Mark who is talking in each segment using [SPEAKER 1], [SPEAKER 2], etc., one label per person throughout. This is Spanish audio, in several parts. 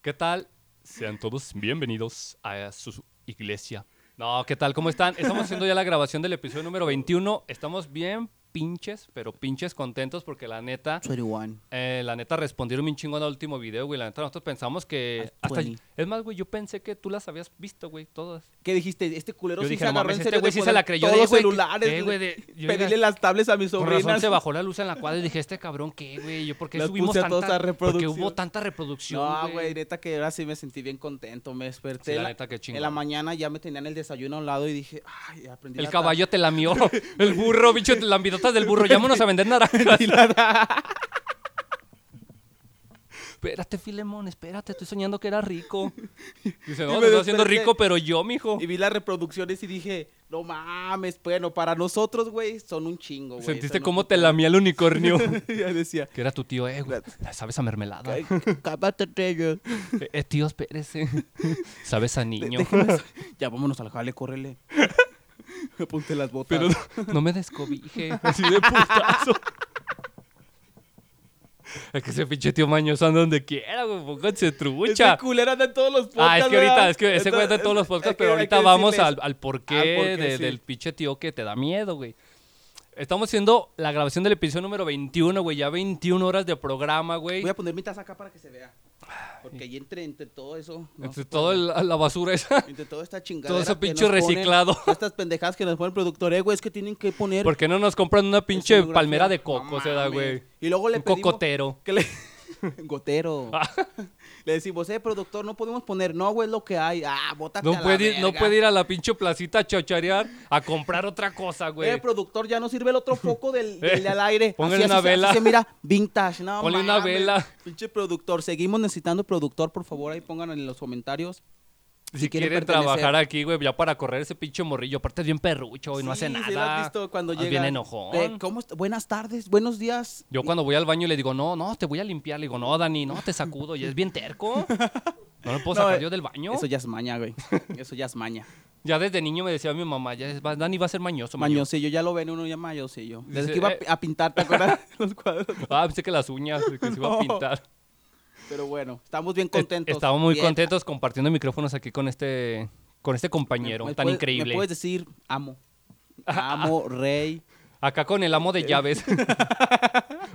[SPEAKER 1] ¿Qué tal? Sean todos bienvenidos a su iglesia. No, ¿qué tal? ¿Cómo están? Estamos haciendo ya la grabación del episodio número 21. Estamos bien pinches, pero pinches contentos porque la neta,
[SPEAKER 2] 21.
[SPEAKER 1] eh, la neta respondieron bien chingón al último video, güey. La neta, nosotros pensamos que...
[SPEAKER 2] Al
[SPEAKER 1] hasta-
[SPEAKER 2] 20.
[SPEAKER 1] es más, güey, yo pensé que tú las habías visto, güey, todas.
[SPEAKER 3] ¿Qué dijiste? Este culero
[SPEAKER 1] Yo
[SPEAKER 3] sí
[SPEAKER 1] dije,
[SPEAKER 3] se
[SPEAKER 1] no
[SPEAKER 3] agarró
[SPEAKER 1] mames,
[SPEAKER 3] en
[SPEAKER 1] este
[SPEAKER 3] serio de
[SPEAKER 1] güey sí se
[SPEAKER 3] poner
[SPEAKER 1] la creyó
[SPEAKER 3] todos
[SPEAKER 1] de,
[SPEAKER 3] los
[SPEAKER 1] güey, que-
[SPEAKER 3] celulares,
[SPEAKER 1] eh, güey, de- yo
[SPEAKER 3] pedirle
[SPEAKER 1] diga-
[SPEAKER 3] las tablets a mis
[SPEAKER 1] Con razón
[SPEAKER 3] sobrinas.
[SPEAKER 1] se bajó la luz en la cuadra y dije, este cabrón, ¿qué, güey? Yo, ¿por qué
[SPEAKER 3] Las
[SPEAKER 1] subimos
[SPEAKER 3] puse a todas
[SPEAKER 1] tanta...
[SPEAKER 3] a
[SPEAKER 1] Porque
[SPEAKER 3] reproducción.
[SPEAKER 1] hubo tanta reproducción,
[SPEAKER 3] No, güey, neta que ahora sí me sentí bien contento, me desperté.
[SPEAKER 1] Sí, la
[SPEAKER 3] en
[SPEAKER 1] neta, qué chingón.
[SPEAKER 3] En la mañana ya me tenían el desayuno a un lado y dije, ay, aprendí
[SPEAKER 1] El
[SPEAKER 3] la
[SPEAKER 1] caballo te lamió. El burro, bicho, te lambidotas del burro. Llámonos a vender naranjas. espérate, Filemón, espérate. Estoy soñando que era rico. Dice, no,
[SPEAKER 3] Y
[SPEAKER 1] te
[SPEAKER 3] me
[SPEAKER 1] estoy haciendo
[SPEAKER 3] desperté.
[SPEAKER 1] rico, pero yo, mijo.
[SPEAKER 3] Y vi las reproducciones y dije, no mames, bueno, para nosotros, güey, son un chingo, güey.
[SPEAKER 1] Sentiste
[SPEAKER 3] son un
[SPEAKER 1] cómo
[SPEAKER 3] putero.
[SPEAKER 1] te lamía el unicornio.
[SPEAKER 3] ya decía,
[SPEAKER 1] que era tu tío, eh, güey. Sabes a mermelada. Eh,
[SPEAKER 2] Cápate, Tello.
[SPEAKER 1] eh, tío, espérese. Sabes a niño.
[SPEAKER 3] déjame, ya vámonos al jale, córrele. Ponte las botas.
[SPEAKER 1] Pero no, no me descobije. Así de putazo. Es que ese pinche tío mañoso anda donde quiera, güey. Pónganse trucha.
[SPEAKER 3] Ese culero anda en todos los podcasts.
[SPEAKER 1] Ah, es que ahorita,
[SPEAKER 3] ¿verdad?
[SPEAKER 1] es que ese güey está en
[SPEAKER 3] Entonces,
[SPEAKER 1] todos los podcasts,
[SPEAKER 3] hay que-
[SPEAKER 1] pero
[SPEAKER 3] hay
[SPEAKER 1] ahorita
[SPEAKER 3] que
[SPEAKER 1] vamos
[SPEAKER 3] decirles.
[SPEAKER 1] al, al porqué,
[SPEAKER 3] al porqué,
[SPEAKER 1] de-
[SPEAKER 3] sí.
[SPEAKER 1] del pinche tío que te da miedo, güey. Estamos haciendo la grabación del episodio número 21, güey. Ya 21 horas de programa, güey.
[SPEAKER 3] Voy a poner mi taza acá para que se vea. Porque ahí entre, entre todo eso. no
[SPEAKER 1] Entre
[SPEAKER 3] se
[SPEAKER 1] toda
[SPEAKER 3] puede.
[SPEAKER 1] la, la basura esa.
[SPEAKER 3] Entre todo esta chingada.
[SPEAKER 1] ese pinche reciclado.
[SPEAKER 3] estas pendejadas que nos pone el productor, eh, güey, es que tienen que poner.
[SPEAKER 1] ¿Por qué no nos compran una pinche
[SPEAKER 3] escenografía.
[SPEAKER 1] palmera de
[SPEAKER 3] No
[SPEAKER 1] coco, se da,
[SPEAKER 3] mames.
[SPEAKER 1] güey?
[SPEAKER 3] Y luego le
[SPEAKER 1] Un
[SPEAKER 3] pedimos
[SPEAKER 1] cocotero.
[SPEAKER 3] que le- Gotero.
[SPEAKER 1] Ah.
[SPEAKER 3] Le decimos, eh, productor, no podemos poner. No, güey, es lo que hay. Ah, bótate a
[SPEAKER 1] No
[SPEAKER 3] la
[SPEAKER 1] puede, ir, no
[SPEAKER 3] verga.
[SPEAKER 1] puede ir a la pinche placita a chacharear a comprar otra cosa,
[SPEAKER 3] Eh,
[SPEAKER 1] güey.
[SPEAKER 3] productor, ya no sirve el otro foco del, del,
[SPEAKER 1] Eh,
[SPEAKER 3] al aire.
[SPEAKER 1] póngale
[SPEAKER 3] Así,
[SPEAKER 1] una
[SPEAKER 3] así se-
[SPEAKER 1] vela.
[SPEAKER 3] así se mira, vintage, no
[SPEAKER 1] Ponle una
[SPEAKER 3] mames.
[SPEAKER 1] vela.
[SPEAKER 3] Pinche productor, seguimos necesitando productor, por favor, ahí pongan en los comentarios.
[SPEAKER 1] Si
[SPEAKER 3] si quieren
[SPEAKER 1] quieren
[SPEAKER 3] pertenecer.
[SPEAKER 1] trabajar aquí, güey, ya para correr ese pinche morrillo. Aparte es bien perrucho y no hace
[SPEAKER 3] Sí, sí lo
[SPEAKER 1] nada.
[SPEAKER 3] has visto cuando
[SPEAKER 1] Ah,
[SPEAKER 3] llega.
[SPEAKER 1] Bien enojón.
[SPEAKER 3] Eh, ¿cómo est- Buenas tardes, buenos días.
[SPEAKER 1] Yo cuando voy al baño le digo, no, no, te voy a limpiar. Le digo, no, Dani, no, te sacudo. Y es bien terco. No me puedo
[SPEAKER 3] No,
[SPEAKER 1] sacar
[SPEAKER 3] eh,
[SPEAKER 1] yo del baño.
[SPEAKER 3] Eso ya es maña, güey. Eso ya es maña.
[SPEAKER 1] Ya desde niño me decía mi mamá, ya es- va- Dani va a ser mañoso. mañoso.
[SPEAKER 3] Mañosillo, ya lo ven uno ya mañosillo. Desde
[SPEAKER 1] Dice,
[SPEAKER 3] que iba a
[SPEAKER 1] eh.
[SPEAKER 3] pi- a pintar, ¿te acuerdas? los cuadros.
[SPEAKER 1] Ah, pensé que las uñas, que se iba a
[SPEAKER 3] No.
[SPEAKER 1] pintar.
[SPEAKER 3] Pero bueno, estamos bien Oh, contentos.
[SPEAKER 1] Eh, Estamos muy
[SPEAKER 3] Bien.
[SPEAKER 1] contentos compartiendo micrófonos aquí con este, con este compañero
[SPEAKER 3] Me
[SPEAKER 1] tan
[SPEAKER 3] puedes-
[SPEAKER 1] increíble.
[SPEAKER 3] Me puedes decir, amo. Amo, rey.
[SPEAKER 1] Acá con el amo de llaves.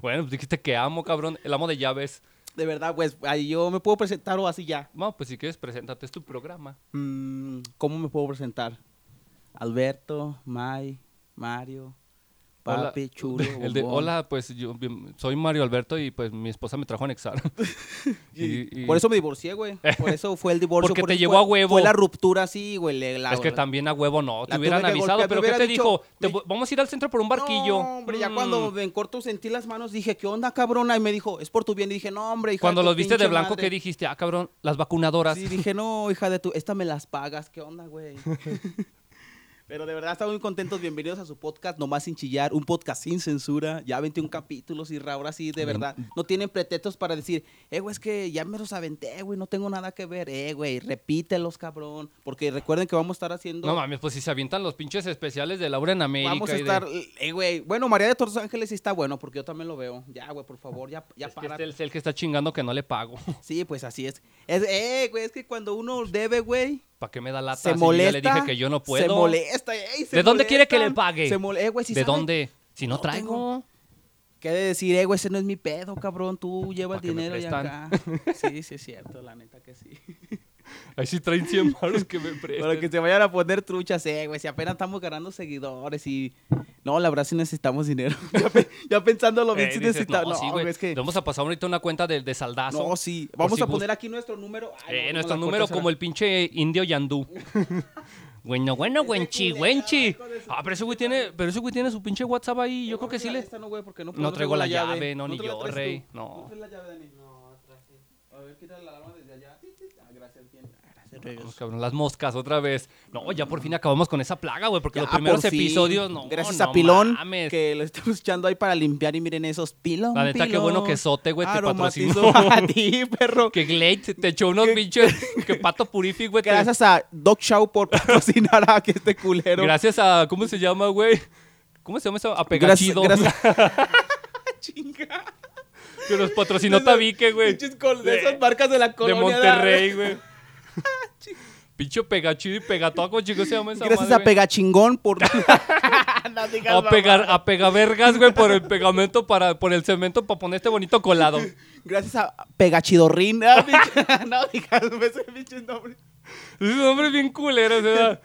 [SPEAKER 1] bueno, pues dijiste que amo, cabrón. El amo de llaves.
[SPEAKER 3] De verdad, pues, ahí yo me puedo presentar o así ya.
[SPEAKER 1] No, pues si quieres, preséntate, es tu programa.
[SPEAKER 3] Mm, ¿Cómo me puedo presentar? Alberto, May, Mario,
[SPEAKER 1] Hola.
[SPEAKER 3] Papi, Chulo.
[SPEAKER 1] El de,
[SPEAKER 3] bombón.
[SPEAKER 1] hola, pues yo bien- soy Mario Alberto y pues mi esposa me trajo a Nexar. Y- y-
[SPEAKER 3] Por eso me divorcié, güey. Por eso fue el divorcio.
[SPEAKER 1] Porque
[SPEAKER 3] por
[SPEAKER 1] te
[SPEAKER 3] eso
[SPEAKER 1] llevó
[SPEAKER 3] fue-
[SPEAKER 1] a huevo.
[SPEAKER 3] Fue la ruptura, sí, güey. le- la-
[SPEAKER 1] es que también a huevo no, te
[SPEAKER 3] la
[SPEAKER 1] hubieran
[SPEAKER 3] tuve que
[SPEAKER 1] avisado,
[SPEAKER 3] golpear,
[SPEAKER 1] pero
[SPEAKER 3] me
[SPEAKER 1] ¿qué
[SPEAKER 3] hubiera
[SPEAKER 1] te
[SPEAKER 3] dicho,
[SPEAKER 1] dijo? Te
[SPEAKER 3] me-
[SPEAKER 1] vo- vamos a ir al centro por un barquillo.
[SPEAKER 3] No, hombre, ya
[SPEAKER 1] Mm.
[SPEAKER 3] cuando en corto sentí las manos, dije, ¿qué onda, cabrona? Y me dijo, es por tu bien. Y dije, no, hombre, hija
[SPEAKER 1] Cuando
[SPEAKER 3] de tu
[SPEAKER 1] los viste de
[SPEAKER 3] pinche
[SPEAKER 1] blanco,
[SPEAKER 3] madre".
[SPEAKER 1] ¿qué dijiste? Ah, cabrón, las vacunadoras.
[SPEAKER 3] Sí, dije, no, hija de tu, esta me las pagas, ¿qué onda, güey? Pero de verdad estamos muy contentos, bienvenidos a su podcast Nomás Sin Chillar, un podcast sin censura, ya 21 capítulos y ra- ahora sí, de verdad, no tienen pretextos para decir, eh, güey, es que ya me los aventé, güey, no tengo nada que ver, eh, güey, repítelos, cabrón, porque recuerden que vamos a estar haciendo...
[SPEAKER 1] No mames, pues si se avientan los pinches especiales de Laura en América.
[SPEAKER 3] Vamos a
[SPEAKER 1] y de-
[SPEAKER 3] estar, eh, güey. Bueno, María de Todos Ángeles sí está bueno, porque yo también lo veo. Ya, güey, por favor, ya, ya
[SPEAKER 1] Es que
[SPEAKER 3] para.
[SPEAKER 1] este es el que está chingando que no le pago.
[SPEAKER 3] Sí, pues así es. es eh, güey, es que cuando uno debe, güey,
[SPEAKER 1] ¿Para qué me da lata?
[SPEAKER 3] se
[SPEAKER 1] Si
[SPEAKER 3] molesta.
[SPEAKER 1] Ah, yo ya le dije que yo no puedo.
[SPEAKER 3] Se molesta, ey, se
[SPEAKER 1] ¿De dónde
[SPEAKER 3] molestan.
[SPEAKER 1] quiere que le pague?
[SPEAKER 3] Se mol- eh, güey, sí
[SPEAKER 1] ¿De
[SPEAKER 3] sabe
[SPEAKER 1] dónde? Si no,
[SPEAKER 3] No
[SPEAKER 1] traigo.
[SPEAKER 3] tengo. ¿Qué de decir, eh, güey, ese no es mi pedo, cabrón? Tú lleva el
[SPEAKER 1] ¿Pa' qué me
[SPEAKER 3] dinero y acá. Sí, sí, es cierto, la neta que sí.
[SPEAKER 1] Ahí sí traen 100 baros que me presten.
[SPEAKER 3] Para que se vayan a poner truchas, eh, güey. Si apenas estamos ganando seguidores y. No, la verdad sí necesitamos dinero. ya, pe- ya pensándolo bien,
[SPEAKER 1] Eh,
[SPEAKER 3] sí
[SPEAKER 1] dices,
[SPEAKER 3] necesitamos.
[SPEAKER 1] no,
[SPEAKER 3] No,
[SPEAKER 1] sí, güey,
[SPEAKER 3] güey, es que.
[SPEAKER 1] Vamos a pasar ahorita una cuenta de, de saldazo.
[SPEAKER 3] No, sí.
[SPEAKER 1] Por
[SPEAKER 3] Vamos
[SPEAKER 1] si
[SPEAKER 3] a
[SPEAKER 1] gust-
[SPEAKER 3] poner aquí nuestro número. Ay,
[SPEAKER 1] Eh,
[SPEAKER 3] no,
[SPEAKER 1] nuestro
[SPEAKER 3] no, la
[SPEAKER 1] número
[SPEAKER 3] cortas,
[SPEAKER 1] como
[SPEAKER 3] ahora.
[SPEAKER 1] el pinche indio Yandú. bueno, bueno, güenchi, güenchi.
[SPEAKER 3] hijo de su
[SPEAKER 1] Ah, pero ese güey tiene, pero ese güey tiene su pinche WhatsApp ahí. Yo creo que sí le.
[SPEAKER 3] Esta no, güey, porque no,
[SPEAKER 1] No traigo la llave, no, ni
[SPEAKER 3] te la
[SPEAKER 1] yo,
[SPEAKER 3] traes tú?
[SPEAKER 1] rey, no.
[SPEAKER 3] traes la llave, Dani? No, traje. A ver, quita la alarma desde allá. Ah, gracias, bien. Ah, Gracias, rey.
[SPEAKER 1] Vamos, Oh, cabrón, las moscas otra vez. No, ya por fin acabamos con esa plaga, güey, porque
[SPEAKER 3] Ya, ah,
[SPEAKER 1] los primeros
[SPEAKER 3] por fin.
[SPEAKER 1] episodios no.
[SPEAKER 3] Gracias
[SPEAKER 1] no
[SPEAKER 3] a Pilón,
[SPEAKER 1] mames.
[SPEAKER 3] que lo estamos echando ahí para limpiar y miren esos pilón.
[SPEAKER 1] La neta, qué
[SPEAKER 3] Pilón.
[SPEAKER 1] bueno que Sote, güey, te
[SPEAKER 3] Aromatizó
[SPEAKER 1] patrocinó.
[SPEAKER 3] a ti, perro.
[SPEAKER 1] Que Glade te echó unos pinches. Que pato purific, güey. te-
[SPEAKER 3] Gracias a Doc Shaw por patrocinar a que este culero.
[SPEAKER 1] gracias a. ¿Cómo se llama, güey? ¿Cómo se llama eso? A
[SPEAKER 3] Gracias-
[SPEAKER 1] Pegachido.
[SPEAKER 3] gracias- Chinga.
[SPEAKER 1] Que nos patrocinó Tabique, güey.
[SPEAKER 3] Pinches col- de
[SPEAKER 1] De-
[SPEAKER 3] esas marcas de la
[SPEAKER 1] De
[SPEAKER 3] colonia. da.
[SPEAKER 1] Monterrey, güey. Pincho pegachido y pegatoco, chicos, se llama esa
[SPEAKER 3] Gracias
[SPEAKER 1] madre,
[SPEAKER 3] a
[SPEAKER 1] güey.
[SPEAKER 3] Pegachingón por. No digas
[SPEAKER 1] A pegar,
[SPEAKER 3] mamá.
[SPEAKER 1] a pegavergas, güey, por el pegamento, para, por el cemento, para poner este bonito colado.
[SPEAKER 3] Gracias a Pegachidorrín. Ah, pinche- No digas ese pinche nombre.
[SPEAKER 1] Es un hombre bien culero, o sea,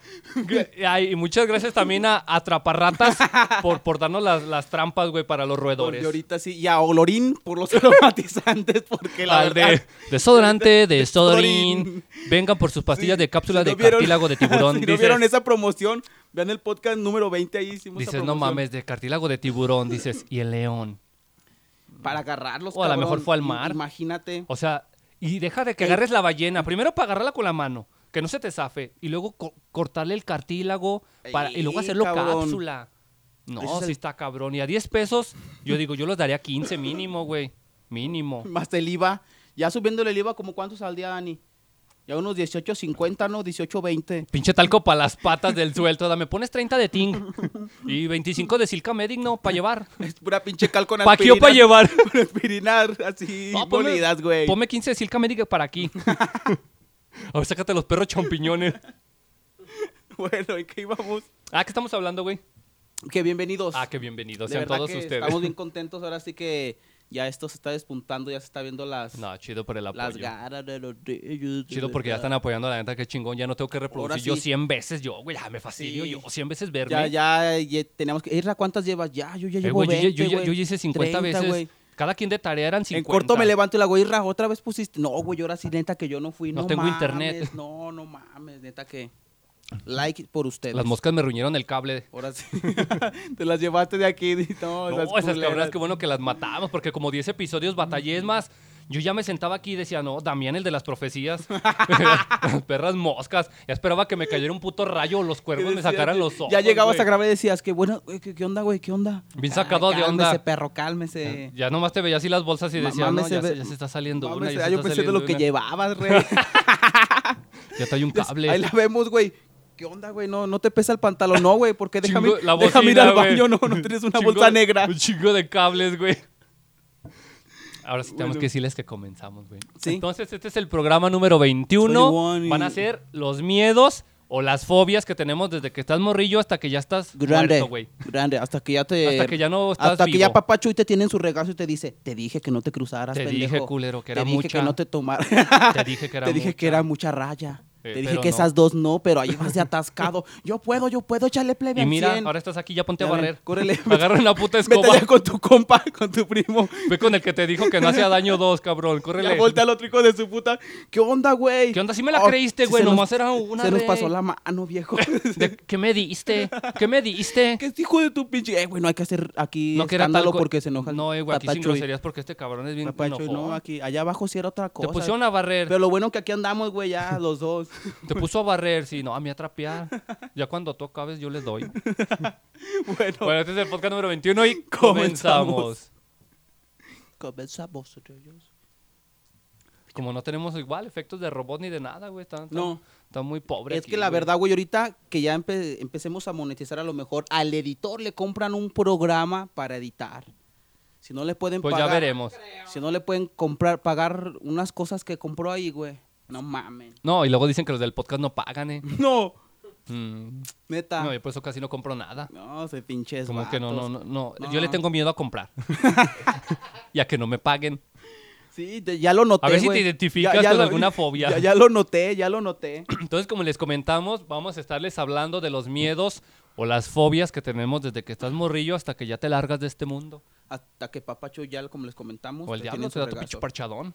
[SPEAKER 1] que- ay, y muchas gracias también a Atraparratas por, por darnos las, las trampas, güey, para los
[SPEAKER 3] Porque
[SPEAKER 1] roedores.
[SPEAKER 3] ahorita sí. Y a Olorín por los aromatizantes, porque la
[SPEAKER 1] Al
[SPEAKER 3] verdad.
[SPEAKER 1] Ah, de desodorante, de
[SPEAKER 3] Desodorín.
[SPEAKER 1] Sodorín. Vengan por sus pastillas de cápsula
[SPEAKER 3] Si no
[SPEAKER 1] de
[SPEAKER 3] vieron-
[SPEAKER 1] cartílago de tiburón.
[SPEAKER 3] si no
[SPEAKER 1] dices,
[SPEAKER 3] vieron esa promoción, vean el podcast número 20 ahí hicimos esa
[SPEAKER 1] dices, no
[SPEAKER 3] promoción".
[SPEAKER 1] mames, de cartílago de tiburón, dices, y el león.
[SPEAKER 3] Para agarrarlos,
[SPEAKER 1] O a lo
[SPEAKER 3] cabrón.
[SPEAKER 1] mejor fue al
[SPEAKER 3] I-
[SPEAKER 1] mar.
[SPEAKER 3] Imagínate.
[SPEAKER 1] O sea, y deja de que agarres la ballena. Primero para agarrarla con la mano, que no se te zafe. Y luego co- cortarle el cartílago para, y luego
[SPEAKER 3] Ey,
[SPEAKER 1] hacerlo
[SPEAKER 3] cabrón.
[SPEAKER 1] cápsula. No,
[SPEAKER 3] Ese es
[SPEAKER 1] sí
[SPEAKER 3] el-
[SPEAKER 1] está cabrón. Y a 10 pesos, yo digo, yo los daría 15 mínimo, güey. Mínimo.
[SPEAKER 3] Más el IVA. Ya subiéndole el IVA, ¿como cuánto saldría, Dani? Ya unos 18.50, ¿no? 18.20.
[SPEAKER 1] Pinche talco para las patas del suelto. da, Me pones 30 de Ting y 25 de Silca Medic, no, para llevar.
[SPEAKER 3] Es pura pinche cal con
[SPEAKER 1] ¿Para qué o para llevar?
[SPEAKER 3] Con aspirina así,
[SPEAKER 1] No, ponme-
[SPEAKER 3] bonitas, güey.
[SPEAKER 1] Ponme 15 de Silca Medic para aquí. A ver, sácate los perros champiñones.
[SPEAKER 3] Bueno, ¿en qué íbamos?
[SPEAKER 1] Ah, ¿qué estamos hablando, güey?
[SPEAKER 3] Que bienvenidos.
[SPEAKER 1] Ah, que bienvenidos
[SPEAKER 3] De
[SPEAKER 1] sean
[SPEAKER 3] verdad
[SPEAKER 1] todos
[SPEAKER 3] que
[SPEAKER 1] ustedes.
[SPEAKER 3] Estamos bien contentos ahora sí que ya esto se está despuntando, ya se está viendo las,
[SPEAKER 1] No, chido por el apoyo.
[SPEAKER 3] las garas de los de ellos, de
[SPEAKER 1] Chido porque ya
[SPEAKER 3] verdad.
[SPEAKER 1] están apoyando a la neta, qué chingón. Ya no tengo que reproducir
[SPEAKER 3] sí.
[SPEAKER 1] yo 100 veces yo, güey. Ya me fastidio
[SPEAKER 3] Sí.
[SPEAKER 1] yo 100 veces verme.
[SPEAKER 3] Ya, ya, ya tenemos que. Isra, ¿cuántas llevas? Ya, yo ya
[SPEAKER 1] Eh,
[SPEAKER 3] llevo
[SPEAKER 1] güey, yo, ya-
[SPEAKER 3] 20,
[SPEAKER 1] yo ya-
[SPEAKER 3] güey,
[SPEAKER 1] yo ya hice 50
[SPEAKER 3] 30,
[SPEAKER 1] veces.
[SPEAKER 3] güey.
[SPEAKER 1] Cada quien de tarea eran 50.
[SPEAKER 3] En corto me levanto y la güey, Isra, otra vez pusiste. No, güey, ahora sí, neta que yo no fui. No,
[SPEAKER 1] No tengo
[SPEAKER 3] mames,
[SPEAKER 1] internet.
[SPEAKER 3] No, no mames, neta que. Like por ustedes.
[SPEAKER 1] Las moscas me ruñeron el cable.
[SPEAKER 3] Ahora sí. Te las llevaste de aquí. di- No,
[SPEAKER 1] No,
[SPEAKER 3] esas,
[SPEAKER 1] esas, cabronas,
[SPEAKER 3] culeras.
[SPEAKER 1] qué bueno que las matamos, porque como 10 episodios batallé es más. Yo ya me sentaba aquí y decía, no, Damián, el de las profecías. las perras moscas. Ya esperaba que me cayera un puto rayo o los
[SPEAKER 3] Que
[SPEAKER 1] cuervos me
[SPEAKER 3] decías,
[SPEAKER 1] sacaran los ojos.
[SPEAKER 3] Ya llegabas
[SPEAKER 1] güey.
[SPEAKER 3] a grabar y decías que bueno, güey, ¿qué, qué onda, güey? ¿Qué onda?
[SPEAKER 1] Bien sacado de onda.
[SPEAKER 3] Cálmese, perro, cálmese.
[SPEAKER 1] Ya nomás te veía así las bolsas y
[SPEAKER 3] Ma-
[SPEAKER 1] decía, no,
[SPEAKER 3] mámese,
[SPEAKER 1] ya,
[SPEAKER 3] ve-
[SPEAKER 1] se, ya se está saliendo
[SPEAKER 3] Mames,
[SPEAKER 1] una. Ya
[SPEAKER 3] ah,
[SPEAKER 1] se
[SPEAKER 3] yo
[SPEAKER 1] está
[SPEAKER 3] pensé de lo
[SPEAKER 1] saliendo
[SPEAKER 3] que
[SPEAKER 1] una.
[SPEAKER 3] llevabas, güey.
[SPEAKER 1] Ya trae un cable.
[SPEAKER 3] Ahí la vemos, güey. ¿Qué onda, güey? No, no te pesa el pantalón, no, güey. Porque déjame,
[SPEAKER 1] Chingo- la
[SPEAKER 3] déjame ir
[SPEAKER 1] bocina,
[SPEAKER 3] al baño,
[SPEAKER 1] güey.
[SPEAKER 3] no, no tienes una
[SPEAKER 1] Chingo
[SPEAKER 3] bolsa
[SPEAKER 1] de-
[SPEAKER 3] negra.
[SPEAKER 1] Un chingo de cables, güey. Ahora sí tenemos
[SPEAKER 3] Bueno.
[SPEAKER 1] que decirles que comenzamos, güey.
[SPEAKER 3] Sí.
[SPEAKER 1] Entonces, este es el programa número 21.
[SPEAKER 3] 21 y-
[SPEAKER 1] Van a ser los miedos o las fobias que tenemos desde que estás morrillo hasta que ya estás
[SPEAKER 3] Grande,
[SPEAKER 1] muerto, güey.
[SPEAKER 3] grande, hasta que ya te...
[SPEAKER 1] Hasta que ya no estás
[SPEAKER 3] Hasta que ya
[SPEAKER 1] vivo.
[SPEAKER 3] papá Chuy te tiene en su regazo y te dice, te dije que no te cruzaras,
[SPEAKER 1] Te
[SPEAKER 3] pendejo.
[SPEAKER 1] dije, culero, que era
[SPEAKER 3] Te dije
[SPEAKER 1] mucha.
[SPEAKER 3] que no te tomaras.
[SPEAKER 1] Te dije que era
[SPEAKER 3] Te dije que
[SPEAKER 1] mucha.
[SPEAKER 3] era mucha raya.
[SPEAKER 1] Eh,
[SPEAKER 3] te dije
[SPEAKER 1] pero
[SPEAKER 3] que
[SPEAKER 1] no.
[SPEAKER 3] esas dos no, pero ahí vas de atascado. yo puedo, yo puedo, échale plebe
[SPEAKER 1] Y
[SPEAKER 3] al
[SPEAKER 1] mira,
[SPEAKER 3] 100.
[SPEAKER 1] ahora estás aquí, ya ponte
[SPEAKER 3] Ya
[SPEAKER 1] a
[SPEAKER 3] ven,
[SPEAKER 1] barrer.
[SPEAKER 3] córrele.
[SPEAKER 1] Agarra una puta
[SPEAKER 3] Vete
[SPEAKER 1] escoba.
[SPEAKER 3] allá con tu compa, con tu primo.
[SPEAKER 1] Ve con el que te dijo que no hacía daño dos, cabrón.
[SPEAKER 3] Ya
[SPEAKER 1] Córrele.
[SPEAKER 3] voltea al otro hijo de su puta. ¿Qué onda, güey?
[SPEAKER 1] ¿Qué onda? Sí me la
[SPEAKER 3] Oh,
[SPEAKER 1] creíste,
[SPEAKER 3] sí
[SPEAKER 1] güey.
[SPEAKER 3] se nos-
[SPEAKER 1] Nomás era una
[SPEAKER 3] Se nos
[SPEAKER 1] de-
[SPEAKER 3] pasó la mano, viejo.
[SPEAKER 1] de- ¿Qué me diste? ¿Qué me diste?
[SPEAKER 3] ¿Qué es hijo de tu pinche? Eh, güey, no hay que hacer aquí
[SPEAKER 1] No, que era
[SPEAKER 3] escándalo
[SPEAKER 1] talco.
[SPEAKER 3] porque se enoja. el
[SPEAKER 1] No, eh, güey, aquí
[SPEAKER 3] papá
[SPEAKER 1] sin
[SPEAKER 3] Chuy.
[SPEAKER 1] groserías porque este cabrón es bien
[SPEAKER 3] Papá Chuy,
[SPEAKER 1] enojón.
[SPEAKER 3] no, aquí, allá abajo sí era otra
[SPEAKER 1] Te
[SPEAKER 3] cosa.
[SPEAKER 1] pusieron a barrer,
[SPEAKER 3] Pero lo bueno que aquí andamos, güey, ya los dos.
[SPEAKER 1] te puso a barrer, sí, no, a mí a trapear. Ya cuando tú acabes yo les doy.
[SPEAKER 3] bueno,
[SPEAKER 1] Bueno, este es el podcast número 21 y
[SPEAKER 3] Comenzamos.
[SPEAKER 1] comenzamos.
[SPEAKER 3] comenzamos. ellos.
[SPEAKER 1] Como no tenemos igual efectos de robot ni de nada, güey, está, está-
[SPEAKER 3] No.
[SPEAKER 1] está muy pobre
[SPEAKER 3] Es
[SPEAKER 1] aquí,
[SPEAKER 3] que la
[SPEAKER 1] güey.
[SPEAKER 3] verdad, güey, ahorita que ya empe- empecemos a monetizar, a lo mejor al editor le compran un programa para editar. Si no le pueden
[SPEAKER 1] Pues
[SPEAKER 3] pagar.
[SPEAKER 1] ya veremos.
[SPEAKER 3] Si no le pueden comprar, pagar unas cosas que compró ahí, güey. No mamen.
[SPEAKER 1] No, y luego dicen que los del podcast no pagan, eh.
[SPEAKER 3] No,
[SPEAKER 1] Mm,
[SPEAKER 3] neta.
[SPEAKER 1] No,
[SPEAKER 3] No,
[SPEAKER 1] yo por eso casi no compro nada.
[SPEAKER 3] se pinches.
[SPEAKER 1] Como que no, no,
[SPEAKER 3] vatos.
[SPEAKER 1] no,
[SPEAKER 3] Ah.
[SPEAKER 1] no,
[SPEAKER 3] No.
[SPEAKER 1] Yo le tengo miedo a comprar. y a que no me paguen.
[SPEAKER 3] Sí, te- ya lo noté.
[SPEAKER 1] A ver si te
[SPEAKER 3] güey.
[SPEAKER 1] identificas con alguna fobia.
[SPEAKER 3] Ya, ya lo noté, ya lo noté.
[SPEAKER 1] Entonces, como les comentamos, vamos a estarles hablando de los miedos o las fobias que tenemos desde que estás morrillo hasta que ya te largas de este mundo.
[SPEAKER 3] Hasta que Papacho ya, como les comentamos.
[SPEAKER 1] O el
[SPEAKER 3] te tiene
[SPEAKER 1] diablo
[SPEAKER 3] su
[SPEAKER 1] te da tu
[SPEAKER 3] regazo.
[SPEAKER 1] pinche parchadón.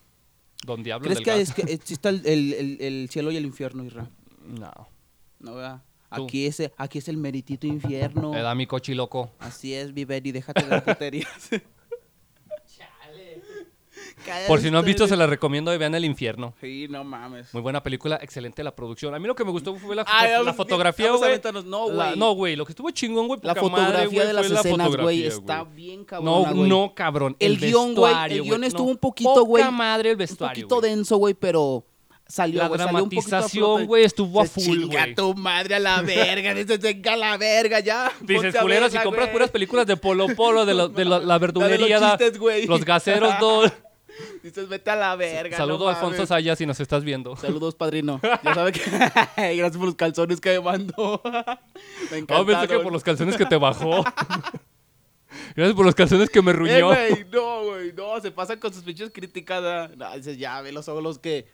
[SPEAKER 1] Don Diablo
[SPEAKER 3] ¿Crees
[SPEAKER 1] del
[SPEAKER 3] que,
[SPEAKER 1] gas.
[SPEAKER 3] es que exista el, el- el- el cielo y el infierno, Isra?
[SPEAKER 1] No.
[SPEAKER 3] No, ¿verdad?
[SPEAKER 1] Tú. Eh,
[SPEAKER 3] Aquí es, aquí es el meritito infierno.
[SPEAKER 1] Me da mi cochi loco.
[SPEAKER 3] Así es, Viveri, déjate de puterías. Chale.
[SPEAKER 1] Por si no han visto, se la recomiendo y vean El Infierno.
[SPEAKER 3] Sí, no mames.
[SPEAKER 1] Muy buena película, excelente la producción. A mí lo que me gustó fue la,
[SPEAKER 3] Ay,
[SPEAKER 1] la
[SPEAKER 3] vamos-
[SPEAKER 1] fotografía,
[SPEAKER 3] vamos a
[SPEAKER 1] güey.
[SPEAKER 3] aventarnos. No,
[SPEAKER 1] La-
[SPEAKER 3] güey.
[SPEAKER 1] No, güey, lo que estuvo chingón, güey.
[SPEAKER 3] La
[SPEAKER 1] poca madre,
[SPEAKER 3] fotografía
[SPEAKER 1] güey,
[SPEAKER 3] de las
[SPEAKER 1] fue la
[SPEAKER 3] escenas, güey,
[SPEAKER 1] fotografía,
[SPEAKER 3] está
[SPEAKER 1] güey.
[SPEAKER 3] bien
[SPEAKER 1] No,
[SPEAKER 3] cabrona, güey.
[SPEAKER 1] no, cabrón.
[SPEAKER 3] El guión, güey, el
[SPEAKER 1] vestuario,
[SPEAKER 3] guión estuvo
[SPEAKER 1] no.
[SPEAKER 3] un poquito, güey,
[SPEAKER 1] Poca madre el
[SPEAKER 3] un
[SPEAKER 1] vestuario.
[SPEAKER 3] poquito
[SPEAKER 1] güey.
[SPEAKER 3] denso, güey, pero salió,
[SPEAKER 1] La
[SPEAKER 3] güey, salió un poquito a
[SPEAKER 1] dramatización,
[SPEAKER 3] flote.
[SPEAKER 1] güey, estuvo a
[SPEAKER 3] Se
[SPEAKER 1] full,
[SPEAKER 3] Chinga
[SPEAKER 1] güey.
[SPEAKER 3] tu madre a la verga, dices, venga a la verga ya.
[SPEAKER 1] Dices,
[SPEAKER 3] ponte a
[SPEAKER 1] culero, si
[SPEAKER 3] verga,
[SPEAKER 1] compras
[SPEAKER 3] güey".
[SPEAKER 1] puras películas de Polo Polo, de, la- de la, la
[SPEAKER 3] La de los
[SPEAKER 1] verdulería, da-
[SPEAKER 3] chistes, güey.
[SPEAKER 1] los gaseros, dos.
[SPEAKER 3] Dices, vete a la verga.
[SPEAKER 1] Saludo a
[SPEAKER 3] no
[SPEAKER 1] Alfonso
[SPEAKER 3] mames".
[SPEAKER 1] Sayas si nos estás viendo.
[SPEAKER 3] Saludos, padrino. Ya sabe que. Gracias por los calzones que me mandó. Me
[SPEAKER 1] No,
[SPEAKER 3] encantaron. Eh,
[SPEAKER 1] pensé Ah, que por los calzones que te bajó. Gracias por los calzones que me ruñó.
[SPEAKER 3] Eh, güey, no, güey, no, se pasan con sus pinches críticas. ah. No, dices, ya, ve los ojos que.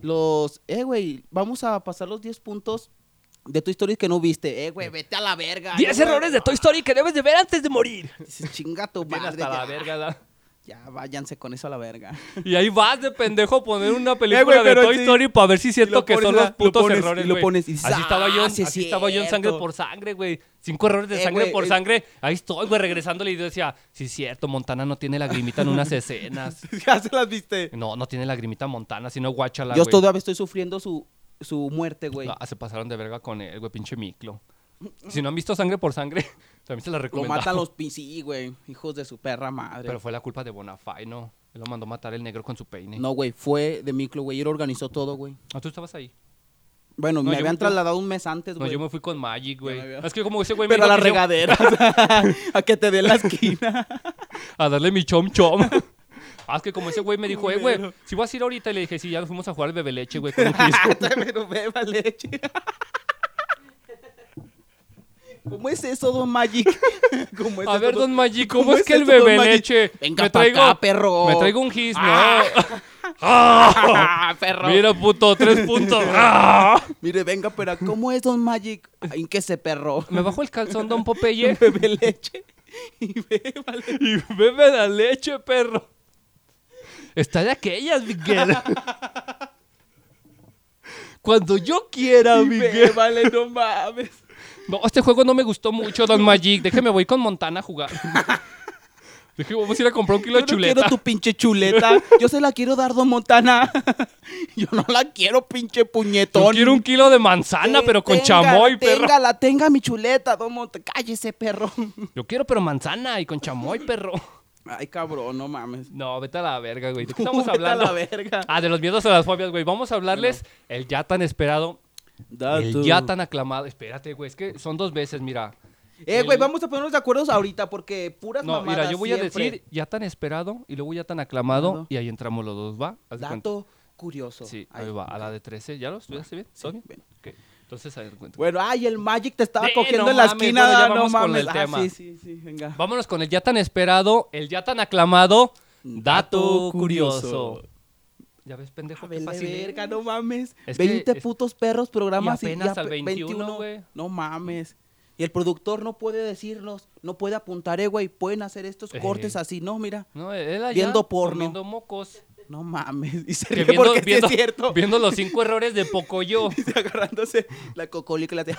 [SPEAKER 3] Los. Eh, güey, vamos a pasar los 10 puntos de tu historia que no viste. Eh, güey, vete a la verga.
[SPEAKER 1] 10
[SPEAKER 3] No,
[SPEAKER 1] errores de Toy Story que debes de ver antes de morir.
[SPEAKER 3] Dices, chinga tu
[SPEAKER 1] Viene
[SPEAKER 3] madre.
[SPEAKER 1] hasta la
[SPEAKER 3] ya,
[SPEAKER 1] verga, da.
[SPEAKER 3] ya, váyanse con eso a la verga.
[SPEAKER 1] Y ahí vas de pendejo a poner una película
[SPEAKER 3] Eh, güey,
[SPEAKER 1] de
[SPEAKER 3] pero
[SPEAKER 1] Toy
[SPEAKER 3] sí.
[SPEAKER 1] Story para ver si
[SPEAKER 3] Y
[SPEAKER 1] siento
[SPEAKER 3] lo
[SPEAKER 1] que
[SPEAKER 3] pones,
[SPEAKER 1] son
[SPEAKER 3] lo-
[SPEAKER 1] los putos
[SPEAKER 3] lo pones,
[SPEAKER 1] errores,
[SPEAKER 3] y lo
[SPEAKER 1] güey.
[SPEAKER 3] pones, y
[SPEAKER 1] Así estaba yo, en-
[SPEAKER 3] ¡zas! Sí es
[SPEAKER 1] así estaba yo en sangre
[SPEAKER 3] cierto.
[SPEAKER 1] por sangre, güey. Cinco errores de
[SPEAKER 3] Eh,
[SPEAKER 1] sangre
[SPEAKER 3] güey,
[SPEAKER 1] por
[SPEAKER 3] eh.
[SPEAKER 1] sangre. Ahí estoy, güey, regresándole y yo decía, sí es cierto, Montana no tiene lagrimita en unas escenas.
[SPEAKER 3] ya se las viste.
[SPEAKER 1] No, no tiene lagrimita Montana, sino guáchala,
[SPEAKER 3] Yo
[SPEAKER 1] güey.
[SPEAKER 3] todavía estoy sufriendo su, su muerte, güey.
[SPEAKER 1] Ah, se pasaron de verga con él, güey, pinche miclo. Si no han visto sangre por sangre, también se la
[SPEAKER 3] Lo
[SPEAKER 1] recomendamos.
[SPEAKER 3] matan los pi- sí, güey. Hijos de su perra madre.
[SPEAKER 1] Pero fue la culpa de Bonafay, ¿no? Él lo mandó matar el negro con su peine.
[SPEAKER 3] No, güey, fue de Miclo, güey. Él organizó todo, güey.
[SPEAKER 1] Ah, tú estabas ahí.
[SPEAKER 3] Bueno,
[SPEAKER 1] No,
[SPEAKER 3] me
[SPEAKER 1] yo
[SPEAKER 3] habían
[SPEAKER 1] me-
[SPEAKER 3] trasladado un mes antes,
[SPEAKER 1] No,
[SPEAKER 3] güey.
[SPEAKER 1] yo me fui con Magic, güey.
[SPEAKER 3] Ya me había-
[SPEAKER 1] Es que como ese güey me
[SPEAKER 3] Pero
[SPEAKER 1] dijo
[SPEAKER 3] a la
[SPEAKER 1] que yo-
[SPEAKER 3] regadera. a que te den la esquina.
[SPEAKER 1] a darle mi chom chom. Ah, es que como ese güey me dijo, eh, güey, si vas a ir ahorita, y le dije, sí, ya fuimos a jugar al bebé leche, güey, con un disco.
[SPEAKER 3] Pero beba leche. ¿Cómo es eso, don Magic? ¿Cómo es
[SPEAKER 1] A
[SPEAKER 3] eso,
[SPEAKER 1] ver, don Magic, ¿cómo,
[SPEAKER 3] ¿Cómo
[SPEAKER 1] es
[SPEAKER 3] es
[SPEAKER 1] que el
[SPEAKER 3] eso, don
[SPEAKER 1] bebé
[SPEAKER 3] Magic?
[SPEAKER 1] leche?
[SPEAKER 3] Venga pa' acá, perro.
[SPEAKER 1] Me traigo un gis, ¿no?
[SPEAKER 3] Ah, perro.
[SPEAKER 1] Mira, puto, tres puntos. Ah.
[SPEAKER 3] Mire, venga, pero ¿cómo es don Magic? Ay, que se perro.
[SPEAKER 1] Me bajo el calzón, don Popeye,
[SPEAKER 3] Bebe leche. Y beba leche.
[SPEAKER 1] y bebe la leche, perro. Está de aquellas, Miguel. Cuando yo quiera,
[SPEAKER 3] Y
[SPEAKER 1] Miguel.
[SPEAKER 3] beba leche, no mames.
[SPEAKER 1] No, este juego no me gustó mucho, Don Magic. Déjeme, voy con Montana a jugar. Dije, vamos a ir a comprar un kilo
[SPEAKER 3] Yo
[SPEAKER 1] de
[SPEAKER 3] no
[SPEAKER 1] chuleta.
[SPEAKER 3] quiero tu pinche chuleta. Yo se la quiero dar, Don Montana. Yo no la quiero, pinche puñetón.
[SPEAKER 1] Yo quiero un kilo de manzana,
[SPEAKER 3] Eh,
[SPEAKER 1] pero con
[SPEAKER 3] téngala,
[SPEAKER 1] chamoy, perro.
[SPEAKER 3] Téngala, tenga mi chuleta, Don Montana. Cállese, perro.
[SPEAKER 1] Yo quiero, pero manzana y con chamoy, perro.
[SPEAKER 3] Ay, cabrón, no mames.
[SPEAKER 1] No, vete a la verga, güey. ¿De qué estamos
[SPEAKER 3] Vete a
[SPEAKER 1] hablando?
[SPEAKER 3] la verga.
[SPEAKER 1] Ah, de los miedos a las fobias, güey. Vamos a hablarles el ya tan esperado,
[SPEAKER 3] Da
[SPEAKER 1] el
[SPEAKER 3] tú.
[SPEAKER 1] ya tan aclamado. Espérate, güey, es que son dos veces, mira.
[SPEAKER 3] Eh, güey,
[SPEAKER 1] el-
[SPEAKER 3] vamos a ponernos de acuerdos ahorita porque puras
[SPEAKER 1] No,
[SPEAKER 3] mamadas
[SPEAKER 1] mira, yo voy a
[SPEAKER 3] siempre.
[SPEAKER 1] decir ya tan esperado y luego ya tan aclamado
[SPEAKER 3] Claro.
[SPEAKER 1] y ahí entramos los dos, ¿va? Haz de cuenta.
[SPEAKER 3] Dato curioso.
[SPEAKER 1] Sí, ahí
[SPEAKER 3] Ay,
[SPEAKER 1] va, a la de 13. ¿Ya lo estudiaste bien? ¿Todo bien?
[SPEAKER 3] ven.
[SPEAKER 1] Ok, Entonces, ahí cuenta.
[SPEAKER 3] Bueno, ay, el Magic te estaba
[SPEAKER 1] Sí,
[SPEAKER 3] cogiendo
[SPEAKER 1] no
[SPEAKER 3] en la
[SPEAKER 1] mames,
[SPEAKER 3] esquina.
[SPEAKER 1] bueno, ya
[SPEAKER 3] no
[SPEAKER 1] vamos con
[SPEAKER 3] mames.
[SPEAKER 1] el
[SPEAKER 3] Ah,
[SPEAKER 1] tema.
[SPEAKER 3] sí, sí, sí, venga.
[SPEAKER 1] Vámonos con el ya tan esperado, el ya tan aclamado.
[SPEAKER 3] Dato
[SPEAKER 1] Dato curioso.
[SPEAKER 3] curioso.
[SPEAKER 1] Ya ves, pendejo,
[SPEAKER 3] A
[SPEAKER 1] qué
[SPEAKER 3] ver, la
[SPEAKER 1] fácil. ¿eh? es.
[SPEAKER 3] verga, no mames.
[SPEAKER 1] Es que
[SPEAKER 3] 20
[SPEAKER 1] es-
[SPEAKER 3] putos perros programas
[SPEAKER 1] y
[SPEAKER 3] y,
[SPEAKER 1] apenas
[SPEAKER 3] ya
[SPEAKER 1] al
[SPEAKER 3] pe-
[SPEAKER 1] 21, güey.
[SPEAKER 3] No mames. Y el productor no puede decirlos, no puede apuntar, eh, güey, pueden hacer estos
[SPEAKER 1] Ey.
[SPEAKER 3] cortes así, no, mira.
[SPEAKER 1] No, él allá
[SPEAKER 3] Viendo porno.
[SPEAKER 1] comiendo mocos.
[SPEAKER 3] No mames. Y se
[SPEAKER 1] Que
[SPEAKER 3] ríe
[SPEAKER 1] viendo,
[SPEAKER 3] porque sí
[SPEAKER 1] viendo-
[SPEAKER 3] es cierto.
[SPEAKER 1] viendo los cinco errores de Pocoyo.
[SPEAKER 3] Y agarrándose la cocolica y la te-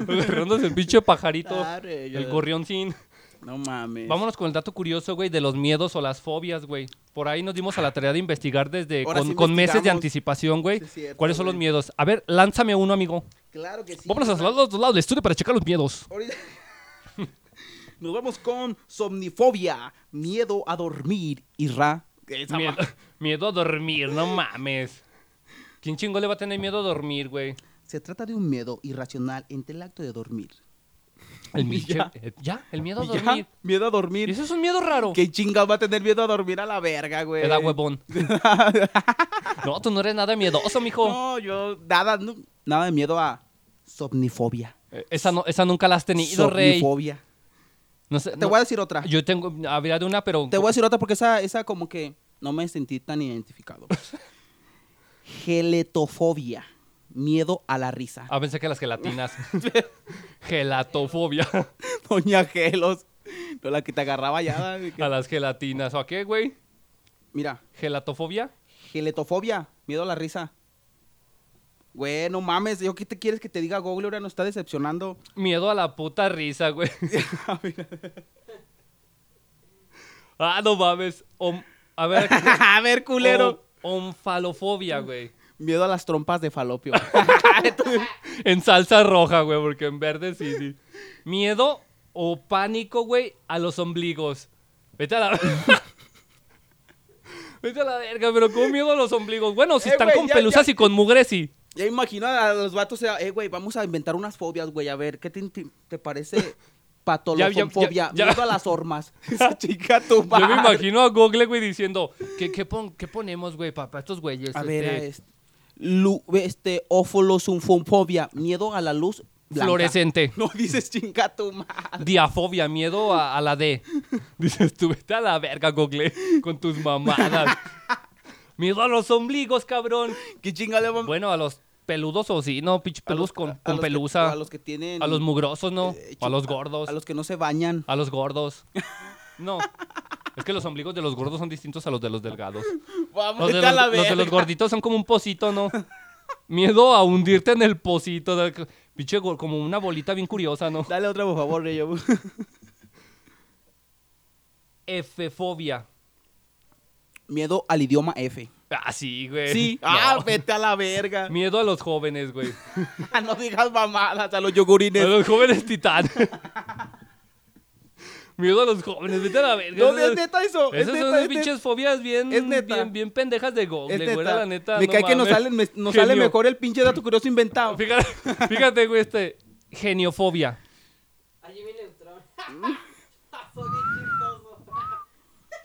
[SPEAKER 1] Agarrándose el pinche pajarito.
[SPEAKER 3] Arre, yo-
[SPEAKER 1] el gorrioncín.
[SPEAKER 3] No mames.
[SPEAKER 1] Vámonos con el dato curioso, güey, de los miedos o las fobias, güey. Por ahí nos dimos a la tarea de investigar desde
[SPEAKER 3] Ah. Ahora
[SPEAKER 1] con,
[SPEAKER 3] sí
[SPEAKER 1] con meses de
[SPEAKER 3] investigamos.
[SPEAKER 1] anticipación, güey.
[SPEAKER 3] Sí, es cierto,
[SPEAKER 1] ¿Cuáles son los
[SPEAKER 3] güey.
[SPEAKER 1] miedos? A ver, lánzame uno, amigo.
[SPEAKER 3] Claro que sí.
[SPEAKER 1] Vámonos a
[SPEAKER 3] no
[SPEAKER 1] los dos lados del estudio para checar los miedos.
[SPEAKER 3] Ahorita- Nos vamos con somnifobia, miedo a dormir y ra. Esa
[SPEAKER 1] Miedo,
[SPEAKER 3] ma-
[SPEAKER 1] miedo a dormir, no mames. ¿Quién chingo le va a tener miedo a dormir, güey?
[SPEAKER 3] Se trata de un miedo irracional entre el acto de dormir.
[SPEAKER 1] El
[SPEAKER 3] Y
[SPEAKER 1] pinche-
[SPEAKER 3] ya.
[SPEAKER 1] eh, ya, el miedo a
[SPEAKER 3] Y ya,
[SPEAKER 1] dormir.
[SPEAKER 3] miedo a dormir.
[SPEAKER 1] Y eso es un miedo raro.
[SPEAKER 3] ¿Qué chingas va a tener miedo a dormir a la verga, güey?
[SPEAKER 1] Te da huevón. no, tú no eres nada miedoso, mijo.
[SPEAKER 3] No, yo nada, no- nada de miedo a somnifobia.
[SPEAKER 1] Eh, Esa, no, esa nunca la has tenido, rey.
[SPEAKER 3] somnifobia.
[SPEAKER 1] No sé,
[SPEAKER 3] Te
[SPEAKER 1] no-
[SPEAKER 3] voy a decir otra.
[SPEAKER 1] Yo tengo, habría de una, pero...
[SPEAKER 3] Te voy a decir otra porque esa, esa como que no me sentí tan identificado. Geletofobia, miedo a la risa.
[SPEAKER 1] Ah, pensé que las gelatinas. Gelatofobia.
[SPEAKER 3] Doña Gelos. No, la que te agarraba ya. de que-
[SPEAKER 1] a las gelatinas. ¿O a qué, güey?
[SPEAKER 3] Mira,
[SPEAKER 1] ¿Gelatofobia?
[SPEAKER 3] geletofobia, miedo a la risa. Güey, no mames, yo qué te quieres que te diga Google ahora nos está decepcionando.
[SPEAKER 1] Miedo a la puta risa, güey. ah, no mames. Om- a ver, aquí-
[SPEAKER 3] a ver, culero.
[SPEAKER 1] Om- Omfalofobia, güey.
[SPEAKER 3] Oh, Miedo a las trompas de falopio.
[SPEAKER 1] En salsa roja, güey, porque en verde sí, sí. Miedo o pánico, güey, a los ombligos. Vete a la... Vete a la verga, pero con miedo a los ombligos. Bueno, si
[SPEAKER 3] Eh,
[SPEAKER 1] están
[SPEAKER 3] güey,
[SPEAKER 1] con
[SPEAKER 3] ya-
[SPEAKER 1] pelusas
[SPEAKER 3] ya-
[SPEAKER 1] y con mugres y...
[SPEAKER 3] Ya imagino a los vatos, o sea, eh, güey, vamos a inventar unas fobias, güey. A ver, ¿qué te, te- te parece patologofobia?
[SPEAKER 1] Ya, ya, ya, ya.
[SPEAKER 3] Miedo a las hormas. Esa chica
[SPEAKER 1] Yo
[SPEAKER 3] tu
[SPEAKER 1] me
[SPEAKER 3] madre.
[SPEAKER 1] imagino a Google, güey, diciendo, ¿qué, qué, pon- qué ponemos, güey, papá? Estos güeyes.
[SPEAKER 3] A ver,
[SPEAKER 1] este,
[SPEAKER 3] a este, lu- este ófolosunfobia, miedo a la luz blanca.
[SPEAKER 1] fluorescente.
[SPEAKER 3] No dices chinga tu madre.
[SPEAKER 1] Diafobia, miedo a, a la D. Dices, tú vete a la verga, Google, con tus mamadas. miedo a los ombligos, cabrón.
[SPEAKER 3] ¿Qué chinga le vamos
[SPEAKER 1] Bueno, a los peludos o sí, no, pinche pelus con,
[SPEAKER 3] a
[SPEAKER 1] con
[SPEAKER 3] los que-
[SPEAKER 1] pelusa.
[SPEAKER 3] a los que tienen.
[SPEAKER 1] A los mugrosos, ¿no?
[SPEAKER 3] eh,
[SPEAKER 1] O a los
[SPEAKER 3] chupa-
[SPEAKER 1] gordos.
[SPEAKER 3] A los que no se bañan.
[SPEAKER 1] A los gordos. No. Es que los ombligos de los gordos son distintos a los de los delgados.
[SPEAKER 3] Vamos,
[SPEAKER 1] Los de
[SPEAKER 3] vete a
[SPEAKER 1] los,
[SPEAKER 3] la
[SPEAKER 1] los de los
[SPEAKER 3] verga.
[SPEAKER 1] gorditos son como un pocito, ¿no? Miedo a hundirte en el pocito. de- Pinche, gor- como una bolita bien curiosa, ¿no?
[SPEAKER 3] Dale otra, por favor, Reyo.
[SPEAKER 1] Efefobia.
[SPEAKER 3] Miedo al idioma F.
[SPEAKER 1] Ah, sí, güey.
[SPEAKER 3] Sí.
[SPEAKER 1] No.
[SPEAKER 3] Ah, vete a la verga. Ah,
[SPEAKER 1] Miedo a los jóvenes, güey.
[SPEAKER 3] no digas mamadas a los
[SPEAKER 1] A
[SPEAKER 3] yogurines.
[SPEAKER 1] los jóvenes titán. Miedo a los jóvenes, vete a la verga.
[SPEAKER 3] No,
[SPEAKER 1] Esas-
[SPEAKER 3] es neta eso. Es
[SPEAKER 1] Esas
[SPEAKER 3] neta, este
[SPEAKER 1] son
[SPEAKER 3] es neta.
[SPEAKER 1] pinches fobias bien,
[SPEAKER 3] Es neta.
[SPEAKER 1] bien, bien pendejas de Google,
[SPEAKER 3] Es
[SPEAKER 1] güey.
[SPEAKER 3] neta.
[SPEAKER 1] La neta,
[SPEAKER 3] Me
[SPEAKER 1] no
[SPEAKER 3] cae que nos
[SPEAKER 1] mames.
[SPEAKER 3] sale, me- nos sale
[SPEAKER 1] Genio.
[SPEAKER 3] mejor el pinche dato curioso inventado.
[SPEAKER 1] Fíjate, fíjate, güey, este. Geniofobia.
[SPEAKER 2] Allí viene el tron. Soy bien chistoso.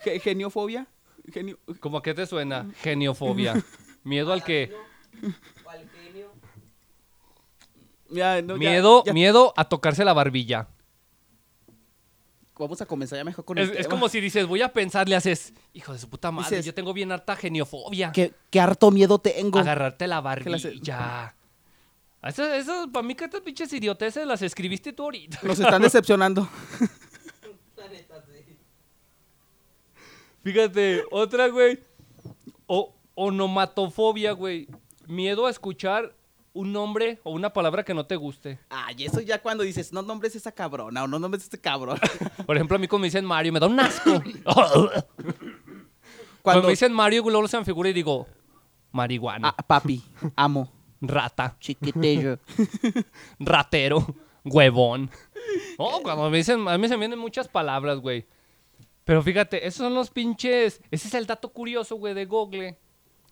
[SPEAKER 3] Ge- Geniofobia. Genio.
[SPEAKER 1] ¿Cómo a qué te suena? Geniofobia. Miedo al que.
[SPEAKER 2] O al genio.
[SPEAKER 3] Ya, no, ya,
[SPEAKER 1] miedo,
[SPEAKER 3] ya.
[SPEAKER 1] miedo a tocarse la barbilla.
[SPEAKER 3] Vamos a comenzar ya mejor con
[SPEAKER 1] Es,
[SPEAKER 3] el
[SPEAKER 1] es
[SPEAKER 3] tema.
[SPEAKER 1] como si dices, voy a pensar, le haces, hijo de su puta madre,
[SPEAKER 3] Dices,
[SPEAKER 1] yo tengo bien harta geniofobia.
[SPEAKER 3] Ah, Qué, qué harto miedo tengo.
[SPEAKER 1] Agarrarte la
[SPEAKER 3] ¿Qué le haces?
[SPEAKER 1] barbilla. Esas, para mí que estas pinches idioteces las escribiste tú ahorita.
[SPEAKER 3] Nos están decepcionando.
[SPEAKER 2] La neta, sí.
[SPEAKER 1] Fíjate, otra, güey. O, onomatofobia, güey. Miedo a escuchar un nombre o una palabra que no te guste.
[SPEAKER 3] Ay, eso ya cuando dices, no nombres esa cabrona o no nombres este cabrón.
[SPEAKER 1] Por ejemplo, a mí cuando me dicen Mario, me da un asco. Cuando
[SPEAKER 3] Cuando
[SPEAKER 1] me dicen Mario, luego se me figura y digo, marihuana,
[SPEAKER 3] Ah, papi, amo,
[SPEAKER 1] rata,
[SPEAKER 3] chiquitillo.
[SPEAKER 1] ratero, huevón. No, cuando me dicen, a mí se me vienen muchas palabras, güey. Pero fíjate, esos son los pinches. Ese es el dato curioso, güey, de Google.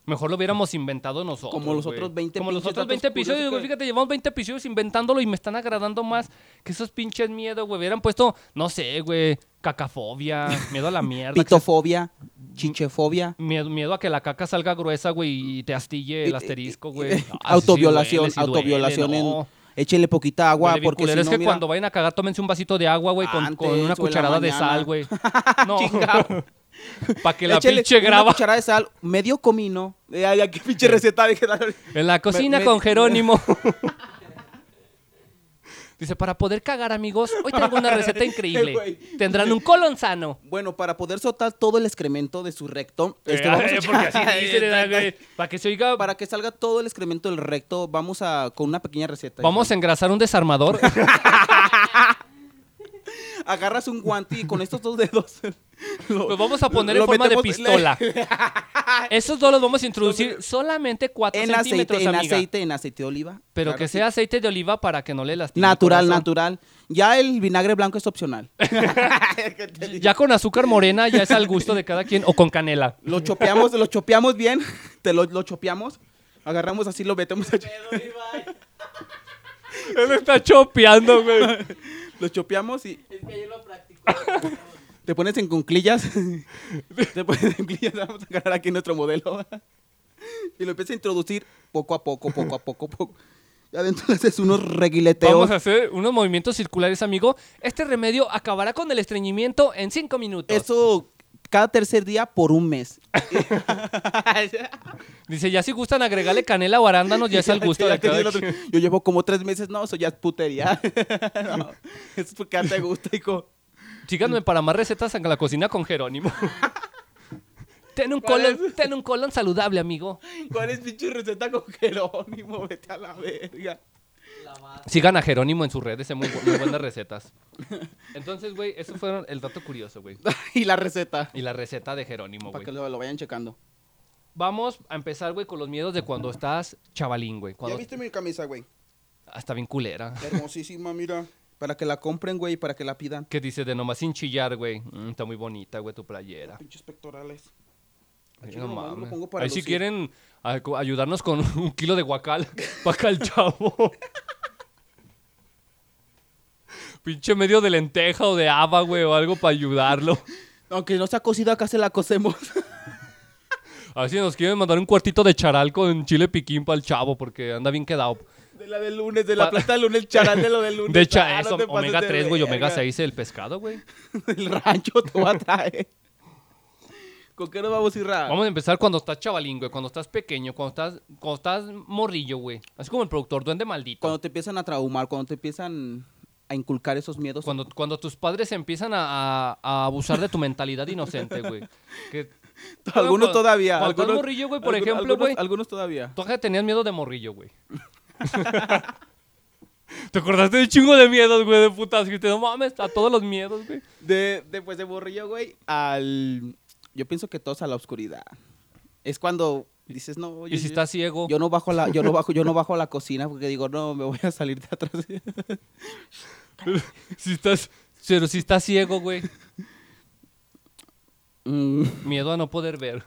[SPEAKER 1] Mejor lo hubiéramos inventado nosotros.
[SPEAKER 3] Como los
[SPEAKER 1] güey.
[SPEAKER 3] otros 20
[SPEAKER 1] Como los
[SPEAKER 3] pinches
[SPEAKER 1] otros
[SPEAKER 3] datos
[SPEAKER 1] 20 episodios,
[SPEAKER 3] curiosos
[SPEAKER 1] güey.
[SPEAKER 3] que-
[SPEAKER 1] Fíjate, llevamos 20 episodios inventándolo y me están agradando más que esos pinches miedos, güey. Hubieran puesto, no sé, güey, cacafobia, miedo a la mierda. que se-
[SPEAKER 3] Pitofobia, chichefobia.
[SPEAKER 1] Miedo, miedo a que la caca salga gruesa, güey, y te astille el asterisco, güey. No, así sí
[SPEAKER 3] eh, autoviolación,
[SPEAKER 1] duele, sí duele,
[SPEAKER 3] autoviolación. en-
[SPEAKER 1] no.
[SPEAKER 3] Échele poquita agua
[SPEAKER 1] Duele bien
[SPEAKER 3] porque
[SPEAKER 1] culero.
[SPEAKER 3] si
[SPEAKER 1] es
[SPEAKER 3] no,
[SPEAKER 1] que
[SPEAKER 3] mira,
[SPEAKER 1] cuando vayan a cagar, tómense un vasito de agua, güey, con, con
[SPEAKER 3] Antes
[SPEAKER 1] una
[SPEAKER 3] o en la
[SPEAKER 1] cucharada de
[SPEAKER 3] mañana.
[SPEAKER 1] sal, güey. No,
[SPEAKER 3] Chingao.
[SPEAKER 1] para que la
[SPEAKER 3] échele
[SPEAKER 1] pinche
[SPEAKER 3] una
[SPEAKER 1] graba.
[SPEAKER 3] cucharada de sal, medio comino. Eh, ay, ay, qué pinche receta de que dar-
[SPEAKER 1] En la cocina
[SPEAKER 3] me-
[SPEAKER 1] con Jerónimo. Dice, para poder cagar, amigos, hoy tengo una receta increíble.
[SPEAKER 3] güey.
[SPEAKER 1] Tendrán un colon sano.
[SPEAKER 3] Bueno, para poder soltar todo el excremento de su recto, este, vamos a
[SPEAKER 1] Eh, porque así
[SPEAKER 3] echar-
[SPEAKER 1] dicen, eh, güey, Para que se oiga
[SPEAKER 3] para que salga todo el excremento del recto, vamos a con una pequeña receta.
[SPEAKER 1] Vamos a engrasar un desarmador.
[SPEAKER 3] Agarras un guante y con estos dos dedos lo,
[SPEAKER 1] Los vamos a poner en
[SPEAKER 3] lo
[SPEAKER 1] forma de
[SPEAKER 3] metemos-
[SPEAKER 1] pistola.
[SPEAKER 3] le-
[SPEAKER 1] Esos dos los vamos a introducir solamente 4
[SPEAKER 3] en
[SPEAKER 1] centímetros,
[SPEAKER 3] aceite, en
[SPEAKER 1] amiga.
[SPEAKER 3] aceite, en aceite de oliva.
[SPEAKER 1] Pero
[SPEAKER 3] Claro,
[SPEAKER 1] que
[SPEAKER 3] sí.
[SPEAKER 1] sea aceite de oliva para que no le lastime. el
[SPEAKER 3] natural,
[SPEAKER 1] corazón.
[SPEAKER 3] natural. Ya el vinagre blanco es opcional.
[SPEAKER 1] Ya con azúcar morena ya es al gusto de cada quien o con canela.
[SPEAKER 3] Lo chopeamos, lo chopeamos bien, te lo, lo chopeamos, agarramos así, lo metemos allí,
[SPEAKER 2] Pero, Ibai,
[SPEAKER 1] Él está chopeando, güey.
[SPEAKER 3] lo chopeamos y
[SPEAKER 2] es que yo lo practico.
[SPEAKER 3] te pones en cunclillas, te pones en cunclillas, vamos a agarrar aquí nuestro modelo y lo empiezas a introducir poco a poco, poco a poco, poco. Ya adentro le haces unos reguileteos.
[SPEAKER 1] Vamos a hacer unos movimientos circulares, amigo. Este remedio acabará con el estreñimiento en 5 minutos.
[SPEAKER 3] Eso cada tercer día por un mes.
[SPEAKER 1] Dice, ya si gustan agregarle canela o arándanos, ya es al gusto
[SPEAKER 3] Ya
[SPEAKER 1] de
[SPEAKER 3] que sí,
[SPEAKER 1] cada
[SPEAKER 3] el otro-
[SPEAKER 1] quien.
[SPEAKER 3] Yo llevo como tres meses, no, eso ya es putería. No, es porque ya te gusta, hijo.
[SPEAKER 1] Síganme para más recetas en la cocina con Jerónimo. Ten un,
[SPEAKER 3] ¿Cuál
[SPEAKER 1] colon, ten un colon saludable, amigo.
[SPEAKER 3] ¿Cuál es pinche receta con Jerónimo? Vete a la verga.
[SPEAKER 2] La madre.
[SPEAKER 1] Sigan a Jerónimo en sus redes, es muy, bu- muy buenas recetas. Entonces, güey, eso fueron el dato curioso, güey.
[SPEAKER 3] y la receta.
[SPEAKER 1] Y la receta de Jerónimo,
[SPEAKER 3] Para
[SPEAKER 1] güey.
[SPEAKER 3] que lo, lo vayan checando.
[SPEAKER 1] Vamos a empezar, güey, con los miedos de cuando estás chavalín, güey.
[SPEAKER 3] ¿Ya
[SPEAKER 1] Cuando...
[SPEAKER 3] viste mi camisa, güey?
[SPEAKER 1] Hasta bien culera.
[SPEAKER 3] Hermosísima, mira. Para que la compren, güey, para que la pidan.
[SPEAKER 1] Que dice de nomás sin chillar, güey. Mm, está muy bonita, güey, tu playera.
[SPEAKER 3] Pinches pectorales.
[SPEAKER 1] Sí,
[SPEAKER 3] Al chile
[SPEAKER 1] no
[SPEAKER 3] nomás me lo
[SPEAKER 1] mames.
[SPEAKER 3] pongo para
[SPEAKER 1] Ahí si
[SPEAKER 3] lucir.
[SPEAKER 1] quieren a- co- ayudarnos con un kilo de guacal para acá el chavo. Pinche medio de lenteja o de haba, güey, o algo para ayudarlo.
[SPEAKER 3] Aunque no sea cocida, acá se la cocemos.
[SPEAKER 1] A ver si nos quieren mandar un cuartito de charal con chile piquín para el chavo, porque anda bien quedado.
[SPEAKER 3] De la del lunes, de
[SPEAKER 1] Pa-
[SPEAKER 3] la plata del lunes, charal de lo del lunes.
[SPEAKER 1] De hecho,
[SPEAKER 3] Ah, no
[SPEAKER 1] eso,
[SPEAKER 3] te pases
[SPEAKER 1] omega
[SPEAKER 3] de
[SPEAKER 1] 3, güey, omega
[SPEAKER 3] verga.
[SPEAKER 1] 6, el pescado, güey.
[SPEAKER 3] El rancho te va a traer. ¿Con qué nos vamos a ir, Ra?
[SPEAKER 1] Vamos a empezar cuando estás chavalín, güey, cuando estás pequeño, cuando estás, cuando estás morrillo, güey. Así como el productor, duende maldito.
[SPEAKER 3] Cuando te empiezan a traumar, cuando te empiezan a inculcar esos miedos.
[SPEAKER 1] Cuando, cuando tus padres empiezan a, a- a abusar de tu mentalidad inocente, güey. Que-
[SPEAKER 3] Algunos
[SPEAKER 1] cuando-
[SPEAKER 3] todavía.
[SPEAKER 1] Cuando estás
[SPEAKER 3] algunos-
[SPEAKER 1] morrillo, güey, por
[SPEAKER 3] algunos-
[SPEAKER 1] ejemplo, güey.
[SPEAKER 3] algunos- Algunos todavía.
[SPEAKER 1] Tú acá tenías miedo de morrillo, güey. Te acordaste de un chingo de miedos, güey, de putas. Que te no mames, a todos los miedos, güey.
[SPEAKER 3] De, de, pues, de morrillo, güey, al... Yo pienso que todos a la oscuridad. Es cuando dices, no, yo,
[SPEAKER 1] y si
[SPEAKER 3] yo-
[SPEAKER 1] estás ciego.
[SPEAKER 3] yo no bajo a la, yo no bajo, yo no bajo a la cocina porque digo, no, me voy a salir de atrás.
[SPEAKER 1] Si estás. Pero si estás ciego, güey.
[SPEAKER 3] Mm,
[SPEAKER 1] Miedo a no poder ver.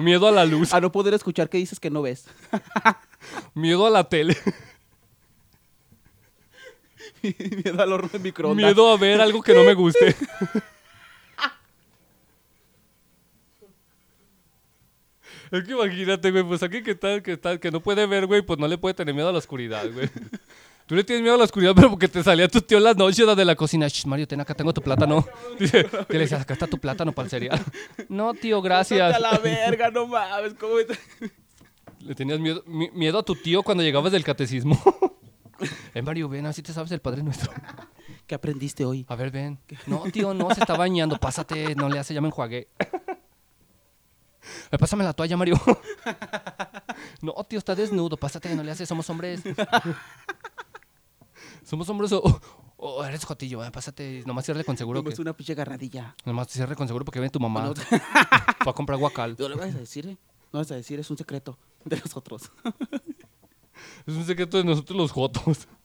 [SPEAKER 1] miedo a la luz.
[SPEAKER 3] a no poder escuchar qué dices que no ves.
[SPEAKER 1] Miedo a la tele.
[SPEAKER 3] miedo al horno de microondas.
[SPEAKER 1] Miedo a ver algo que no me guste. Es que imagínate, güey, pues alguien que está, que está, que no puede ver, güey, pues no le puede tener miedo a la oscuridad, güey. Tú le tienes miedo a la oscuridad, pero porque te salía tu tío en las noches de la cocina. Shh, Mario, ten acá, tengo tu plátano. Dice, que le decías, acá está tu plátano para el cereal. No, tío, gracias.
[SPEAKER 3] Suelta la verga, no mames, ¿cómo es?
[SPEAKER 1] Le tenías miedo, mi- miedo a tu tío cuando llegabas del catecismo. Eh, Mario, ven, así te sabes el Padre Nuestro.
[SPEAKER 3] ¿Qué aprendiste hoy?
[SPEAKER 1] A ver, ven. No, tío, no, se está bañando. Pásate, no le hace, ya me enjuagué. Eh, Pásame la toalla, Mario. No, tío, está desnudo. Pásate, no le hace, somos hombres. Somos hombres o, o eres jotillo, eh, pásate. Nomás cierre con seguro.
[SPEAKER 3] Tomas
[SPEAKER 1] que-
[SPEAKER 3] una pinche garradilla.
[SPEAKER 1] nomás cierre con seguro porque viene tu mamá.
[SPEAKER 3] No.
[SPEAKER 1] Va a comprar guacal.
[SPEAKER 3] No le vas a decir, ¿eh? No vas a decir, es un secreto de nosotros.
[SPEAKER 1] Es un secreto de nosotros los jotos.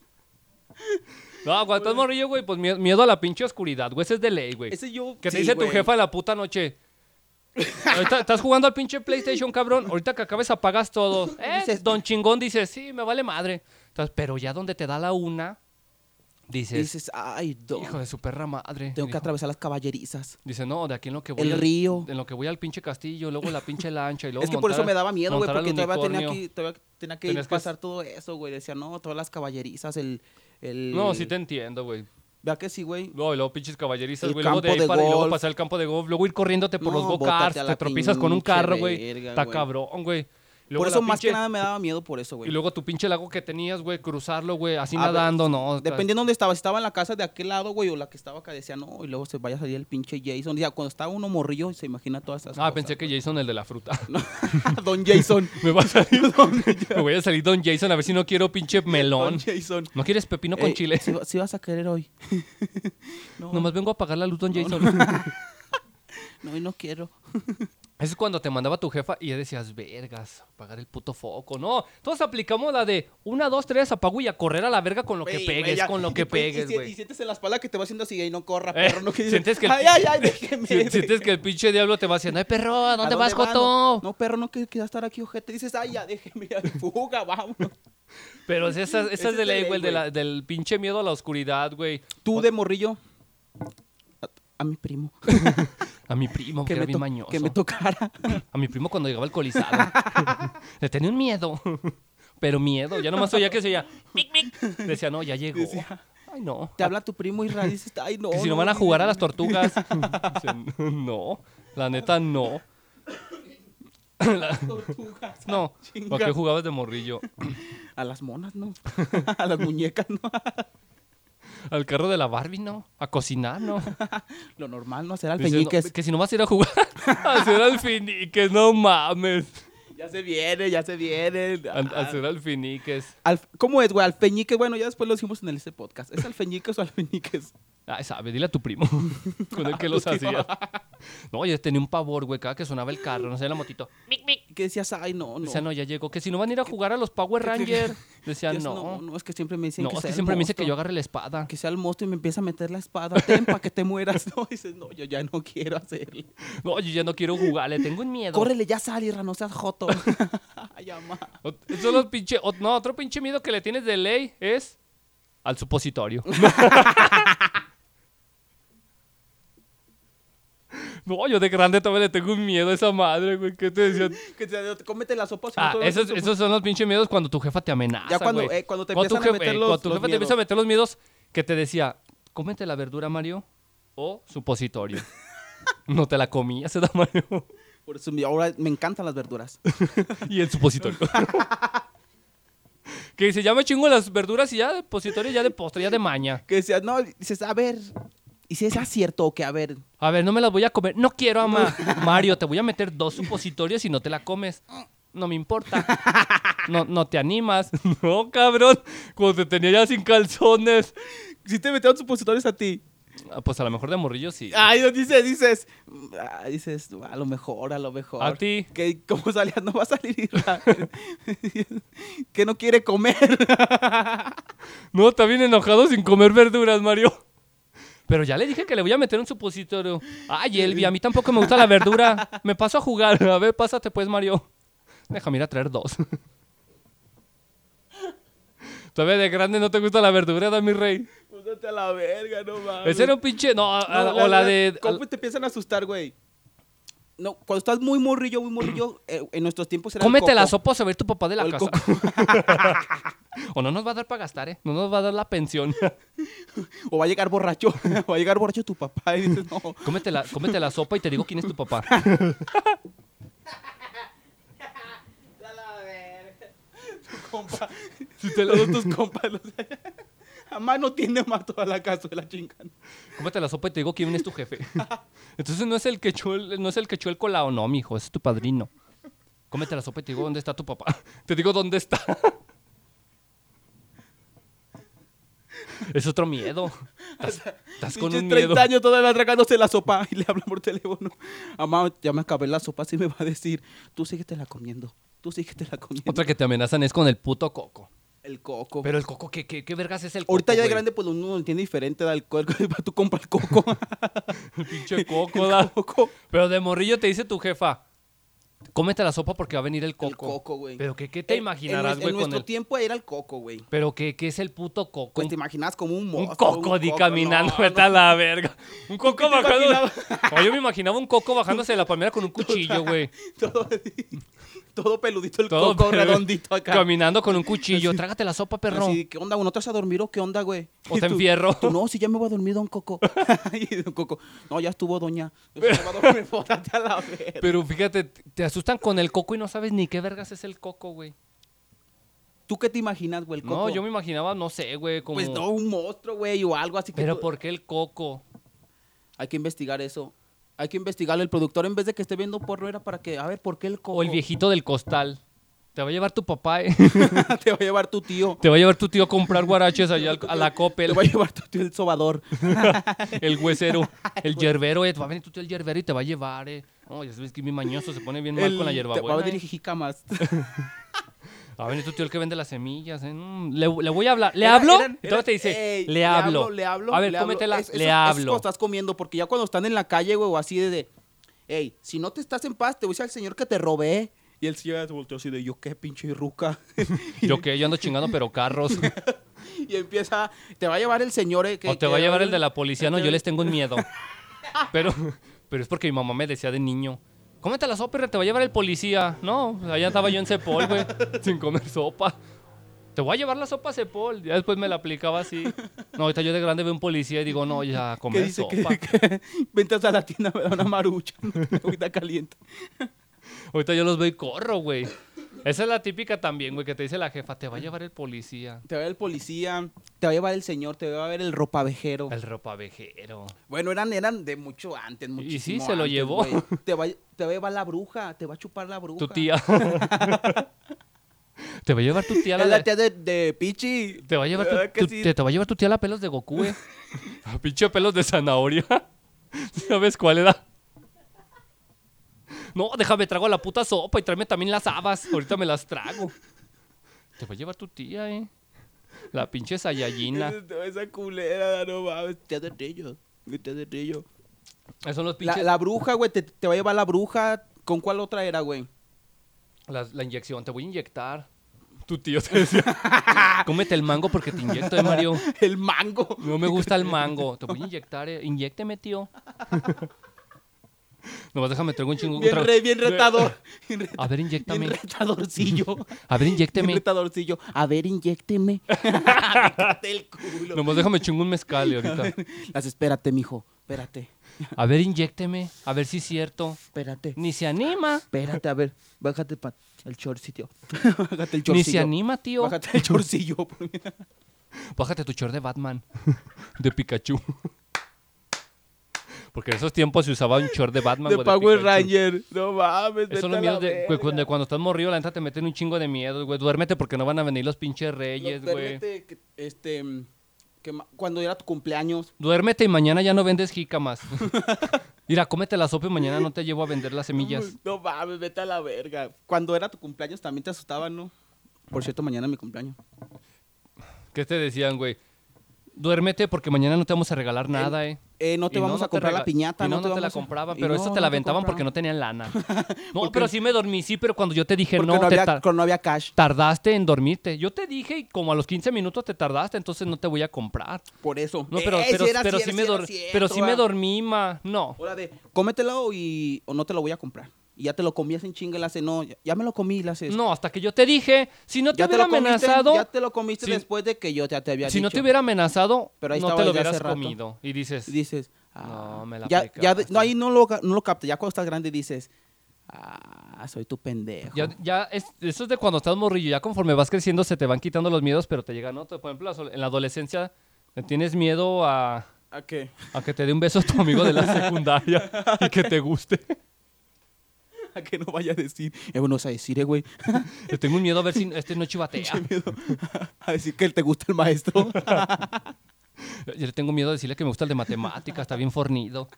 [SPEAKER 1] No, cuando estás morrillo, güey, pues mie- miedo a la pinche oscuridad, güey. Ese es de ley, güey.
[SPEAKER 3] Ese yo...
[SPEAKER 1] Que te
[SPEAKER 3] Sí,
[SPEAKER 1] dice tu
[SPEAKER 3] güey.
[SPEAKER 1] jefa en la puta noche. Ahorita estás jugando al pinche PlayStation, cabrón. Ahorita que acabes apagas todo. ¿Eh?
[SPEAKER 3] Dices-
[SPEAKER 1] Don chingón dice, sí, me vale madre. Entonces, pero ya donde te da la una,
[SPEAKER 3] Y
[SPEAKER 1] dices,
[SPEAKER 3] dices, ay, no,
[SPEAKER 1] hijo de su perra madre.
[SPEAKER 3] tengo que
[SPEAKER 1] Dijo-
[SPEAKER 3] atravesar las caballerizas.
[SPEAKER 1] Dice, no, de aquí en lo que voy.
[SPEAKER 3] El
[SPEAKER 1] al-
[SPEAKER 3] río.
[SPEAKER 1] En lo que voy al pinche castillo, luego la pinche lancha y luego
[SPEAKER 3] es que por
[SPEAKER 1] montar
[SPEAKER 3] eso
[SPEAKER 1] al-
[SPEAKER 3] me daba miedo, güey,
[SPEAKER 1] montar al
[SPEAKER 3] porque todavía tenía
[SPEAKER 1] unicornio.
[SPEAKER 3] que, todavía tenía que
[SPEAKER 1] Tenías que-
[SPEAKER 3] pasar todo eso, güey. Decía, no, todas las caballerizas, el... el...
[SPEAKER 1] No, sí te entiendo, güey.
[SPEAKER 3] Vea que sí, güey.
[SPEAKER 1] No, y luego pinches caballerizas,
[SPEAKER 3] El
[SPEAKER 1] güey. Luego de
[SPEAKER 3] campo
[SPEAKER 1] ahí
[SPEAKER 3] de
[SPEAKER 1] para y luego
[SPEAKER 3] golf.
[SPEAKER 1] pasar al campo de golf. Luego ir corriéndote por
[SPEAKER 3] No,
[SPEAKER 1] los go-karts.
[SPEAKER 3] bótate a
[SPEAKER 1] Te
[SPEAKER 3] la
[SPEAKER 1] tropizas con un
[SPEAKER 3] pinche
[SPEAKER 1] carro, güey.
[SPEAKER 3] verga,
[SPEAKER 1] Está
[SPEAKER 3] güey.
[SPEAKER 1] cabrón, güey. Y luego
[SPEAKER 3] Por eso
[SPEAKER 1] la
[SPEAKER 3] más que
[SPEAKER 1] pinche-
[SPEAKER 3] nada me daba miedo por eso, güey.
[SPEAKER 1] Y luego tu pinche lago que tenías, güey, cruzarlo, güey, así
[SPEAKER 3] A ver, pues,
[SPEAKER 1] nadando, no. está-
[SPEAKER 3] Dependiendo de dónde estaba, si estaba en la casa de aquel lado, güey, o la que estaba acá, decía, no, y luego se vaya a salir el pinche Jason. Decía, cuando estaba uno morrillo, se imagina todas esas
[SPEAKER 1] Ah,
[SPEAKER 3] cosas.
[SPEAKER 1] pensé que Jason el de la fruta.
[SPEAKER 3] que... Don Jason.
[SPEAKER 1] Me va a salir. Me voy a salir Don Jason a ver si no quiero pinche melón.
[SPEAKER 3] Don Jason.
[SPEAKER 1] ¿No quieres pepino con
[SPEAKER 3] Ey,
[SPEAKER 1] chile?
[SPEAKER 3] Si, va- si vas a querer hoy. no,
[SPEAKER 1] Nomás vengo a apagar la luz, Don Jason.
[SPEAKER 3] no, hoy no quiero.
[SPEAKER 1] Eso es cuando te mandaba tu jefa y ya decías, vergas, apagar el puto foco. No, todos aplicamos la de una, dos, tres, apago y a correr a la verga con lo que
[SPEAKER 3] Güey,
[SPEAKER 1] pegues,
[SPEAKER 3] güey, ya.
[SPEAKER 1] con
[SPEAKER 3] Y
[SPEAKER 1] lo que
[SPEAKER 3] tú- y- y
[SPEAKER 1] pegues,
[SPEAKER 3] si- Y,
[SPEAKER 1] güey.
[SPEAKER 3] sientes en la espalda que te va haciendo así, y no corra,
[SPEAKER 1] Eh,
[SPEAKER 3] perro. no, que dices,
[SPEAKER 1] sientes que el-
[SPEAKER 3] Ay, ay, ay, déjeme.
[SPEAKER 1] Si- Sientes que el pinche diablo te va haciendo, ay, perro, ¿a
[SPEAKER 3] ¿A
[SPEAKER 1] dónde vas,
[SPEAKER 3] va?
[SPEAKER 1] Joto?
[SPEAKER 3] No, no, perro, no que- quería estar aquí, ojete. Dices, ay, ya, déjeme, ya, fuga, vamos.
[SPEAKER 1] Pero esa, esa
[SPEAKER 3] Ese
[SPEAKER 1] es de ley, güey, de la- del pinche miedo a la oscuridad, güey.
[SPEAKER 3] Tú de morrillo. A, a mi primo.
[SPEAKER 1] A mi primo, que,
[SPEAKER 3] Que
[SPEAKER 1] era
[SPEAKER 3] me,
[SPEAKER 1] bien
[SPEAKER 3] to-
[SPEAKER 1] mañoso.
[SPEAKER 3] que me tocara.
[SPEAKER 1] A mi primo cuando llegaba alcoholizado. Le tenía un miedo. Pero miedo. Ya nomás oía que se oía. "Mic, mic". Decía, no, ya llegó.
[SPEAKER 3] Decía,
[SPEAKER 1] Ay, no.
[SPEAKER 3] Te habla tu primo y ra- dices, ay, no.
[SPEAKER 1] que si no
[SPEAKER 3] no,
[SPEAKER 1] van a
[SPEAKER 3] güey".
[SPEAKER 1] jugar a las tortugas. Dice, no. La neta, no. La- No. ¿Para qué
[SPEAKER 3] Chinga.
[SPEAKER 1] jugabas de morrillo?
[SPEAKER 3] A las monas, no. a las muñecas, no.
[SPEAKER 1] Al carro de la Barbie, no. A cocinar, no.
[SPEAKER 3] Lo normal, no hacer
[SPEAKER 1] Dice, no,
[SPEAKER 3] alfeñiques.
[SPEAKER 1] que si no vas a ir a jugar. A hacer alfiniques, no mames.
[SPEAKER 3] Ya se viene, ya se viene. Ah,
[SPEAKER 1] A, a hacer alfiniques.
[SPEAKER 3] este Alf- ¿Cómo es, güey? Alfeñique, bueno, ya después lo hicimos en el- ese podcast. ¿Es alfeñiques o alfeñiques?
[SPEAKER 1] Ay, sabe, dile a tu primo. Con el que los hacías. No, yo tenía un pavor, güey, cada que sonaba el carro, no sé, la motito.
[SPEAKER 3] Que decías, ay, no, no.
[SPEAKER 1] Decía, no, ya llegó. Que si no van a ir a jugar a los Power Rangers. Decían,
[SPEAKER 3] Dios,
[SPEAKER 1] no.
[SPEAKER 3] no, no, es que siempre me dicen
[SPEAKER 1] No,
[SPEAKER 3] que
[SPEAKER 1] es que
[SPEAKER 3] sea el
[SPEAKER 1] siempre me dice que yo
[SPEAKER 3] monstruo,
[SPEAKER 1] agarre la espada.
[SPEAKER 3] que sea el monstruo y me empieza a meter la espada, ten para que te mueras, ¿no? Y dices, no, yo ya no quiero hacerle.
[SPEAKER 1] No, yo ya no quiero jugar, le tengo un miedo.
[SPEAKER 3] Córrele, ya sal, Irra, no seas joto. Ay, ama.
[SPEAKER 1] Ot- Eso es los pinche. ot- no, otro pinche miedo que le tienes de ley es al supositorio. no, yo de grande todavía le tengo un miedo a esa madre, güey. ¿Qué te decía?
[SPEAKER 3] Que te, cómete la sopa. si no
[SPEAKER 1] Ah,
[SPEAKER 3] te vas a
[SPEAKER 1] esos,
[SPEAKER 3] hacer
[SPEAKER 1] esos son los pinches miedos cuando tu jefa te amenaza.
[SPEAKER 3] Ya cuando,
[SPEAKER 1] güey.
[SPEAKER 3] eh, cuando te
[SPEAKER 1] tu
[SPEAKER 3] empiezan a
[SPEAKER 1] jefe-
[SPEAKER 3] meter los-
[SPEAKER 1] cuando tu
[SPEAKER 3] los
[SPEAKER 1] jefe te empieza a
[SPEAKER 3] miedos.
[SPEAKER 1] meter los miedos que te decía, cómete la verdura, Mario, o supositorio. no te la comías, ¿verdad, Mario?
[SPEAKER 3] tu- Por eso, mi- ahora me encantan las verduras.
[SPEAKER 1] y el supositorio. que dice, ya me chingo las verduras y ya de positorio, ya de postre, ya de maña.
[SPEAKER 3] Que decías, no, dices, a ver. Y si es cierto que, a ver,
[SPEAKER 1] A ver, no me las voy a comer. No quiero, ama. Mario, te voy a meter dos supositorios y no te la comes. No me importa. No, no te animas. No, cabrón. Cuando te tenía ya sin calzones.
[SPEAKER 3] si te metieron supositorios a ti.
[SPEAKER 1] Ah, Pues a lo mejor de morrillo sí.
[SPEAKER 3] Ay, no, dices, dices, ah, dices, a lo mejor, a lo mejor.
[SPEAKER 1] A ti.
[SPEAKER 3] Que como salías, no va a salir Irra. que no quiere comer.
[SPEAKER 1] No, está bien enojado sin comer verduras, Mario. Pero ya le dije que le voy a meter un supositorio. Ay,
[SPEAKER 3] Eh,
[SPEAKER 1] Elvi, a mí tampoco me gusta la verdura. Me paso a jugar. A ver, pásate pues, Mario. Déjame ir a traer dos. Todavía de grande no te gusta la verdura, da mi rey.
[SPEAKER 3] Púsate Pues a la verga, no mames.
[SPEAKER 1] Ese era un pinche. No, a- a-
[SPEAKER 3] No,
[SPEAKER 1] o la de.
[SPEAKER 3] ¿Cómo te empiezan a asustar, güey? No, cuando estás muy morrillo, muy morrillo, eh, en nuestros tiempos era el
[SPEAKER 1] Cómete la
[SPEAKER 3] coco.
[SPEAKER 1] sopa o se va a ir tu papá de
[SPEAKER 3] O
[SPEAKER 1] la
[SPEAKER 3] el
[SPEAKER 1] casa.
[SPEAKER 3] coco.
[SPEAKER 1] o no nos va a dar para gastar, ¿eh? No nos va a dar la pensión.
[SPEAKER 3] O va a llegar borracho. va a llegar borracho tu papá y dices, no.
[SPEAKER 1] Cómete la, cómete la sopa y te digo quién es tu papá.
[SPEAKER 2] A la verga.
[SPEAKER 3] compa.
[SPEAKER 1] Si te la-
[SPEAKER 3] Todos tus compas. Los... A mano tiene más toda la cazuela chingando.
[SPEAKER 1] Cómete la sopa y te digo quién es tu jefe. Entonces no es el que echó el, no es el que echó el colado, no, mijo, es tu padrino. Cómete la sopa y te digo dónde está tu papá. Te digo dónde está. Es otro miedo. Estás, estás con
[SPEAKER 3] Pinches
[SPEAKER 1] un miedo.
[SPEAKER 3] años todavía tragándose la sopa y le hablan por teléfono. Amado, ya me acabé la sopa, así me va a decir, tú síguete la comiendo. Tú síguete la comiendo.
[SPEAKER 1] Otra que te amenazan es con el puto coco.
[SPEAKER 3] El coco.
[SPEAKER 1] Pero el coco, ¿qué, qué, qué vergas es el coco?
[SPEAKER 3] Ahorita ya de
[SPEAKER 1] güey?
[SPEAKER 3] grande, pues uno lo entiende diferente del alcohol. Tú compras el coco.
[SPEAKER 1] El pinche coco,
[SPEAKER 3] El
[SPEAKER 1] da.
[SPEAKER 3] coco.
[SPEAKER 1] Pero de morrillo te dice tu jefa, cómete la sopa porque va a venir el coco.
[SPEAKER 3] El coco, güey.
[SPEAKER 1] Pero ¿qué, qué te
[SPEAKER 3] En-
[SPEAKER 1] imaginarás,
[SPEAKER 3] en,
[SPEAKER 1] güey,
[SPEAKER 3] En
[SPEAKER 1] con
[SPEAKER 3] nuestro
[SPEAKER 1] el
[SPEAKER 3] tiempo era el coco, güey.
[SPEAKER 1] Pero ¿qué, qué es el puto coco?
[SPEAKER 3] Pues
[SPEAKER 1] Un-
[SPEAKER 3] te imaginas como un
[SPEAKER 1] un
[SPEAKER 3] monstruo.
[SPEAKER 1] coco di
[SPEAKER 3] coco,
[SPEAKER 1] caminando,
[SPEAKER 3] no,
[SPEAKER 1] vete a la verga. Un coco
[SPEAKER 3] qué te
[SPEAKER 1] bajando. No, yo me imaginaba un coco bajándose de la palmera con un cuchillo, güey.
[SPEAKER 3] Todo, todo peludito el
[SPEAKER 1] Todo
[SPEAKER 3] coco,
[SPEAKER 1] pero-
[SPEAKER 3] redondito acá.
[SPEAKER 1] Caminando con un cuchillo. Trágate la sopa, perro.
[SPEAKER 3] Así, ¿qué onda? güey? ¿No te vas a dormir o qué onda, güey?
[SPEAKER 1] O
[SPEAKER 3] Y
[SPEAKER 1] te
[SPEAKER 3] tú-
[SPEAKER 1] enfierro.
[SPEAKER 3] tú, no, si ya me voy a dormir, don Coco. y don Coco, no, ya estuvo, doña. Yo se me va a dormir, bótate a la verga.
[SPEAKER 1] Pero fíjate, t- te asustan con el coco y no sabes ni qué vergas es el coco, güey.
[SPEAKER 3] ¿Tú qué te imaginas, güey, el coco?
[SPEAKER 1] No, yo me imaginaba, no sé, güey, como...
[SPEAKER 3] Pues no, un monstruo, güey, o algo así. que
[SPEAKER 1] Pero
[SPEAKER 3] tú-
[SPEAKER 1] ¿por qué el coco?
[SPEAKER 3] Hay que investigar eso. Hay que investigarlo. El productor, en vez de que esté viendo porno, era para que, a ver, ¿por qué el coco?
[SPEAKER 1] O el viejito del costal. Te va a llevar tu papá, eh.
[SPEAKER 3] te va a llevar tu tío.
[SPEAKER 1] Te va a llevar tu tío a comprar guaraches allá al- a la
[SPEAKER 3] Te
[SPEAKER 1] Coppel.
[SPEAKER 3] va a llevar tu tío el sobador.
[SPEAKER 1] El huesero, el yerbero, eh, va a venir tu tío el yerbero y te va a llevar, eh. No, ya sabes que mi mañoso se pone bien mal
[SPEAKER 3] El-
[SPEAKER 1] con la
[SPEAKER 3] te va a
[SPEAKER 1] hierbabuena.
[SPEAKER 3] venir
[SPEAKER 1] eh.
[SPEAKER 3] jijicamas.
[SPEAKER 1] Va a venir tu tío el que vende las semillas, eh. Mm, le, le voy a hablar. ¿Le
[SPEAKER 3] Era-
[SPEAKER 1] hablo?
[SPEAKER 3] eran-
[SPEAKER 1] Y todavía
[SPEAKER 3] eran-
[SPEAKER 1] te dice,
[SPEAKER 3] "Ey,
[SPEAKER 1] le, hablo.
[SPEAKER 3] Le hablo,
[SPEAKER 1] A ver,
[SPEAKER 3] le hablo".
[SPEAKER 1] cómetela,
[SPEAKER 3] Es- eso-
[SPEAKER 1] le
[SPEAKER 3] eso
[SPEAKER 1] hablo.
[SPEAKER 3] cuando estás comiendo, porque ya cuando están en la calle, güey, o así de, de, Ey, si no te estás en paz, te voy a decir al señor que te robé. Y el señor ya se volteó así de, yo qué pinche ruca.
[SPEAKER 1] Yo qué, yo ando chingando, pero carros.
[SPEAKER 3] y empieza, te va a llevar el señor. eh, que-
[SPEAKER 1] o te
[SPEAKER 3] que-
[SPEAKER 1] va a llevar el de la policía, no, yo les tengo un miedo. Pero, pero es porque mi mamá me decía de niño. Cómete la sopa, y te va a llevar el policía. No, allá estaba yo en Cepol, güey, sin comer sopa. Te voy a llevar la sopa a Cepol. Ya después me la aplicaba así. No, ahorita yo de grande veo un policía y digo, no, ya, a
[SPEAKER 3] Que
[SPEAKER 1] comer
[SPEAKER 3] dice
[SPEAKER 1] sopa.
[SPEAKER 3] que, que vente hasta la tienda, me da una marucha, una agüita caliente.
[SPEAKER 1] Ahorita yo los veo y corro, güey. Esa es la típica también, güey, que te dice la jefa, te va a llevar el policía.
[SPEAKER 3] Te va a llevar el policía, te va a llevar el señor, te va a ver el ropavejero.
[SPEAKER 1] El ropavejero.
[SPEAKER 3] Bueno, eran, eran de mucho antes,
[SPEAKER 1] Y
[SPEAKER 3] muchísimo
[SPEAKER 1] sí, se lo
[SPEAKER 3] antes,
[SPEAKER 1] llevó.
[SPEAKER 3] güey. Te va, te va a llevar la bruja, te va a chupar la bruja.
[SPEAKER 1] Tu tía. te va a llevar tu tía a
[SPEAKER 3] Es
[SPEAKER 1] la
[SPEAKER 3] la tía de, de Pichi.
[SPEAKER 1] Te va a llevar tu,
[SPEAKER 3] ¿Verdad que
[SPEAKER 1] tu-
[SPEAKER 3] sí?
[SPEAKER 1] te, te va a llevar tu tía la pelos de Goku, eh. A pinche pelos de zanahoria. ¿Sabes cuál era? No, déjame trago la puta sopa y tráeme también las habas. Ahorita me las trago. Te va a llevar tu tía, eh. La pinche Sayayina.
[SPEAKER 3] Eh, Esa culera, no mames. Te hace rillo. Te hace rillo.
[SPEAKER 1] Esos son los
[SPEAKER 3] La,
[SPEAKER 1] pinches. La,
[SPEAKER 3] la bruja, güey, te, te va a llevar la bruja. ¿Con cuál otra era, güey?
[SPEAKER 1] la inyección, te voy a inyectar. Tu tío te decía: Cómete el mango porque te inyecto, eh, Mario.
[SPEAKER 3] El mango.
[SPEAKER 1] No me gusta el mango. Te voy a inyectar, eh. Inyécteme, tío. Nomás déjame traigo un chingo. un
[SPEAKER 3] Bien,
[SPEAKER 1] trago.
[SPEAKER 3] re- bien retador. Bien, re-
[SPEAKER 1] A ver,
[SPEAKER 3] bien
[SPEAKER 1] inyectame.
[SPEAKER 3] retadorcillo.
[SPEAKER 1] A ver,
[SPEAKER 3] Bien
[SPEAKER 1] inyécteme.
[SPEAKER 3] retadorcillo. A ver, inyécteme. Déjate el culo.
[SPEAKER 1] Nomás déjame chingo un mezcal y ahorita.
[SPEAKER 3] Las espérate, mijo. Espérate.
[SPEAKER 1] A ver, inyécteme. A ver si es cierto.
[SPEAKER 3] Espérate.
[SPEAKER 1] Ni se anima.
[SPEAKER 3] Espérate, a ver. Bájate pa- el chorcillo. Bájate el
[SPEAKER 1] Ni se
[SPEAKER 3] chorcillo.
[SPEAKER 1] anima, tío. Bájate,
[SPEAKER 3] Bájate el chorcillo.
[SPEAKER 1] tu short de Batman. De Pikachu. Porque en esos tiempos se usaba un short de Batman.
[SPEAKER 3] De
[SPEAKER 1] güey,
[SPEAKER 3] Power
[SPEAKER 1] Pikachu.
[SPEAKER 3] Ranger. No mames.
[SPEAKER 1] Esos son
[SPEAKER 3] vete
[SPEAKER 1] los
[SPEAKER 3] a
[SPEAKER 1] miedos
[SPEAKER 3] la
[SPEAKER 1] de, güey,
[SPEAKER 3] verga.
[SPEAKER 1] cuando, cuando estás morrido, la neta te meten un chingo de miedo, güey. Duérmete porque no van a venir los pinches
[SPEAKER 3] No,
[SPEAKER 1] reyes, güey.
[SPEAKER 3] espérate, que- este, mm, que ma- cuando era tu cumpleaños,
[SPEAKER 1] Duérmete y mañana ya no vendes jícamas. Mira, cómete la sopa y mañana no te llevo a vender las semillas.
[SPEAKER 3] No mames, vete a la verga. Cuando era tu cumpleaños también te asustaban, ¿no? Por cierto, mañana es mi cumpleaños.
[SPEAKER 1] ¿Qué te decían, güey? Duérmete porque mañana no te vamos a regalar nada, eh.
[SPEAKER 3] Eh, no te
[SPEAKER 1] Y
[SPEAKER 3] vamos
[SPEAKER 1] no
[SPEAKER 3] a comprar
[SPEAKER 1] rega-
[SPEAKER 3] la piñata,
[SPEAKER 1] y no, no te,
[SPEAKER 3] vamos
[SPEAKER 1] la
[SPEAKER 3] a-
[SPEAKER 1] compraban,
[SPEAKER 3] y
[SPEAKER 1] pero
[SPEAKER 3] no,
[SPEAKER 1] esa
[SPEAKER 3] no
[SPEAKER 1] te la aventaban
[SPEAKER 3] compraban.
[SPEAKER 1] porque no tenían lana. No,
[SPEAKER 3] Porque-
[SPEAKER 1] pero sí me dormí, sí, pero cuando yo te dije
[SPEAKER 3] Porque
[SPEAKER 1] no, te
[SPEAKER 3] había,
[SPEAKER 1] tar-
[SPEAKER 3] porque no había cash.
[SPEAKER 1] tardaste en dormirte. Yo te dije y como a los 15 minutos te tardaste, entonces no te voy a comprar.
[SPEAKER 3] Por eso.
[SPEAKER 1] No, pero,
[SPEAKER 3] Eh,
[SPEAKER 1] pero,
[SPEAKER 3] era
[SPEAKER 1] pero sí,
[SPEAKER 3] cier-
[SPEAKER 1] me
[SPEAKER 3] era
[SPEAKER 1] dor-
[SPEAKER 3] cierto,
[SPEAKER 1] pero sí me
[SPEAKER 3] ah.
[SPEAKER 1] dormí, ma. No.
[SPEAKER 3] Hora de, cómetelo y o no te lo voy a comprar. Y ya te lo comías en chinga y la hace, no, ya, ya me lo comí y la haces.
[SPEAKER 1] No, hasta que yo te dije, si no te
[SPEAKER 3] Pues, ya
[SPEAKER 1] hubiera
[SPEAKER 3] lo comiste,
[SPEAKER 1] amenazado,
[SPEAKER 3] ya te lo comiste
[SPEAKER 1] Sí.
[SPEAKER 3] después de que yo ya te había
[SPEAKER 1] si no
[SPEAKER 3] dicho.
[SPEAKER 1] te hubiera amenazado,
[SPEAKER 3] Pero ahí
[SPEAKER 1] no
[SPEAKER 3] estaba
[SPEAKER 1] te lo
[SPEAKER 3] desde hace
[SPEAKER 1] hubieras
[SPEAKER 3] rato.
[SPEAKER 1] comido. Y dices,
[SPEAKER 3] Y dices,
[SPEAKER 1] No,
[SPEAKER 3] ah,
[SPEAKER 1] me la
[SPEAKER 3] ya, ya de-
[SPEAKER 1] aplicaste.
[SPEAKER 3] no, ahí no lo, no lo captas. Ya cuando estás grande dices, ah, soy tu pendejo.
[SPEAKER 1] Ya, ya es- eso es de cuando estás morrillo. Ya conforme vas creciendo se te van quitando los miedos, pero te llegan otros. Por ejemplo, la sol- en la adolescencia le tienes miedo a,
[SPEAKER 3] ¿A qué?
[SPEAKER 1] a que te dé un beso tu amigo de la secundaria y que te guste.
[SPEAKER 3] A que no vaya a decir. Eh, bueno, es a decir, eh, güey.
[SPEAKER 1] Le tengo un miedo a ver si este no chivatea.
[SPEAKER 3] A decir que te gusta el maestro.
[SPEAKER 1] Yo le tengo miedo a decirle que me gusta el de matemáticas, está bien fornido.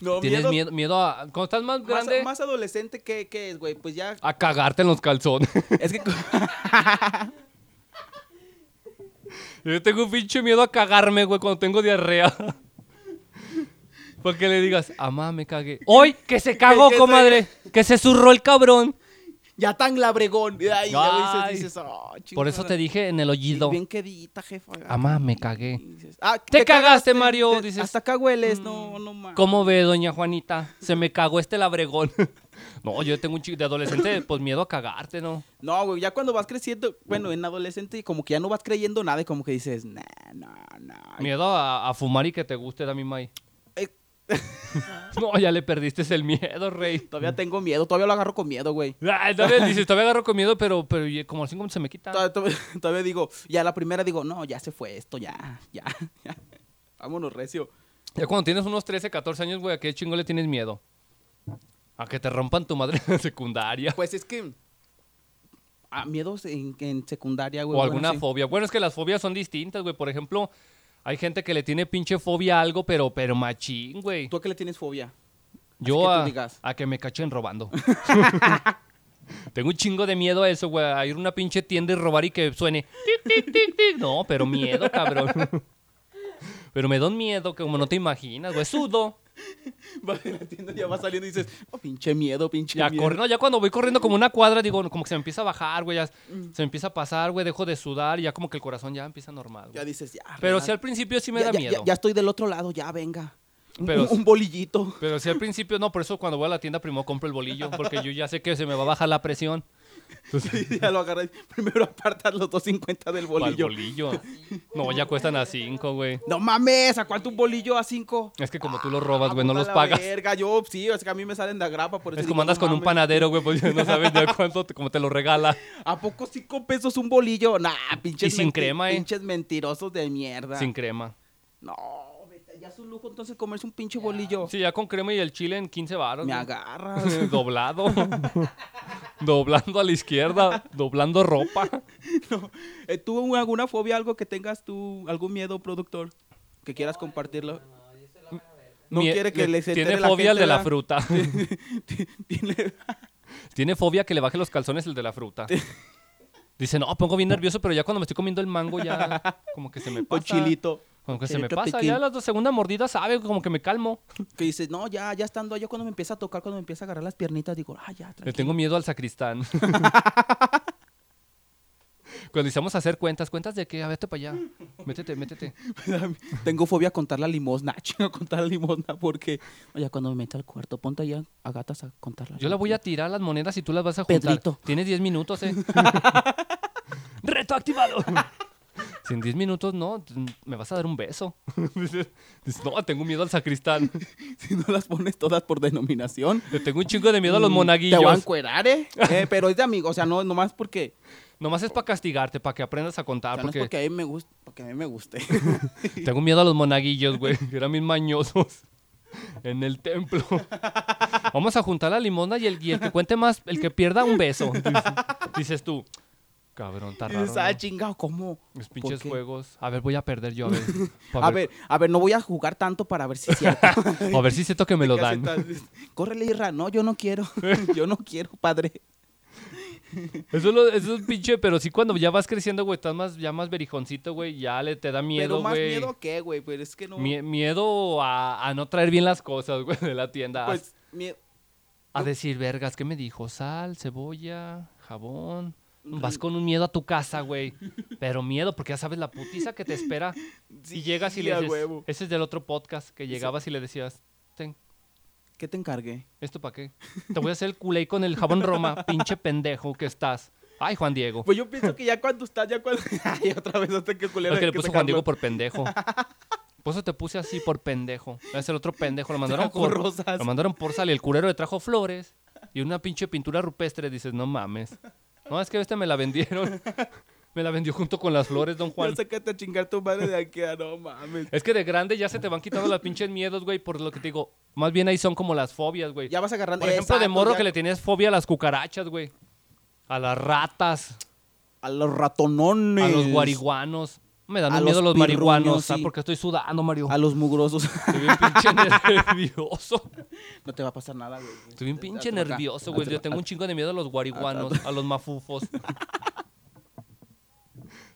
[SPEAKER 3] No,
[SPEAKER 1] Tienes
[SPEAKER 3] miedo-
[SPEAKER 1] miedo, miedo a... Cuando estás más
[SPEAKER 3] Más,
[SPEAKER 1] grande,
[SPEAKER 3] más adolescente, ¿qué, qué es, güey? Pues ya.
[SPEAKER 1] a cagarte en los calzones.
[SPEAKER 3] Es que.
[SPEAKER 1] Yo tengo un pinche miedo a cagarme, güey, cuando tengo diarrea. Porque le digas, amá, me cagué. ¡Hoy! ¡Que se cagó,
[SPEAKER 3] que se-
[SPEAKER 1] comadre! ¡Que se zurró el cabrón!
[SPEAKER 3] ya tan labregón. Ay, ya
[SPEAKER 1] Ay.
[SPEAKER 3] dices, dices, oh,
[SPEAKER 1] Por eso te dije en el oído,
[SPEAKER 3] Bien quedita, jefa.
[SPEAKER 1] amá, me cagué.
[SPEAKER 3] Y dices, ah,
[SPEAKER 1] Te cagaste, Mario,
[SPEAKER 3] Te-
[SPEAKER 1] dices. Mm,
[SPEAKER 3] Hasta acá hueles. No, no mames.
[SPEAKER 1] ¿Cómo ve, doña Juanita? Se me cagó este labregón. No, yo tengo un chico de adolescente, pues miedo a cagarte, ¿no?
[SPEAKER 3] No, güey, ya cuando vas creciendo,
[SPEAKER 1] Mm.
[SPEAKER 3] bueno, en adolescente, como que ya no vas creyendo nada y como que dices, nah, no, no.
[SPEAKER 1] Miedo a, a fumar y que te guste también, May.
[SPEAKER 3] Eh.
[SPEAKER 1] No, ya le perdiste el miedo, rey.
[SPEAKER 3] Todavía tengo miedo, todavía lo agarro con miedo, güey.
[SPEAKER 1] Ay, todavía dices, todavía agarro con miedo, pero, pero y- como al 5 se me quita.
[SPEAKER 3] Todavía, todavía- todavía digo, ya la primera digo, no, ya se fue esto, ya, ya, ya. Vámonos, recio.
[SPEAKER 1] Ya cuando tienes unos 13, 14 años, güey, ¿a qué chingo le tienes miedo? A que te rompan tu madre en la secundaria.
[SPEAKER 3] Pues es que. ah, miedos en, en secundaria, güey.
[SPEAKER 1] o
[SPEAKER 3] bueno,
[SPEAKER 1] alguna
[SPEAKER 3] sí.
[SPEAKER 1] fobia. Bueno, es que las fobias son distintas, güey. Por ejemplo, hay gente que le tiene pinche fobia a algo, pero, pero machín, güey.
[SPEAKER 3] ¿Tú a qué le tienes fobia? que
[SPEAKER 1] Yo
[SPEAKER 3] tú
[SPEAKER 1] a,
[SPEAKER 3] digas.
[SPEAKER 1] a que me cachen robando. Tengo un chingo de miedo a eso, güey. A ir a una pinche tienda y robar y que suene. "Tic, tic, tic, tic". No, pero miedo, cabrón. pero me da un miedo que como no te imaginas, güey. Sudo.
[SPEAKER 3] Vas a la tienda, ya vas saliendo y dices, oh, pinche miedo, pinche
[SPEAKER 1] Ya,
[SPEAKER 3] miedo.
[SPEAKER 1] corre- no, ya cuando voy corriendo como una cuadra, digo, como que se me empieza a bajar, güey. Ya se
[SPEAKER 3] Mm.
[SPEAKER 1] me empieza a pasar, güey. Dejo de sudar y ya como que el corazón ya empieza normal.
[SPEAKER 3] Ya
[SPEAKER 1] güey.
[SPEAKER 3] dices, ya.
[SPEAKER 1] Pero
[SPEAKER 3] relax.
[SPEAKER 1] si al principio sí me
[SPEAKER 3] Ya-
[SPEAKER 1] da
[SPEAKER 3] ya-
[SPEAKER 1] miedo.
[SPEAKER 3] Ya, ya estoy del otro lado, ya, venga. Un-
[SPEAKER 1] Pero-
[SPEAKER 3] un, un bolillito.
[SPEAKER 1] Pero si al principio no, por eso cuando voy a la tienda primero compro el bolillo, porque yo ya sé que se me va a bajar la presión.
[SPEAKER 3] Sí, ya lo agarras. Primero apartas los 250 del
[SPEAKER 1] ¿Cuál
[SPEAKER 3] bolillo.
[SPEAKER 1] bolillo? No, ya cuestan a cinco, güey.
[SPEAKER 3] No mames, ¿a cuánto un bolillo a 5?
[SPEAKER 1] Es que como tú los
[SPEAKER 3] Ah,
[SPEAKER 1] robas, pues, güey, no los pagas.
[SPEAKER 3] pues Verga, yo sí, es que a mí me salen de agrapa por eso.
[SPEAKER 1] Es
[SPEAKER 3] digo,
[SPEAKER 1] como andas
[SPEAKER 3] no
[SPEAKER 1] con un
[SPEAKER 3] mames.
[SPEAKER 1] panadero, güey, pues ya no sabes ya cuánto, te- como te lo regala.
[SPEAKER 3] ¿A poco 5 pesos un bolillo? Nah, pinches
[SPEAKER 1] Y sin
[SPEAKER 3] menti-
[SPEAKER 1] crema, eh.
[SPEAKER 3] Pinches mentirosos de mierda.
[SPEAKER 1] Sin crema.
[SPEAKER 3] No, vete, ya es un lujo entonces comerse un pinche bolillo.
[SPEAKER 1] Sí, ya con crema y el chile en 15 baros.
[SPEAKER 3] Me
[SPEAKER 1] güey.
[SPEAKER 3] agarras.
[SPEAKER 1] Doblado. doblando a la izquierda, doblando ropa.
[SPEAKER 3] Eh, ¿Tú alguna fobia, algo que tengas tú, algún miedo, productor? Que quieras compartirlo.
[SPEAKER 2] No, yo soy la mera verga.
[SPEAKER 3] No
[SPEAKER 1] Mie-
[SPEAKER 3] quiere que
[SPEAKER 1] le-
[SPEAKER 3] les entere
[SPEAKER 1] Tiene
[SPEAKER 3] la
[SPEAKER 1] fobia el
[SPEAKER 3] gente
[SPEAKER 1] de la
[SPEAKER 3] la-
[SPEAKER 1] fruta.
[SPEAKER 3] Dile-
[SPEAKER 1] Tiene fobia que le baje los calzones el de la fruta. Dice, no, pongo bien nervioso, pero ya cuando me estoy comiendo el mango ya como que se me
[SPEAKER 3] Con
[SPEAKER 1] pasa.
[SPEAKER 3] chilito.
[SPEAKER 1] Como que se me
[SPEAKER 3] Chilito
[SPEAKER 1] pasa.
[SPEAKER 3] piquín.
[SPEAKER 1] Ya la do- segunda mordida sabe, como que me calmo.
[SPEAKER 3] Que dices, no, ya, ya estando yo cuando me empieza a tocar, cuando me empieza a agarrar las piernitas, digo, ah, ya,
[SPEAKER 1] Le
[SPEAKER 3] tranquilo.
[SPEAKER 1] tengo miedo al sacristán. Cuando hicimos hacer cuentas, cuentas de que, a vete para allá, métete, métete.
[SPEAKER 3] Tengo fobia a contar la limosna, chingo, a contar la limosna, porque, oye, cuando me meta al cuarto, ponte allá a gatas a contar la
[SPEAKER 1] Yo la voy a tirar las monedas y tú las vas a juntar.
[SPEAKER 3] Pedrito.
[SPEAKER 1] Tienes 10 minutos, ¿eh? ¡Reto activado! si en 10 minutos no, t- me vas a dar un beso. Dices, no, tengo miedo al sacristán.
[SPEAKER 3] Si no las pones todas por denominación.
[SPEAKER 1] Le tengo un chingo de miedo a los
[SPEAKER 3] mm, Te voy a
[SPEAKER 1] monaguillos.
[SPEAKER 3] encuerar, ¿eh? Eh, Pero es de amigo, o sea, no, nomás porque...
[SPEAKER 1] Nomás es para castigarte, para que aprendas a
[SPEAKER 3] o
[SPEAKER 1] contar.
[SPEAKER 3] sea, no
[SPEAKER 1] Ah, porque
[SPEAKER 3] es porque a mí me, gusta porque a mí me guste.
[SPEAKER 1] tengo miedo a los monaguillos, güey. que Eran bien mañosos. En el templo. Vamos a juntar la limona y el, y el que cuente más, el que pierda un beso. Dices, dices tú, cabrón, está
[SPEAKER 3] Y
[SPEAKER 1] raro.
[SPEAKER 3] dices, ah,
[SPEAKER 1] ¿no?
[SPEAKER 3] chingado, ¿cómo?
[SPEAKER 1] Los
[SPEAKER 3] ¿Por
[SPEAKER 1] pinches
[SPEAKER 3] qué?
[SPEAKER 1] juegos. A ver, voy a perder yo, a ver. pa'
[SPEAKER 3] A ver, a ver, no voy a jugar tanto para ver si es cierto.
[SPEAKER 1] A ver si siento que me lo
[SPEAKER 3] ¿Qué hace
[SPEAKER 1] dan.
[SPEAKER 3] tal? Córrele, Irra. No, yo no quiero. yo no quiero, padre.
[SPEAKER 1] Eso, es lo- eso es pinche, pero sí cuando ya vas creciendo, güey, estás más, ya más verijoncito, güey, ya le te da miedo,
[SPEAKER 3] Pero más
[SPEAKER 1] güey.
[SPEAKER 3] miedo que, güey. Pero es que no.
[SPEAKER 1] Mie- miedo a, a no traer bien las cosas, güey, de la tienda. A-
[SPEAKER 3] pues, mie-
[SPEAKER 1] a decir, vergas, ¿qué me dijo? Sal, cebolla, jabón.
[SPEAKER 3] Un
[SPEAKER 1] Vas
[SPEAKER 3] ri-
[SPEAKER 1] con un miedo a tu casa, güey. Pero miedo, porque ya sabes la putiza que te espera.
[SPEAKER 3] sí,
[SPEAKER 1] y llegas y le
[SPEAKER 3] a
[SPEAKER 1] dices,
[SPEAKER 3] huevo.
[SPEAKER 1] ese es del otro podcast, que llegabas y le decías, ten,
[SPEAKER 3] ¿Qué te encargué?
[SPEAKER 1] ¿Esto para qué? Te voy a hacer el culé con el jabón Roma, pinche pendejo que estás. Ay, Juan Diego.
[SPEAKER 3] Pues yo pienso que ya cuando estás, ya cuando. Ay, otra vez, hasta que culero.
[SPEAKER 1] Es que le
[SPEAKER 3] que
[SPEAKER 1] puso
[SPEAKER 3] te
[SPEAKER 1] Juan Diego
[SPEAKER 3] Carlos.
[SPEAKER 1] por pendejo. Por eso te puse así por pendejo. Es el otro pendejo. Lo mandaron
[SPEAKER 3] Trajo
[SPEAKER 1] por.
[SPEAKER 3] rosas.
[SPEAKER 1] Lo mandaron por sal y el curero le trajo flores y una pinche pintura rupestre. Dices, no mames. No, es que esta me la vendieron. Me la vendió junto con las flores, don Juan.
[SPEAKER 3] Ya sácate a chingar tu madre de aquí. ah, No mames.
[SPEAKER 1] Es que de grande ya se te van quitando las pinches miedos, güey, por lo que te digo. Más bien ahí son como las fobias, güey.
[SPEAKER 3] Ya vas agarrando.
[SPEAKER 1] Por ejemplo, de
[SPEAKER 3] Exacto,
[SPEAKER 1] morro
[SPEAKER 3] ya-
[SPEAKER 1] que le tenías fobia a las cucarachas, güey. A las ratas,
[SPEAKER 3] A los ratonones.
[SPEAKER 1] a los guariguanos. Me dan
[SPEAKER 3] A
[SPEAKER 1] un miedo
[SPEAKER 3] los
[SPEAKER 1] los marihuanos.
[SPEAKER 3] pirruños,
[SPEAKER 1] ¿sabes
[SPEAKER 3] sí.
[SPEAKER 1] por qué estoy sudando, Mario?
[SPEAKER 3] A los mugrosos.
[SPEAKER 1] Estoy bien pinche nervioso.
[SPEAKER 3] no te va a pasar nada, güey.
[SPEAKER 1] Estoy bien pinche
[SPEAKER 3] Hazte para acá,
[SPEAKER 1] nervioso, güey.
[SPEAKER 3] hazte
[SPEAKER 1] Yo
[SPEAKER 3] para-
[SPEAKER 1] tengo un chingo de miedo a los guariguanos, a los mafufos.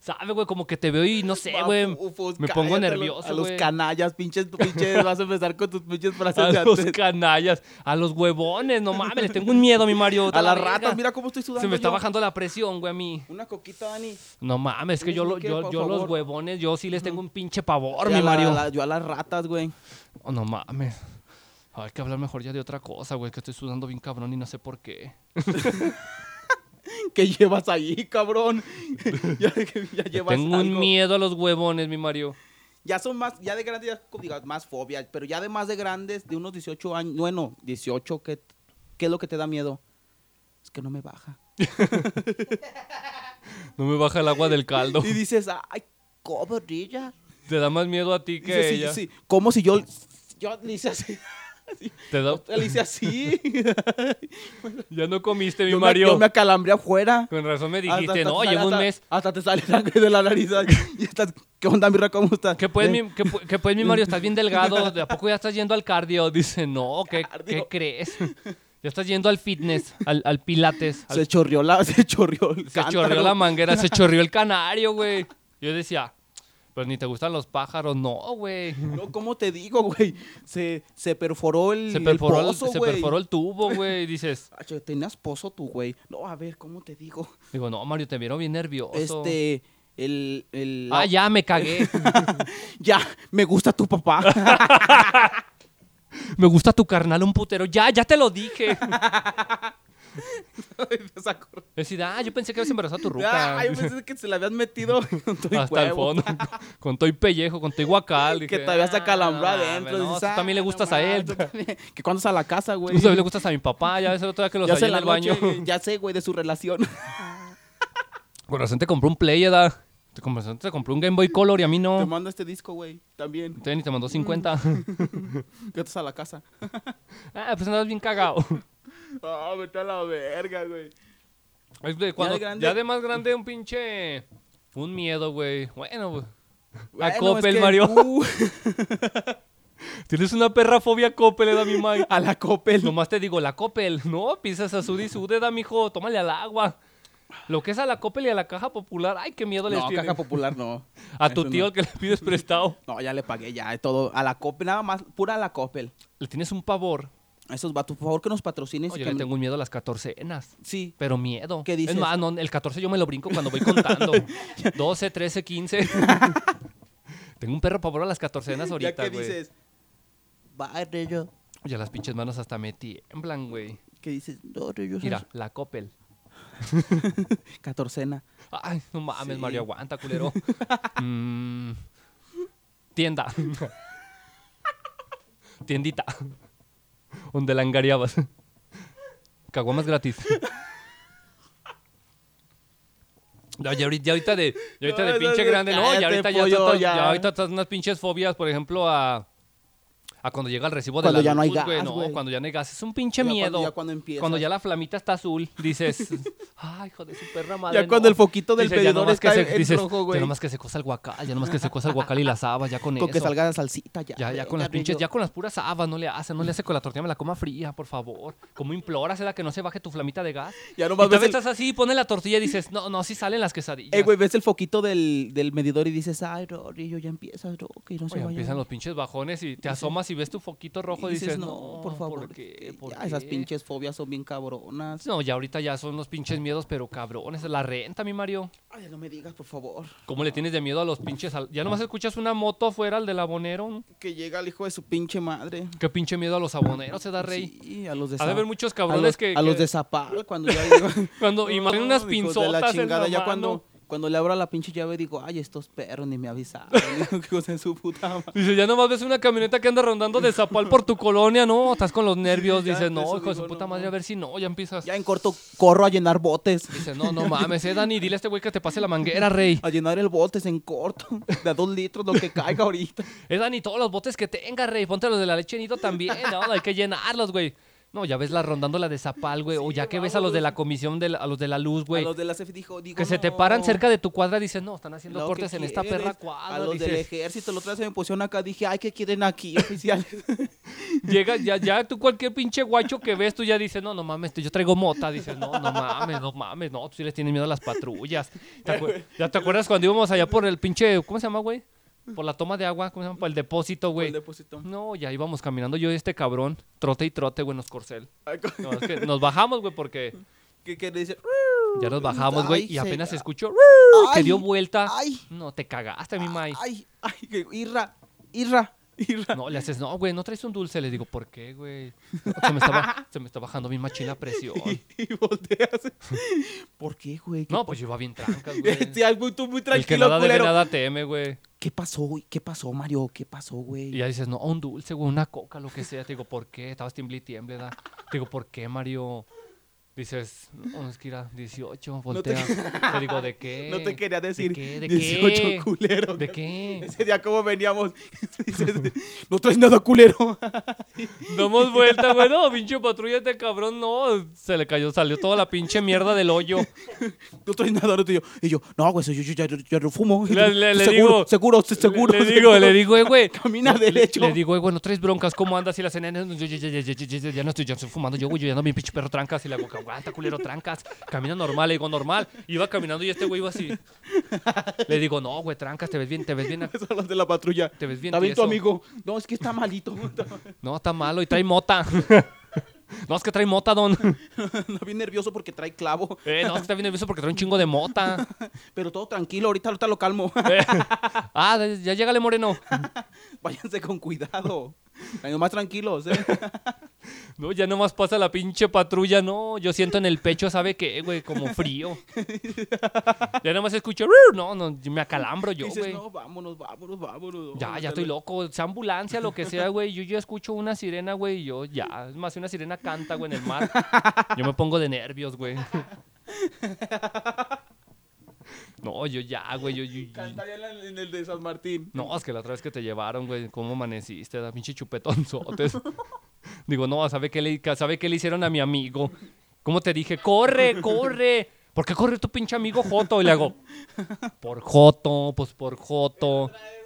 [SPEAKER 1] ¿Sabe, güey? Como que te veo y no sé, güey.
[SPEAKER 3] Mafufos,
[SPEAKER 1] Me pongo
[SPEAKER 3] cállate, a los-
[SPEAKER 1] nervioso,
[SPEAKER 3] A los
[SPEAKER 1] güey.
[SPEAKER 3] canallas, pinches, tú, pinches, vas a empezar con tus pinches frases
[SPEAKER 1] A
[SPEAKER 3] de
[SPEAKER 1] los
[SPEAKER 3] antes.
[SPEAKER 1] canallas, a los huevones, no mames, les tengo un miedo, mi Mario.
[SPEAKER 3] A las
[SPEAKER 1] la
[SPEAKER 3] ratas,
[SPEAKER 1] verga.
[SPEAKER 3] mira cómo estoy sudando.
[SPEAKER 1] Se me está
[SPEAKER 3] yo.
[SPEAKER 1] bajando la presión, güey, a mí.
[SPEAKER 3] Una coquita, Dani.
[SPEAKER 1] No mames, es que
[SPEAKER 3] Un
[SPEAKER 1] yo, lo-
[SPEAKER 3] sneaker,
[SPEAKER 1] yo,
[SPEAKER 3] por
[SPEAKER 1] yo los
[SPEAKER 3] favor.
[SPEAKER 1] huevones, yo sí les tengo un pinche pavor,
[SPEAKER 3] Y a
[SPEAKER 1] mi
[SPEAKER 3] la-
[SPEAKER 1] Mario.
[SPEAKER 3] a la- yo a las ratas, güey.
[SPEAKER 1] Oh, no mames. Hay que hablar mejor ya de otra cosa, güey, que estoy sudando bien cabrón y no sé por qué.
[SPEAKER 3] ¿Qué llevas ahí, cabrón? ya, ya llevas
[SPEAKER 1] Tengo un
[SPEAKER 3] algo.
[SPEAKER 1] miedo a los huevones, mi Mario.
[SPEAKER 3] Ya son más, ya de grandes, ya como digo, más fobias, pero ya de más de grandes, de unos 18 años, bueno, 18, ¿qué, qué es lo que te da miedo? Es que no me baja.
[SPEAKER 1] No me baja el agua del caldo.
[SPEAKER 3] Y dices, ay, cobrilla.
[SPEAKER 1] Te da más miedo a ti que
[SPEAKER 3] Dices, sí,
[SPEAKER 1] ella.
[SPEAKER 3] sí, como si yo, yo le hice así.
[SPEAKER 1] Te da-
[SPEAKER 3] Le hice así.
[SPEAKER 1] Ya no comiste, mi
[SPEAKER 3] yo,
[SPEAKER 1] Mario.
[SPEAKER 3] Me, Ah, yo me acalambré afuera.
[SPEAKER 1] Con razón me
[SPEAKER 3] Hasta-
[SPEAKER 1] dijiste,
[SPEAKER 3] hasta
[SPEAKER 1] no,
[SPEAKER 3] te sale-
[SPEAKER 1] llevo un
[SPEAKER 3] hasta-
[SPEAKER 1] mes.
[SPEAKER 3] Hasta te sale sangre de la nariz. Y estás, ¿Qué onda, mi ¿Cómo estás?
[SPEAKER 1] ¿Qué pues,
[SPEAKER 3] Eh,
[SPEAKER 1] mi, qué pu- qué pues, mi Mario? Estás bien delgado. ¿De a poco ya estás yendo al cardio? Dice, no, ¿qué, ¿qué
[SPEAKER 3] Cardio.
[SPEAKER 1] crees? Ya estás yendo al fitness, al, al pilates. al-
[SPEAKER 3] Se chorrió la, se chorrió el
[SPEAKER 1] se chorrió
[SPEAKER 3] cántaro.
[SPEAKER 1] la manguera, se chorrió el canario, güey. Yo decía, pues ni te gustan los pájaros. No, güey.
[SPEAKER 3] No, ¿cómo te digo, güey? Se, se perforó el,
[SPEAKER 1] Se perforó, el,
[SPEAKER 3] el pozo,
[SPEAKER 1] se
[SPEAKER 3] güey.
[SPEAKER 1] perforó el tubo, güey. Y dices,
[SPEAKER 3] Ay, che, Tenías pozo tú, güey. No, a ver, ¿cómo te digo?
[SPEAKER 1] digo, no, Mario, te vieron bien nervioso.
[SPEAKER 3] Este, el... el
[SPEAKER 1] Ah, ya, me cagué.
[SPEAKER 3] Ya, me gusta tu papá.
[SPEAKER 1] Me gusta tu carnal, un putero. Ya, ya te lo dije.
[SPEAKER 3] Empieza a correr.
[SPEAKER 1] Es decir, ah, yo pensé que habías embarazado a tu ruca.
[SPEAKER 3] Ah, yo pensé que se la habías metido con todo
[SPEAKER 1] Hasta el
[SPEAKER 3] huevo.
[SPEAKER 1] fondo. Con todo y pellejo, con todo y guacal.
[SPEAKER 3] Que
[SPEAKER 1] Dije,
[SPEAKER 3] todavía se
[SPEAKER 1] "Ah,
[SPEAKER 3] calambra
[SPEAKER 1] no,
[SPEAKER 3] adentro.
[SPEAKER 1] No,
[SPEAKER 3] dices,
[SPEAKER 1] tú
[SPEAKER 3] "Ah,
[SPEAKER 1] también le
[SPEAKER 3] no
[SPEAKER 1] gustas a
[SPEAKER 3] mames,
[SPEAKER 1] él.
[SPEAKER 3] tú
[SPEAKER 1] Tú
[SPEAKER 3] también". Que cuando es a la casa, güey.
[SPEAKER 1] también le gustas a mi papá. Ya ves el otro día que los
[SPEAKER 3] Ya
[SPEAKER 1] hallé
[SPEAKER 3] sé
[SPEAKER 1] en
[SPEAKER 3] la
[SPEAKER 1] el baño.
[SPEAKER 3] noche, ya sé, güey, de su relación.
[SPEAKER 1] Con razón te compró un Play, Eda. Te con razón te compró un Game Boy Color y a mí
[SPEAKER 3] Te Mm.
[SPEAKER 1] no.
[SPEAKER 3] mando este disco, güey, también.
[SPEAKER 1] Entonces ni te mandó 50.
[SPEAKER 3] Que estás a la casa.
[SPEAKER 1] ah, pues andabas bien cagado.
[SPEAKER 3] Ah, vete a la verga, güey.
[SPEAKER 1] Es de cuando-
[SPEAKER 3] de
[SPEAKER 1] ya,
[SPEAKER 3] grande-
[SPEAKER 1] de más grande un pinche... Un miedo, güey. Bueno, güey.
[SPEAKER 3] Bueno,
[SPEAKER 1] a Coppel,
[SPEAKER 3] es que-
[SPEAKER 1] Mario.
[SPEAKER 3] Uh,
[SPEAKER 1] Tienes una perra fobia a Coppel, eh, Dami Mike.
[SPEAKER 3] a la Coppel.
[SPEAKER 1] Nomás te digo, la Coppel. No, pisas a Sudi Sude, da, mijo. Tómale al agua. Lo que es a la Coppel y a la Caja Popular. Ay, qué miedo les
[SPEAKER 3] No,
[SPEAKER 1] tiene.
[SPEAKER 3] caja popular no.
[SPEAKER 1] A tu
[SPEAKER 3] Eso
[SPEAKER 1] tío
[SPEAKER 3] no.
[SPEAKER 1] al que le pides prestado.
[SPEAKER 3] No, ya le pagué, ya, todo. A la Coppel, nada más, pura a la Coppel.
[SPEAKER 1] Le tienes un pavor.
[SPEAKER 3] A esos vatos, por favor, que nos patrocines.
[SPEAKER 1] No,
[SPEAKER 3] y
[SPEAKER 1] yo
[SPEAKER 3] que
[SPEAKER 1] le
[SPEAKER 3] me-
[SPEAKER 1] tengo un miedo a las catorcenas.
[SPEAKER 3] Sí,
[SPEAKER 1] Pero miedo.
[SPEAKER 3] ¿Qué dices?
[SPEAKER 1] Es más, no, el 14 yo me lo brinco cuando voy contando. 12, 13, 15. tengo un perro pavor a las catorcenas
[SPEAKER 3] ya
[SPEAKER 1] ahorita,
[SPEAKER 3] que
[SPEAKER 1] güey.
[SPEAKER 3] dices, va, Rello.
[SPEAKER 1] Ya las pinches manos hasta me tiemblan, güey.
[SPEAKER 3] Que dices, no, Rello, soy
[SPEAKER 1] Mira, la Coppel.
[SPEAKER 3] catorcena.
[SPEAKER 1] Ay, no mames,
[SPEAKER 3] Sí.
[SPEAKER 1] Mario, aguanta, culero. Mm, tienda. Tiendita. Donde langareabas. Caguamas gratis. No, ya ahorita, ya ahorita de, ya ahorita
[SPEAKER 3] No,
[SPEAKER 1] de
[SPEAKER 3] no,
[SPEAKER 1] pinche
[SPEAKER 3] no,
[SPEAKER 1] grande, no,
[SPEAKER 3] cállate,
[SPEAKER 1] ya ahorita ya,
[SPEAKER 3] pollo,
[SPEAKER 1] tratas-
[SPEAKER 3] ya.
[SPEAKER 1] ya ahorita estás unas pinches fobias, por ejemplo, a, a cuando llega el recibo
[SPEAKER 3] Cuando
[SPEAKER 1] de la
[SPEAKER 3] ya no hay
[SPEAKER 1] luz, güey,
[SPEAKER 3] gas,
[SPEAKER 1] no,
[SPEAKER 3] güey.
[SPEAKER 1] cuando ya no hay gas, es un pinche
[SPEAKER 3] Ya cuando-
[SPEAKER 1] miedo.
[SPEAKER 3] ya cuando empiezas.
[SPEAKER 1] Cuando ya la flamita está azul, dices, ay, hijo de su perra madre.
[SPEAKER 3] Ya cuando el foquito del
[SPEAKER 1] ya
[SPEAKER 3] pedidor
[SPEAKER 1] nomás que
[SPEAKER 3] está
[SPEAKER 1] se-
[SPEAKER 3] en- en rojo, güey.
[SPEAKER 1] Ya nomás que se cosa el guacal, ya nomás que se cosa el guacal y las habas, ya con,
[SPEAKER 3] Con
[SPEAKER 1] eso.
[SPEAKER 3] que salga la salsita, ya.
[SPEAKER 1] ya, ya con
[SPEAKER 3] venga,
[SPEAKER 1] las pinches,
[SPEAKER 3] Rello.
[SPEAKER 1] ya con las puras habas, no le hace, no le hace con la tortilla, me la coma fría, por favor. Como imploras, era que no se baje tu flamita de gas.
[SPEAKER 3] Ya
[SPEAKER 1] Y
[SPEAKER 3] nomás
[SPEAKER 1] todavía
[SPEAKER 3] ves el-
[SPEAKER 1] estás así, pone la tortilla y dices, no, no, sí salen las quesadillas.
[SPEAKER 3] Eh, güey, ves el foquito del, del medidor y dices, ay, Rello, ya empieza, no, que no se
[SPEAKER 1] Oye,
[SPEAKER 3] vaya.
[SPEAKER 1] empiezan los pinches bajones y te asomas y ves tu foquito rojo y dices, no,
[SPEAKER 3] por favor.
[SPEAKER 1] qué?
[SPEAKER 3] que
[SPEAKER 1] ¿Por
[SPEAKER 3] ya Esas
[SPEAKER 1] qué?".
[SPEAKER 3] pinches fobias son bien cabronas.
[SPEAKER 1] No, ya ahorita ya son los pinches miedos, pero cabrones, la renta, mi Mario.
[SPEAKER 3] Ay, no me digas, por favor.
[SPEAKER 1] ¿Cómo le tienes de miedo a los pinches? al- Ya nomás escuchas una moto afuera, al del abonero. ¿no?
[SPEAKER 3] Que llega el hijo de su pinche madre.
[SPEAKER 1] Qué pinche miedo a los aboneros se da rey.
[SPEAKER 3] Sí, a los de
[SPEAKER 1] Ha de
[SPEAKER 3] Zap-
[SPEAKER 1] haber muchos
[SPEAKER 3] a
[SPEAKER 1] cabrones
[SPEAKER 3] los,
[SPEAKER 1] que.
[SPEAKER 3] a los
[SPEAKER 1] que-
[SPEAKER 3] de Zapal, cuando ya digo.
[SPEAKER 1] Cuando, y más bien unas
[SPEAKER 3] No, hijos de
[SPEAKER 1] pinzotas.
[SPEAKER 3] la
[SPEAKER 1] en
[SPEAKER 3] chingada,
[SPEAKER 1] la
[SPEAKER 3] ya
[SPEAKER 1] mano.
[SPEAKER 3] cuando, cuando le abro la pinche llave digo, ay, estos perros ni me avisaron. hijos de su puta madre.
[SPEAKER 1] Dice, ya nomás ves una camioneta que anda rondando de zapal por tu colonia, ¿no? Estás con los nervios.
[SPEAKER 3] Sí, ya,
[SPEAKER 1] Dices,
[SPEAKER 3] por
[SPEAKER 1] no,
[SPEAKER 3] eso
[SPEAKER 1] hijo de su
[SPEAKER 3] digo,
[SPEAKER 1] puta
[SPEAKER 3] no,
[SPEAKER 1] madre,
[SPEAKER 3] no.
[SPEAKER 1] a ver si no, ya empiezas.
[SPEAKER 3] Ya en corto corro a llenar botes.
[SPEAKER 1] Dice, no, no mames, eh, Dani, dile a este güey que te pase la manguera, rey.
[SPEAKER 3] A llenar el botes en corto. De a dos litros lo que caiga ahorita.
[SPEAKER 1] Es "Eh, Dani, todos los botes que tenga, rey, ponte los de la leche nido también, no, hay que llenarlos, güey. No, ya ves la rondando la de Zapal, güey, o ya que ves a los de la comisión, de la- a los de la luz,
[SPEAKER 3] A
[SPEAKER 1] güey.
[SPEAKER 3] los de la CEF dijo, digo,
[SPEAKER 1] Que se te
[SPEAKER 3] "No".
[SPEAKER 1] paran cerca de tu cuadra y dices, no, están haciendo
[SPEAKER 3] Lo que
[SPEAKER 1] cortes en esta perra
[SPEAKER 3] quieres.
[SPEAKER 1] cuadra.
[SPEAKER 3] A los del
[SPEAKER 1] dices.
[SPEAKER 3] ejército, la otra vez se me pusieron acá, dije, ay, ¿qué quieren aquí, oficial?
[SPEAKER 1] Llega, ya, ya tú cualquier pinche guacho que ves, tú ya dices, no, no mames, yo traigo mota. Dices, no, no mames, no mames, no, tú sí les tienes miedo a las patrullas. ¿Te acuer- ¿Ya te acuerdas cuando íbamos allá por el pinche, ¿cómo se llama, güey? Por la toma de agua, ¿cómo se llama? Por el depósito,
[SPEAKER 3] El
[SPEAKER 1] güey.
[SPEAKER 3] depósito.
[SPEAKER 1] No, ya íbamos caminando yo y este cabrón, trote y trote, güey, nos corcel.
[SPEAKER 3] Ay, co-
[SPEAKER 1] No, es que nos bajamos, güey, porque
[SPEAKER 3] ¿Qué quiere decir?
[SPEAKER 1] ya nos bajamos, güey,
[SPEAKER 3] Ay,
[SPEAKER 1] y apenas
[SPEAKER 3] se-
[SPEAKER 1] escuchó que
[SPEAKER 3] Ay,
[SPEAKER 1] dio vuelta.
[SPEAKER 3] ay.
[SPEAKER 1] No, te cagaste, mi May.
[SPEAKER 3] Ay, ay, que- irra, irra, irra.
[SPEAKER 1] No, le haces, no, güey, no traes un dulce. Le digo, ¿por qué, güey? No, Se me está, ba- se me está bajando mi machín la presión.
[SPEAKER 3] Y volteas. ¿Por qué, güey? ¿Qué
[SPEAKER 1] No, pues yo iba bien tranca,
[SPEAKER 3] pa-
[SPEAKER 1] güey.
[SPEAKER 3] Sí, ay, güey, tú muy
[SPEAKER 1] El que
[SPEAKER 3] tranquilo,
[SPEAKER 1] nada debe,
[SPEAKER 3] culero.
[SPEAKER 1] nada teme, güey.
[SPEAKER 3] ¿Qué pasó, güey? ¿Qué pasó, Mario? ¿Qué pasó,
[SPEAKER 1] Y
[SPEAKER 3] güey?
[SPEAKER 1] ya dices, no, un dulce, güey, una coca, lo que sea. Te digo, ¿por qué? Estabas tiemble y tiemble, da. Te digo, ¿por qué, Mario? Dices, no, es que era 18, voltea. te... digo, ¿de qué?
[SPEAKER 3] No te quería decir
[SPEAKER 1] ¿De qué? ¿De
[SPEAKER 3] 18
[SPEAKER 1] qué?
[SPEAKER 3] culero.
[SPEAKER 1] ¿De qué?
[SPEAKER 3] Ese día como veníamos, dices, no traes nada culero.
[SPEAKER 1] Damos vuelta, güey. No, pinche patrulla, este cabrón, no. Se le cayó, salió toda la pinche mierda del hoyo.
[SPEAKER 3] No traes nada, no te digo. Y yo, no, güey, yo, yo, yo, yo, yo no fumo.
[SPEAKER 1] Le- le- le
[SPEAKER 3] seguro,
[SPEAKER 1] digo-
[SPEAKER 3] seguro, se- seguro.
[SPEAKER 1] Le, le digo,
[SPEAKER 3] seguro.
[SPEAKER 1] le digo, eh, güey.
[SPEAKER 3] Camina
[SPEAKER 1] Le-
[SPEAKER 3] derecho.
[SPEAKER 1] Le, digo, eh, güey, no traes broncas, ¿cómo andas? Y la cena, no, yo, yo- yo- yo- yo- yo- yo- ya no estoy, ya estoy fumando yo, güey, yo ya no, mi pinche perro trancas. Y le digo, aguanta, culero, trancas. Camina normal, le digo, normal. Iba caminando y este güey iba así. Le digo, no, güey, trancas, te ves bien, te ves bien.
[SPEAKER 3] Eso los de la patrulla.
[SPEAKER 1] Te ves bien
[SPEAKER 3] Está bien tu
[SPEAKER 1] tieso.
[SPEAKER 3] amigo. No, es que está malito. Está,
[SPEAKER 1] No, está malo y trae mota. No, es que trae mota, don.
[SPEAKER 3] está bien nervioso porque trae clavo.
[SPEAKER 1] Eh, no, es que está bien nervioso porque trae un chingo de mota.
[SPEAKER 3] Pero todo tranquilo, ahorita, ahorita lo calmo.
[SPEAKER 1] Eh, Ah, ya llegale, moreno.
[SPEAKER 3] Váyanse con cuidado. Ay, Más tranquilos, ¿eh?
[SPEAKER 1] No, ya nomás pasa la pinche patrulla, no. Yo siento en el pecho, ¿sabe qué, güey? Como frío. Ya nomás escucho, "Rrr", no, no, me acalambro yo,
[SPEAKER 3] Dices,
[SPEAKER 1] güey.
[SPEAKER 3] no, vámonos, vámonos, vámonos.
[SPEAKER 1] Ya, ya estoy loco. Sea ambulancia, lo que sea, güey. Yo, yo escucho una sirena, güey, y yo ya. Es más, si una sirena canta, güey, en el mar. Yo me pongo de nervios, güey. No, yo ya, güey, yo, yo- yo-
[SPEAKER 3] Cantaría en el- en el de San Martín.
[SPEAKER 1] No, es que la otra vez que te llevaron, güey, ¿cómo amaneciste? Da pinche chupetonzotes. Digo, no, ¿sabe qué, le, ca- ¿sabe qué le hicieron a mi amigo? ¿Cómo te dije? ¡Corre, corre! ¿por qué corrió tu pinche amigo Joto? Y le hago, por Joto, pues por Joto.
[SPEAKER 2] Otra vez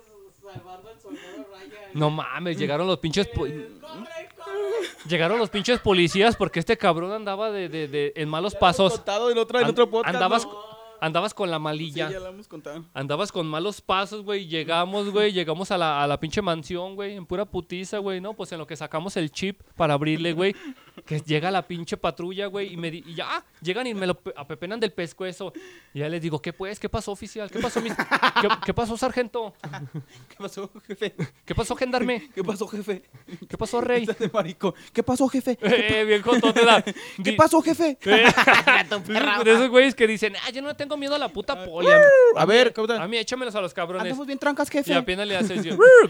[SPEAKER 2] salvando al soldado Ryan.
[SPEAKER 1] No mames, llegaron los pinches... po-
[SPEAKER 2] Corre, corre.
[SPEAKER 1] Llegaron los pinches policías porque este cabrón andaba de, de- de- en malos pasos.
[SPEAKER 3] contado en, otra, en
[SPEAKER 1] An-
[SPEAKER 3] otro podcast.
[SPEAKER 1] andabas,
[SPEAKER 3] ¿no?
[SPEAKER 1] andabas con la
[SPEAKER 3] Sí,
[SPEAKER 1] malilla.
[SPEAKER 3] ya lo hemos contado.
[SPEAKER 1] Andabas con malos pasos, güey. Llegamos, güey. Llegamos a la, a la pinche mansión, güey. En pura putiza, güey. No, pues en lo que sacamos el chip para abrirle, güey. Que llega la pinche patrulla, güey. Y me di- y ya, ah, llegan y me lo pe- apepenan del pescuezo. Y ya les digo, ¿qué pues? ¿Qué pasó, oficial? ¿Qué pasó, mis- ¿Qué, qué pasó, sargento?
[SPEAKER 3] ¿Qué pasó, jefe?
[SPEAKER 1] ¿Qué pasó, gendarme?
[SPEAKER 3] ¿Qué pasó, jefe?
[SPEAKER 1] ¿Qué pasó, rey?
[SPEAKER 3] Estás de marico. ¿Qué pasó, jefe?
[SPEAKER 1] Eh, bien contento, da.
[SPEAKER 3] ¿Qué
[SPEAKER 1] Di-
[SPEAKER 3] pasó, jefe?
[SPEAKER 1] Eh,
[SPEAKER 3] Gato perra.
[SPEAKER 1] de esos güeyes que dicen, ah, yo no tengo miedo a la puta poli. A
[SPEAKER 3] A ver, ¿qué
[SPEAKER 1] mí, a mí échamelos a los cabrones.
[SPEAKER 3] uh, Andamos bien trancas, jefe.
[SPEAKER 1] Y
[SPEAKER 3] ¿Qué,
[SPEAKER 1] apenas le hace así,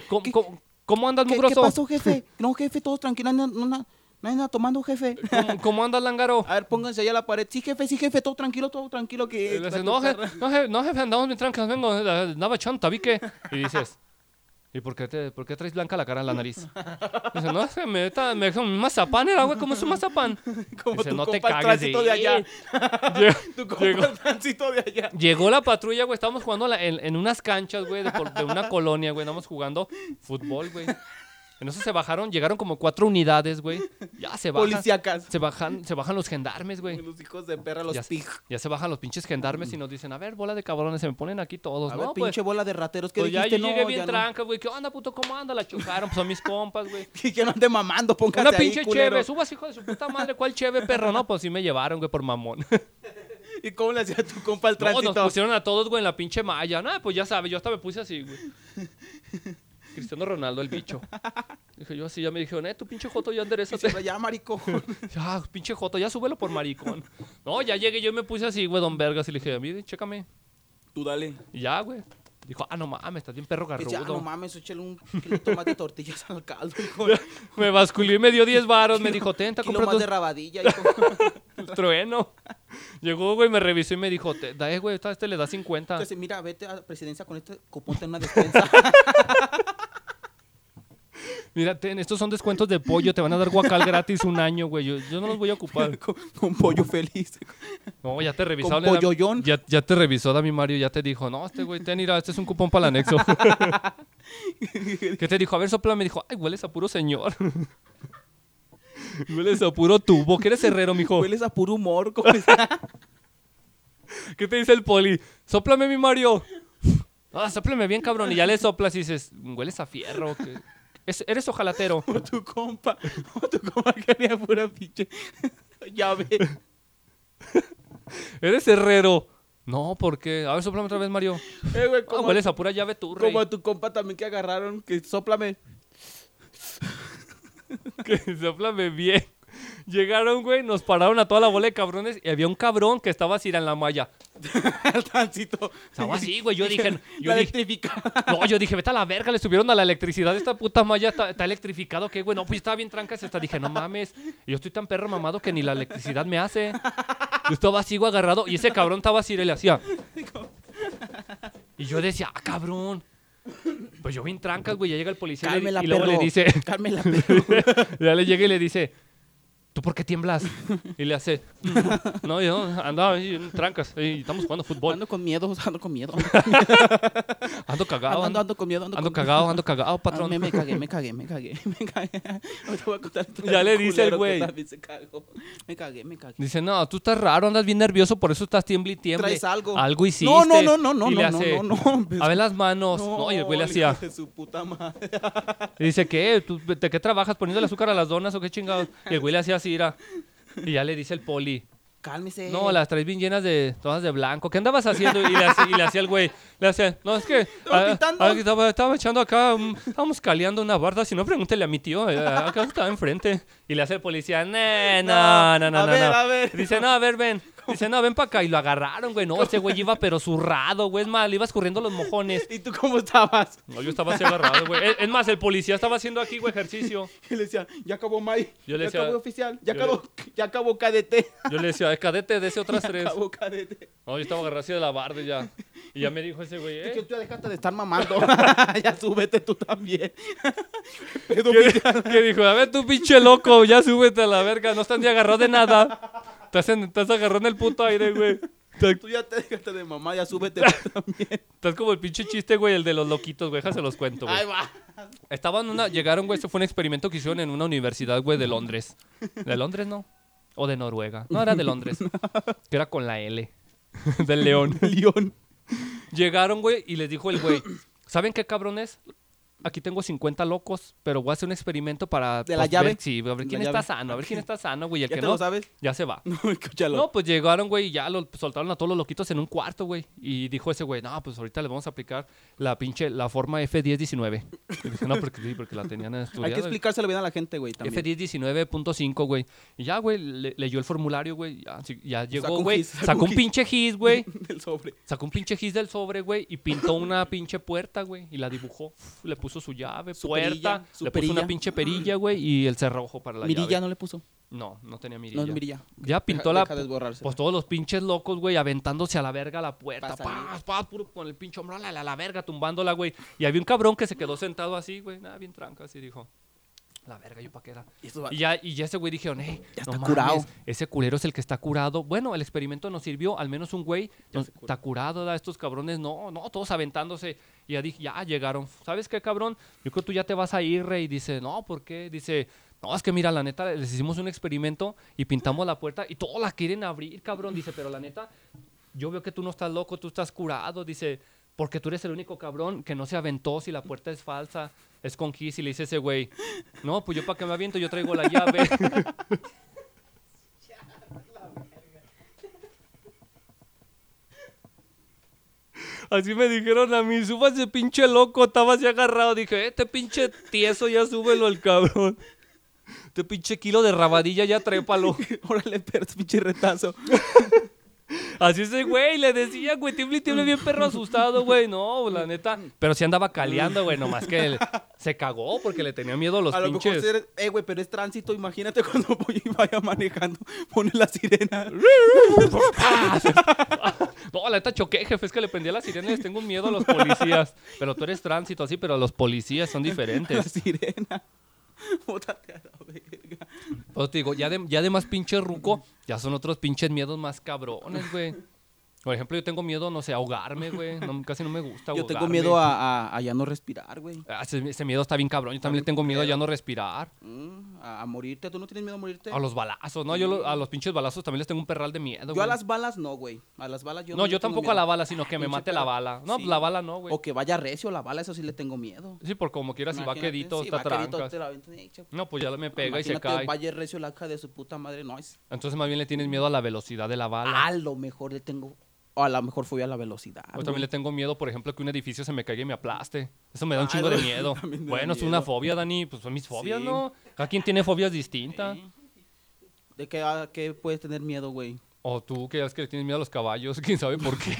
[SPEAKER 1] ¿Cómo, cómo, cómo andas,
[SPEAKER 3] qué
[SPEAKER 1] mugroso?
[SPEAKER 3] pasó, jefe? No, jefe, todos tranquilos. No, no, no, no hay nada tomando, jefe.
[SPEAKER 1] ¿Cómo, cómo andas, Langaro?
[SPEAKER 3] A ver, pónganse allá a la pared. Sí, jefe, sí, jefe, todo tranquilo, todo tranquilo.
[SPEAKER 1] Y
[SPEAKER 3] Que
[SPEAKER 1] le dices, Eh, no, jefe, no, jefe, no, jefe, andamos bien trancas, vengo, eh, andaba echando tabique. Y dices, ¿y por qué, te, por qué traes blanca la cara en la nariz? Dice, no, jefe, me, está- me dejó un mazapán, era, güey, ¿cómo es un mazapán?
[SPEAKER 3] Como
[SPEAKER 1] Dice,
[SPEAKER 3] tu
[SPEAKER 1] no te
[SPEAKER 3] compa
[SPEAKER 1] cagues,
[SPEAKER 3] el tránsito de
[SPEAKER 1] sí.
[SPEAKER 3] allá.
[SPEAKER 1] Lle-
[SPEAKER 3] Tu compa
[SPEAKER 1] llegó,
[SPEAKER 3] el tránsito de allá.
[SPEAKER 1] llegó la patrulla, güey, estábamos jugando a la- en, en unas canchas, güey, de, por- de una colonia, güey, estábamos jugando fútbol, güey. En eso se bajaron, llegaron como cuatro unidades, güey. Ya se bajan.
[SPEAKER 3] Policíacas.
[SPEAKER 1] Se bajan, se bajan los gendarmes, güey.
[SPEAKER 3] Los hijos de perra,
[SPEAKER 1] ya, Pues
[SPEAKER 3] los pig.
[SPEAKER 1] ya se bajan los pinches gendarmes y nos dicen, a ver, bola de cabrones, se me ponen aquí todos,
[SPEAKER 3] A
[SPEAKER 1] ¿no?
[SPEAKER 3] ver,
[SPEAKER 1] pues,
[SPEAKER 3] pinche bola de rateros. que
[SPEAKER 1] pues ya
[SPEAKER 3] dijiste?
[SPEAKER 1] yo llegué
[SPEAKER 3] No,
[SPEAKER 1] bien
[SPEAKER 3] ya no.
[SPEAKER 1] tranca, güey. ¿Qué onda, puto? ¿Cómo anda? La chocaron, pues son mis compas, güey.
[SPEAKER 3] Que no ande mamando, póngase
[SPEAKER 1] Una
[SPEAKER 3] ahí,
[SPEAKER 1] pinche
[SPEAKER 3] culero.
[SPEAKER 1] cheve, subas, hijo de su puta madre, ¿cuál cheve, perro? No, pues sí me llevaron, güey, por mamón.
[SPEAKER 3] ¿Y cómo le hacía tu compa el
[SPEAKER 1] No, pues,
[SPEAKER 3] tránsito?
[SPEAKER 1] nos pusieron a todos, güey, en la pinche malla. No, pues ya sabes, yo hasta me puse así, güey. Cristiano Ronaldo, el bicho. Dije yo así, ya me dijeron, eh, tu pinche joto, ya enderezate.
[SPEAKER 3] Pero ya, marico.
[SPEAKER 1] Ya, pinche Joto, ya súbelo por maricón. No, ya llegué, yo me puse así, güey, don Vergas, y le dije, mire, chécame.
[SPEAKER 3] Tú dale.
[SPEAKER 1] Y ya, güey. Dijo, ah, no mames, estás bien perro
[SPEAKER 3] Dice, ah, no
[SPEAKER 1] garrudo.
[SPEAKER 3] mames, échale un kilito más de tortillas al caldo, hijo.
[SPEAKER 1] me basculó y me dio 10 varos. Me dijo, tenta,
[SPEAKER 3] Kilo
[SPEAKER 1] compra
[SPEAKER 3] más
[SPEAKER 1] dos
[SPEAKER 3] de rabadilla, hijo.
[SPEAKER 1] trueno. Llegó, güey, me revisó y me dijo, te, da, eh, güey, a este le da 50.
[SPEAKER 3] Entonces, mira, vete a presidencia con este copón en una despensa.
[SPEAKER 1] Mira, ten, estos son descuentos de pollo, te van a dar guacal gratis un año, güey. Yo, yo no los voy a ocupar.
[SPEAKER 3] con, con pollo feliz.
[SPEAKER 1] No, ya te revisó.
[SPEAKER 3] Con
[SPEAKER 1] le da-
[SPEAKER 3] polloyón.
[SPEAKER 1] Ya, ya te revisó, Dami Mario, ya te dijo, no, este güey, ten, mira, este es un cupón para el anexo. ¿Qué te dijo? A ver, sopla, me dijo, ay, hueles a puro señor. hueles a puro tubo. ¿Quieres herrero, mijo?
[SPEAKER 3] Hueles a puro humor. como esa-
[SPEAKER 1] ¿Qué te dice el poli? Sóplame, mi Mario. Ah, sóplame bien, cabrón. Y ya le soplas y dices, hueles a fierro. que- es- eres ojalatero.
[SPEAKER 3] como tu compa. Como tu compa que haría pura pinche llave.
[SPEAKER 1] Eres herrero. No, porque. A ver, sóplame otra vez, Mario.
[SPEAKER 3] Eh, güey,
[SPEAKER 1] Ah,
[SPEAKER 3] como,
[SPEAKER 1] hueles a pura llave tú, rey.
[SPEAKER 3] como a tu compa también que agarraron, que soplame.
[SPEAKER 1] Que sóplame bien. Llegaron, güey, nos pararon a toda la bola de cabrones y había un cabrón que estaba así en la malla.
[SPEAKER 3] al tránsito.
[SPEAKER 1] Estaba así, güey. Yo dije, yo
[SPEAKER 3] la
[SPEAKER 1] dije,
[SPEAKER 3] electrificada.
[SPEAKER 1] No, yo dije, vete a la verga, le subieron a la electricidad. Esta puta malla está, está electrificado, ¿qué, güey? No, pues estaba bien trancas hasta dije, no mames. Yo estoy tan perro mamado que ni la electricidad me hace. Yo estaba así, güey, agarrado. Y ese cabrón estaba así, y le hacía. Y yo decía, ah, cabrón. Pues yo bien trancas, güey. Ya llega el policía y, le-
[SPEAKER 3] Cálmela,
[SPEAKER 1] y luego le
[SPEAKER 3] perro.
[SPEAKER 1] dice,
[SPEAKER 3] Cálmela, perro.
[SPEAKER 1] ya le llega y le dice, ¿tú por qué tiemblas? Y le hace, no, yo andaba ahí en trancas. Y estamos jugando fútbol.
[SPEAKER 3] Ando con miedo, ando con miedo.
[SPEAKER 1] Ando cagado, ando,
[SPEAKER 3] Ando, ando, ando con miedo, ando,
[SPEAKER 1] ando
[SPEAKER 3] con miedo.
[SPEAKER 1] cagado, ando cagado,
[SPEAKER 3] Ah,
[SPEAKER 1] patrón.
[SPEAKER 3] Me, me cagué, me cagué, me cagué, me cagué. Ahorita voy a contar otra
[SPEAKER 1] Ya
[SPEAKER 3] vez
[SPEAKER 1] le
[SPEAKER 3] un
[SPEAKER 1] dice el
[SPEAKER 3] culero que
[SPEAKER 1] güey.
[SPEAKER 3] también se cagó. Me cagué, me cagué.
[SPEAKER 1] Dice, no, tú estás raro, andas bien nervioso, por eso estás tiemble y tiemble.
[SPEAKER 3] Traes algo.
[SPEAKER 1] Algo hiciste.
[SPEAKER 3] No, no, no, no, no,
[SPEAKER 1] Y le
[SPEAKER 3] no,
[SPEAKER 1] hace,
[SPEAKER 3] no, no, no. pues,
[SPEAKER 1] A ver las manos. No, y el güey le
[SPEAKER 3] hijo
[SPEAKER 1] hacía.
[SPEAKER 3] de su puta madre.
[SPEAKER 1] Y dice, ¿qué? ¿Tú, ¿De qué trabajas? ¿Poniendo el azúcar a las donas o qué chingados? Y el güey le hacía así, era. Y ya le dice el poli.
[SPEAKER 3] Cálmese.
[SPEAKER 1] No, las traes bien llenas de todas de blanco. ¿Qué andabas haciendo? Y le hacía, y le hacía el güey. Le hacía, no, es que.
[SPEAKER 3] Estaba
[SPEAKER 1] ah,
[SPEAKER 3] pintando.
[SPEAKER 1] ah, estaba, estaba echando acá. mm, estábamos caleando una barda. Si no, pregúntele a mi tío. eh, acá estaba enfrente. Y le hace el policía, "Nee, Eh, no, no, no,
[SPEAKER 3] A
[SPEAKER 1] no.
[SPEAKER 3] ver,
[SPEAKER 1] no".
[SPEAKER 3] a ver.
[SPEAKER 1] Dice, no, a ver, ven. Dice, no, ven para acá. Y lo agarraron, güey. No, ese güey iba pero zurrado, güey. Es más, le iba escurriendo los mojones.
[SPEAKER 3] ¿Y tú cómo estabas?
[SPEAKER 1] No, yo estaba así agarrado, güey. Es- Es más, el policía estaba haciendo aquí, güey, ejercicio.
[SPEAKER 3] Y le decía, ya acabó May.
[SPEAKER 1] Yo le
[SPEAKER 3] ya
[SPEAKER 1] decía-
[SPEAKER 3] acabó oficial. Ya
[SPEAKER 1] yo le-
[SPEAKER 3] acabó, ya acabó cadete.
[SPEAKER 1] Yo le decía, "Eh, cadete, dese otras
[SPEAKER 3] Ya
[SPEAKER 1] tres.
[SPEAKER 3] acabó cadete.
[SPEAKER 1] No, yo estaba agarrado así de la barda y ya. Y ya me dijo ese güey,
[SPEAKER 3] Es
[SPEAKER 1] eh.
[SPEAKER 3] que tú ya dejaste de estar mamando. ya súbete tú también. ¿Qué pedo,
[SPEAKER 1] que,
[SPEAKER 3] güey?
[SPEAKER 1] que dijo, a ver tú pinche loco, ya súbete a la verga, no estás ni agarrado de nada. Estás, en, estás agarrado en el puto aire, güey.
[SPEAKER 3] Tú ya te dejaste de mamá, ya súbete tú también.
[SPEAKER 1] Estás como el pinche chiste, güey, el de los loquitos, güey. Se los cuento, güey.
[SPEAKER 3] Ahí va.
[SPEAKER 1] Estaban una, llegaron, güey, esto fue un experimento que hicieron en una universidad, güey, de Londres. ¿De Londres no? O de Noruega. No, era de Londres. Que era con la L. Del león.
[SPEAKER 3] León.
[SPEAKER 1] Llegaron, güey, y les dijo el güey, ¿saben qué cabrones? Aquí tengo 50 locos, pero voy a hacer un experimento para...
[SPEAKER 3] ¿De la
[SPEAKER 1] pues,
[SPEAKER 3] llave?
[SPEAKER 1] ver- sí, a ver
[SPEAKER 3] La
[SPEAKER 1] quién
[SPEAKER 3] llave.
[SPEAKER 1] está sano, a ver quién está sano, güey. y El
[SPEAKER 3] ¿Ya
[SPEAKER 1] que
[SPEAKER 3] te
[SPEAKER 1] no,
[SPEAKER 3] lo sabes?
[SPEAKER 1] ya se va.
[SPEAKER 3] No, escúchalo.
[SPEAKER 1] No, pues llegaron, güey, y ya lo soltaron a todos los loquitos en un cuarto, güey. Y dijo ese güey, no, pues ahorita le vamos a aplicar la pinche, la forma F1019. Y dije, no, porque sí, porque la tenían estudiada.
[SPEAKER 3] Hay que explicárselo bien a la gente, güey, también.
[SPEAKER 1] F1019.5, güey. Y ya, güey, le- leyó el formulario, güey. Ya, sí, ya llegó,
[SPEAKER 3] un
[SPEAKER 1] güey.
[SPEAKER 3] gis, sacó
[SPEAKER 1] Sacó
[SPEAKER 3] un
[SPEAKER 1] un
[SPEAKER 3] gis.
[SPEAKER 1] pinche gis, güey.
[SPEAKER 3] Del sobre.
[SPEAKER 1] Sacó un pinche gis del sobre, güey, y pintó una pinche puerta, güey, y la dibujó. Uf, Le puso su llave,
[SPEAKER 3] Su
[SPEAKER 1] puerta,
[SPEAKER 3] perilla, su
[SPEAKER 1] le puso
[SPEAKER 3] perilla.
[SPEAKER 1] una pinche perilla, güey, y el cerrojo para la
[SPEAKER 3] Mirilla
[SPEAKER 1] llave.
[SPEAKER 3] no le puso.
[SPEAKER 1] No, no tenía mirilla.
[SPEAKER 3] No es mirilla.
[SPEAKER 1] Ya pintó
[SPEAKER 3] Deja-
[SPEAKER 1] la...
[SPEAKER 3] deja desborrarse.
[SPEAKER 1] Pues todos los pinches locos, güey, aventándose a la verga a la puerta.
[SPEAKER 3] Pa' salir.
[SPEAKER 1] Paz, paz, puro con el pinche hombro a la, a la verga, tumbándola, güey. Y había un cabrón que se quedó sentado así, güey, nada, bien tranca, así dijo. La verga, yo pa' qué era.
[SPEAKER 3] Y esto va-
[SPEAKER 1] Y ya, y ya ese güey dijeron, hey,
[SPEAKER 3] Ya
[SPEAKER 1] no
[SPEAKER 3] está
[SPEAKER 1] mames,
[SPEAKER 3] curado.
[SPEAKER 1] Ese culero es el que está curado. Bueno, el experimento nos sirvió, al menos un güey nos- está curado, da, estos cabrones, no, no, todos aventándose. Y ya dije, ya llegaron. ¿Sabes qué, cabrón? Yo creo que tú ya te vas a ir, rey. Dice, no, ¿por qué? Dice, no, es que mira, la neta, les hicimos un experimento y pintamos la puerta y todos la quieren abrir, cabrón. Dice, pero la neta, yo veo que tú no estás loco, tú estás curado, dice, porque tú eres el único cabrón que no se aventó si la puerta es falsa, es con gis y le dice ese güey, no, pues yo para que me aviento, yo traigo la llave. Así me dijeron a mí, súbase pinche loco, estaba así agarrado, dije, este pinche tieso ya súbelo al cabrón. Este pinche kilo de rabadilla ya trépalo.
[SPEAKER 3] Órale, perro, pinche retazo.
[SPEAKER 1] Así ese güey, le decía, güey, tiemble, tiemble, bien perro asustado, güey. No, la neta. Pero sí andaba caleando, güey, nomás que él se cagó porque le tenía miedo a los
[SPEAKER 3] a lo mejor
[SPEAKER 1] pinches.
[SPEAKER 3] si eres, eh, güey, pero es tránsito, imagínate cuando voy y vaya manejando, pone la sirena.
[SPEAKER 1] No, la neta choqué, jefe, es que le prendí a la sirena y les tengo un miedo a los policías. Pero tú eres tránsito, así, pero los policías son
[SPEAKER 3] La
[SPEAKER 1] diferentes.
[SPEAKER 3] sirena. Bótate a la verga.
[SPEAKER 1] Pues te digo, ya de, ya de más pinche ruco, ya son otros pinches miedos más cabrones, güey. Por ejemplo, yo tengo miedo, no sé, a ahogarme, güey. No, casi no me gusta
[SPEAKER 3] Yo
[SPEAKER 1] ahogarme.
[SPEAKER 3] tengo miedo a, a- a ya no respirar, güey.
[SPEAKER 1] Ah, Ese, ese miedo está bien cabrón. Yo también le tengo miedo a ya no respirar.
[SPEAKER 3] Mm, a, a morirte. ¿Tú no tienes miedo a morirte?
[SPEAKER 1] A los balazos, ¿no? Yo lo- a los pinches balazos también les tengo un perral de miedo,
[SPEAKER 3] yo a
[SPEAKER 1] güey.
[SPEAKER 3] las balas no, güey. A las balas yo
[SPEAKER 1] No,
[SPEAKER 3] le
[SPEAKER 1] yo
[SPEAKER 3] tengo
[SPEAKER 1] tampoco
[SPEAKER 3] miedo.
[SPEAKER 1] a la bala, sino que me
[SPEAKER 3] pinche
[SPEAKER 1] mate la
[SPEAKER 3] perro.
[SPEAKER 1] bala. No,
[SPEAKER 3] Sí.
[SPEAKER 1] la bala no, güey.
[SPEAKER 3] O que vaya recio la bala, eso sí le tengo miedo.
[SPEAKER 1] Sí, por como quieras, si va
[SPEAKER 3] Imagínate,
[SPEAKER 1] quedito,
[SPEAKER 3] sí,
[SPEAKER 1] está
[SPEAKER 3] va quedito,
[SPEAKER 1] trancas.
[SPEAKER 3] te la avientas, eh, chao.
[SPEAKER 1] No, pues ya me pega y se
[SPEAKER 3] Imagínate,
[SPEAKER 1] cae.
[SPEAKER 3] vaya recio la hija de su puta madre. No, es...
[SPEAKER 1] Entonces más bien le tienes miedo a la velocidad de la bala.
[SPEAKER 3] A lo mejor le tengo... O a lo mejor fui a la velocidad.
[SPEAKER 1] Yo Pues también le tengo miedo, por ejemplo, que un edificio se me caiga y me aplaste. Eso me da un
[SPEAKER 3] Ay,
[SPEAKER 1] chingo de
[SPEAKER 3] no,
[SPEAKER 1] miedo.
[SPEAKER 3] Ah, también me da
[SPEAKER 1] Bueno, es una
[SPEAKER 3] miedo.
[SPEAKER 1] fobia, Dani. Pues son mis fobias,
[SPEAKER 3] Sí.
[SPEAKER 1] ¿no? Cada quien tiene fobias distintas.
[SPEAKER 3] ¿De qué, a qué puedes tener miedo, güey?
[SPEAKER 1] O tú, que es que le tienes miedo a los caballos, quién sabe por qué.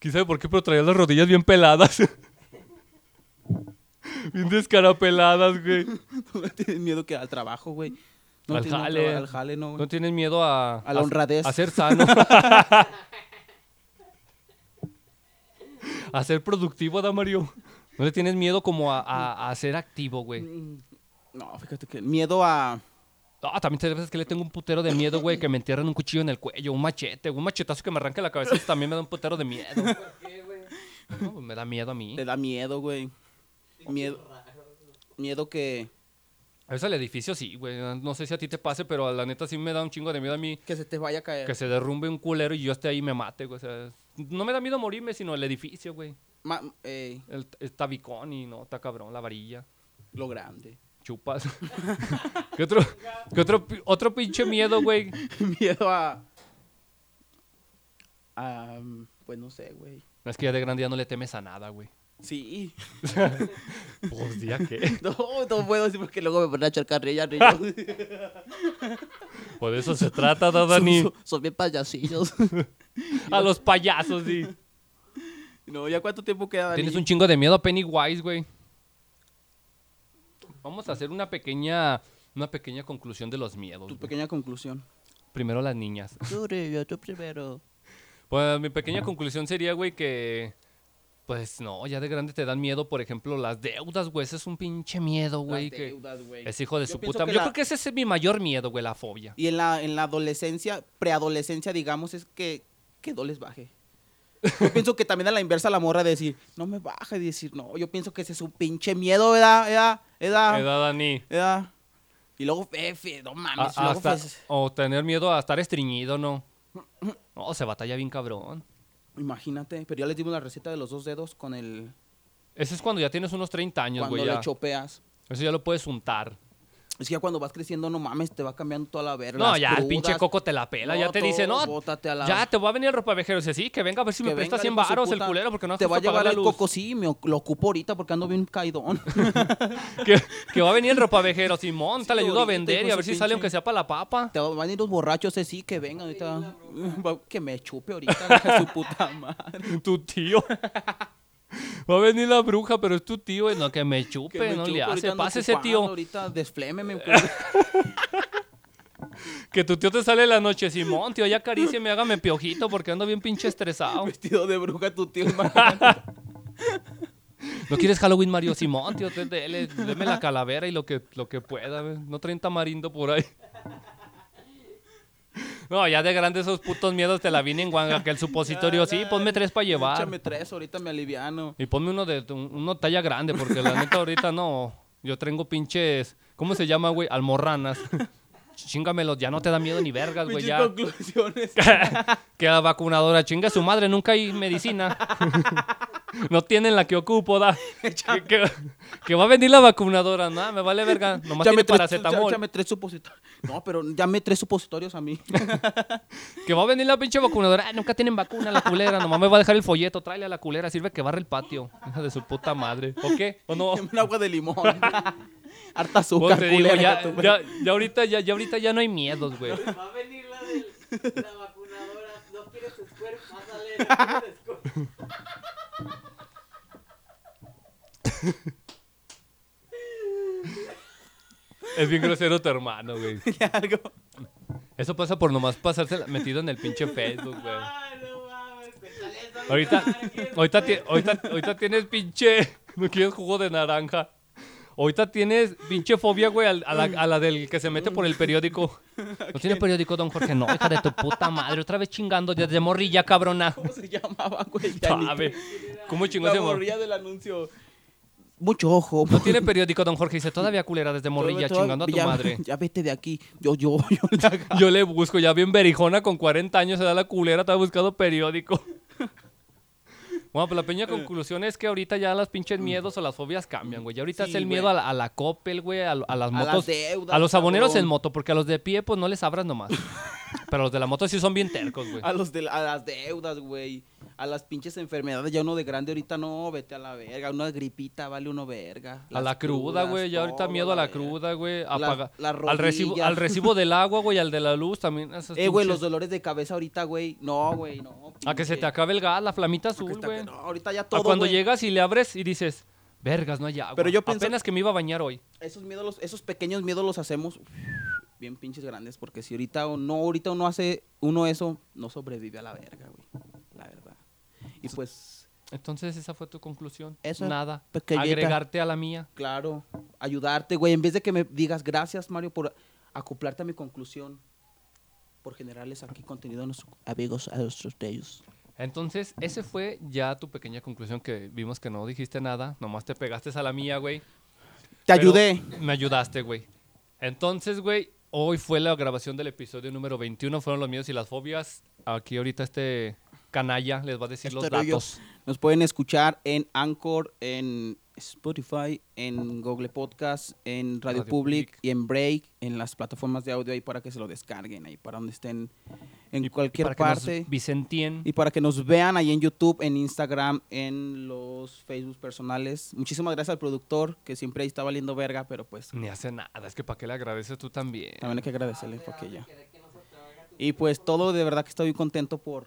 [SPEAKER 1] quién sabe por qué, pero traías las rodillas bien peladas. bien descarapeladas, güey.
[SPEAKER 3] ¿Tú no tienes miedo que al trabajo, güey? No
[SPEAKER 1] al
[SPEAKER 3] tienes miedo
[SPEAKER 1] jale.
[SPEAKER 3] Al jale, no,
[SPEAKER 1] No
[SPEAKER 3] güey.
[SPEAKER 1] tienes miedo a...
[SPEAKER 3] A la honradez.
[SPEAKER 1] A ser sano. a ser productivo, Damario. No le tienes miedo como a, a- a ser activo, güey.
[SPEAKER 3] No, fíjate que miedo a...
[SPEAKER 1] Ah, también te veces que le tengo un putero de miedo, güey, que me entierren un cuchillo en el cuello, un machete, un machetazo que me arranque la cabeza, eso también me da un putero de miedo.
[SPEAKER 2] ¿Por qué, güey?
[SPEAKER 1] No, pues me da miedo a mí.
[SPEAKER 3] Te da miedo, güey. Miedo,
[SPEAKER 2] Raro.
[SPEAKER 3] miedo que...
[SPEAKER 1] A veces el edificio sí, güey. No sé si a ti te pase, pero la neta sí me da un chingo de miedo a mí
[SPEAKER 3] Que se te vaya a caer.
[SPEAKER 1] que se derrumbe un culero y yo esté ahí y me mate, güey. O sea, no me da miedo morirme, sino el edificio, güey.
[SPEAKER 3] Ma- eh,
[SPEAKER 1] El, el tabicón y no, está cabrón, la varilla.
[SPEAKER 3] lo grande.
[SPEAKER 1] Chupas. ¿Qué otro, qué otro, pi- otro pinche miedo, güey?
[SPEAKER 3] miedo a... a... Pues no sé, güey.
[SPEAKER 1] No, es que ya de grande ya no le temes a nada, güey.
[SPEAKER 3] Sí.
[SPEAKER 1] Pues ya qué.
[SPEAKER 3] No, no puedo decir porque luego me ponen a echar carrilla. ni yo.
[SPEAKER 1] Por eso se trata, ¿no, Dani.
[SPEAKER 3] Son- Son bien payasillos.
[SPEAKER 1] A los payasos, sí.
[SPEAKER 3] No, ¿ya cuánto tiempo queda, Dani?
[SPEAKER 1] Tienes un chingo de miedo a Pennywise, güey. Vamos a hacer una pequeña, una pequeña conclusión de los miedos.
[SPEAKER 3] Tu
[SPEAKER 1] güey.
[SPEAKER 3] pequeña conclusión.
[SPEAKER 1] Primero las niñas.
[SPEAKER 3] Tú, yo tú primero.
[SPEAKER 1] Pues mi pequeña conclusión sería, güey, que Pues no, ya de grande te dan miedo, por ejemplo, las deudas, güey. Ese es un pinche miedo, güey.
[SPEAKER 3] Las
[SPEAKER 1] que
[SPEAKER 3] deudas, güey.
[SPEAKER 1] Es hijo de
[SPEAKER 3] Yo
[SPEAKER 1] su
[SPEAKER 3] pienso
[SPEAKER 1] puta.
[SPEAKER 3] que
[SPEAKER 1] Yo
[SPEAKER 3] la-
[SPEAKER 1] creo que ese es mi mayor miedo, güey, la fobia.
[SPEAKER 3] Y en la, en la adolescencia, preadolescencia, digamos, es que, que no les baje. Yo pienso que también a la inversa la morra de decir, no me baje, y decir, no, yo pienso que ese es un pinche miedo, edad, edad, edad,
[SPEAKER 1] Edad, Dani.
[SPEAKER 3] edad. Y luego, Fefe, no
[SPEAKER 1] A-
[SPEAKER 3] mames, y luego,
[SPEAKER 1] Ah, hasta-
[SPEAKER 3] pues,
[SPEAKER 1] o tener miedo a estar estreñido, ¿no? No, se batalla bien cabrón.
[SPEAKER 3] imagínate, pero ya les dimos la receta de los dos dedos con el,
[SPEAKER 1] Ese es cuando ya tienes unos 30 años,
[SPEAKER 3] cuando
[SPEAKER 1] güey.
[SPEAKER 3] le
[SPEAKER 1] ya.
[SPEAKER 3] chopeas.
[SPEAKER 1] Eso ya lo puedes untar.
[SPEAKER 3] Es que ya cuando vas creciendo, no mames, te va cambiando toda la verga.
[SPEAKER 1] No,
[SPEAKER 3] las
[SPEAKER 1] ya el
[SPEAKER 3] crudas.
[SPEAKER 1] pinche coco te la pela.
[SPEAKER 3] No,
[SPEAKER 1] ya te dice,
[SPEAKER 3] todo,
[SPEAKER 1] no,
[SPEAKER 3] bótate a la-
[SPEAKER 1] ya te va a venir el ropavejero. Dice, sí, que venga a ver si me
[SPEAKER 3] que
[SPEAKER 1] presta
[SPEAKER 3] venga,
[SPEAKER 1] 100
[SPEAKER 3] hijo de su
[SPEAKER 1] varos el
[SPEAKER 3] puta,
[SPEAKER 1] culero porque no has
[SPEAKER 3] Te va a
[SPEAKER 1] puesto a
[SPEAKER 3] llevar
[SPEAKER 1] pagar
[SPEAKER 3] el
[SPEAKER 1] la luz.
[SPEAKER 3] coco, sí, me o- lo ocupo ahorita porque ando bien caidón.
[SPEAKER 1] que, que va a venir el ropavejero. Simón,
[SPEAKER 3] Sí,
[SPEAKER 1] te le ayudo a
[SPEAKER 3] ahorita,
[SPEAKER 1] vender
[SPEAKER 3] hijo
[SPEAKER 1] y a
[SPEAKER 3] de
[SPEAKER 1] ver
[SPEAKER 3] su
[SPEAKER 1] si sale
[SPEAKER 3] pinche-
[SPEAKER 1] aunque sea para la papa.
[SPEAKER 3] Te van a ir los borrachos, eh, sí, que vengan ahorita. Va- Que me chupe ahorita, hija de su puta madre.
[SPEAKER 1] Tu tío. Va a venir la bruja, pero es tu tío. Y no, que me chupe,
[SPEAKER 3] Que me
[SPEAKER 1] no
[SPEAKER 3] chupe,
[SPEAKER 1] le
[SPEAKER 3] ahorita
[SPEAKER 1] hace.
[SPEAKER 3] ando
[SPEAKER 1] Pase ese
[SPEAKER 3] ocupado,
[SPEAKER 1] tío.
[SPEAKER 3] Ahorita desflémeme.
[SPEAKER 1] Que tu tío te sale en la noche, Simón, tío, ya acaríciame, hágame piojito porque ando bien pinche estresado.
[SPEAKER 3] Vestido de bruja tu tío.
[SPEAKER 1] ¿No quieres Halloween, Mario? Simón, tío, te- dele, deme la calavera y lo que, lo que pueda, ve, no 30 marindo por ahí. No, ya de grande esos putos miedos te la vine en guanga, que el supositorio, sí, ponme tres para
[SPEAKER 3] Échame
[SPEAKER 1] llevar.
[SPEAKER 3] tres, ahorita me aliviano.
[SPEAKER 1] Y ponme uno de un- uno talla grande, porque la neta ahorita no. Yo tengo pinches, ¿cómo se llama, güey? Almorranas. Chingamelos, ya no te da miedo ni vergas, güey.
[SPEAKER 3] Pinches
[SPEAKER 1] Ya,
[SPEAKER 3] conclusiones.
[SPEAKER 1] que la vacunadora chinga su madre, nunca hay medicina. No tienen la que ocupo, da. Que, que- que va a venir la vacunadora, nada, me vale verga. Nomás tiene
[SPEAKER 3] Échame tres,
[SPEAKER 1] paracetamol.
[SPEAKER 3] échame tres supositorios. No, pero llame tres supositorios a mí.
[SPEAKER 1] Que va a venir la pinche vacunadora. "Ah, nunca tienen vacuna la culera, nomás me va a dejar el folleto. Tráele a la culera, sirve que barre el patio. Hija de su puta madre. ¿O qué? ¿O no?
[SPEAKER 3] Un agua de limón. Harta
[SPEAKER 1] Pues
[SPEAKER 3] azúcar,
[SPEAKER 1] te digo, ya,
[SPEAKER 3] culera. que tú-
[SPEAKER 1] ya- ya ahorita, ya, ya ahorita ya no hay miedos, güey.
[SPEAKER 2] Va a venir la de la vacunadora. No quieres squirt, pásale. No quieres squirt.
[SPEAKER 1] Es bien grosero tu hermano, güey.
[SPEAKER 3] Algo.
[SPEAKER 1] Eso pasa por nomás pasarse metido en el pinche Facebook, güey.
[SPEAKER 2] Ay, no mames. Te calienta mi
[SPEAKER 1] Ahorita,
[SPEAKER 2] madre, ¿quieres
[SPEAKER 1] ahorita,
[SPEAKER 2] squirt?
[SPEAKER 1] ti- ahorita, ahorita tienes pinche. No quieres jugo de naranja. Ahorita tienes pinche fobia, güey, al- a, la, a la del que se mete por el periódico. ¿No tiene periódico, don Jorge? No, hija de tu puta madre. Otra vez chingando desde morrilla, cabrona.
[SPEAKER 3] ¿Cómo se llamaba, güey? Ya ni-
[SPEAKER 1] Sabe. ¿Cómo chingó
[SPEAKER 3] La
[SPEAKER 1] ese morrilla?
[SPEAKER 3] morrilla del anuncio. Mucho ojo.
[SPEAKER 1] No tiene periódico, don Jorge. Dice, todavía culera desde morrilla,
[SPEAKER 3] Todo- todo-
[SPEAKER 1] chingando a tu
[SPEAKER 3] ya-
[SPEAKER 1] madre.
[SPEAKER 3] Ya vete de aquí. Yo, yo, yo. la haga.
[SPEAKER 1] Yo le busco, ya bien berijona, con 40 años, se da la culera, estaba buscando periódico. Bueno, pues la
[SPEAKER 3] Eh.
[SPEAKER 1] peña conclusión es que ahorita ya las pinches miedos o las fobias cambian, güey. Ya ahorita es
[SPEAKER 3] Mm. Sí,
[SPEAKER 1] el miedo a
[SPEAKER 3] güey.
[SPEAKER 1] la, a la Coppel, güey, a, lo- a las
[SPEAKER 3] A las
[SPEAKER 1] motos.
[SPEAKER 3] deudas,
[SPEAKER 1] a los aboneros
[SPEAKER 3] cabrón.
[SPEAKER 1] en moto, porque a los de pie, pues no les abras nomás. Pero los de la moto sí son bien tercos, güey.
[SPEAKER 3] A, los de, a las deudas, güey. A las pinches enfermedades. Ya uno de grande ahorita no, vete a la verga. Una gripita vale uno verga.
[SPEAKER 1] A la
[SPEAKER 3] Las
[SPEAKER 1] cruda,
[SPEAKER 3] crudas,
[SPEAKER 1] güey. Ya ahorita
[SPEAKER 3] todo,
[SPEAKER 1] miedo a la
[SPEAKER 3] verga.
[SPEAKER 1] cruda, güey. a
[SPEAKER 3] Las-
[SPEAKER 1] pagar-
[SPEAKER 3] las
[SPEAKER 1] al, recibo,
[SPEAKER 3] rodillas.
[SPEAKER 1] al recibo del agua, güey, al de la luz también. esas
[SPEAKER 3] Eh, güey, los
[SPEAKER 1] pinches-
[SPEAKER 3] dolores de cabeza ahorita, güey. No, güey, no.
[SPEAKER 1] A que se
[SPEAKER 3] pinche.
[SPEAKER 1] te acabe el gas, la flamita
[SPEAKER 3] Que
[SPEAKER 1] azul,
[SPEAKER 3] está-
[SPEAKER 1] güey.
[SPEAKER 3] No, ahorita ya
[SPEAKER 1] A
[SPEAKER 3] todo.
[SPEAKER 1] cuando
[SPEAKER 3] güey.
[SPEAKER 1] llegas y le abres y dices, vergas, no hay agua.
[SPEAKER 3] Pero yo pienso-
[SPEAKER 1] Apenas que me iba a bañar hoy.
[SPEAKER 3] Esos miedos, los- esos pequeños miedos los hacemos bien pinches grandes. Porque si ahorita o- no, ahorita uno hace uno eso, no sobrevive a la verga, güey. La verdad. Y pues,
[SPEAKER 1] Entonces esa fue tu conclusión.
[SPEAKER 3] Esa
[SPEAKER 1] Nada.
[SPEAKER 3] pequeñita.
[SPEAKER 1] Agregarte a la mía.
[SPEAKER 3] claro, ayudarte, güey. En vez de que me digas gracias, Mario, por acoplarte a mi conclusión. Por generarles aquí contenido a nuestros amigos, a nuestros de ellos.
[SPEAKER 1] Entonces, ese fue ya tu pequeña conclusión que vimos que no dijiste nada. Nomás te pegaste a la mía, güey.
[SPEAKER 3] Te
[SPEAKER 1] Pero
[SPEAKER 3] ayudé.
[SPEAKER 1] Me ayudaste, güey. Entonces, güey, hoy fue la grabación del episodio número 21. Fueron los miedos y las fobias. Aquí ahorita este canalla les va a decir los
[SPEAKER 3] Este rollo.
[SPEAKER 1] datos.
[SPEAKER 3] Nos pueden escuchar en Anchor, en Spotify, en Google Podcast, en Radio,
[SPEAKER 1] Radio
[SPEAKER 3] Public,
[SPEAKER 1] Public.
[SPEAKER 3] y en Break, en las plataformas de audio ahí para que se lo descarguen, ahí para donde estén, en
[SPEAKER 1] Y- y
[SPEAKER 3] cualquier
[SPEAKER 1] para que nos
[SPEAKER 3] parte.
[SPEAKER 1] Vicentien.
[SPEAKER 3] Y para que nos vean ahí en YouTube, en Instagram, en los Facebook personales. Muchísimas gracias al productor, que siempre ahí está valiendo verga, pero pues
[SPEAKER 1] Ni hace nada. Es que para qué le agradeces tú también.
[SPEAKER 3] también hay que agradecerle porque ya. Y pues todo, de verdad que estoy contento por,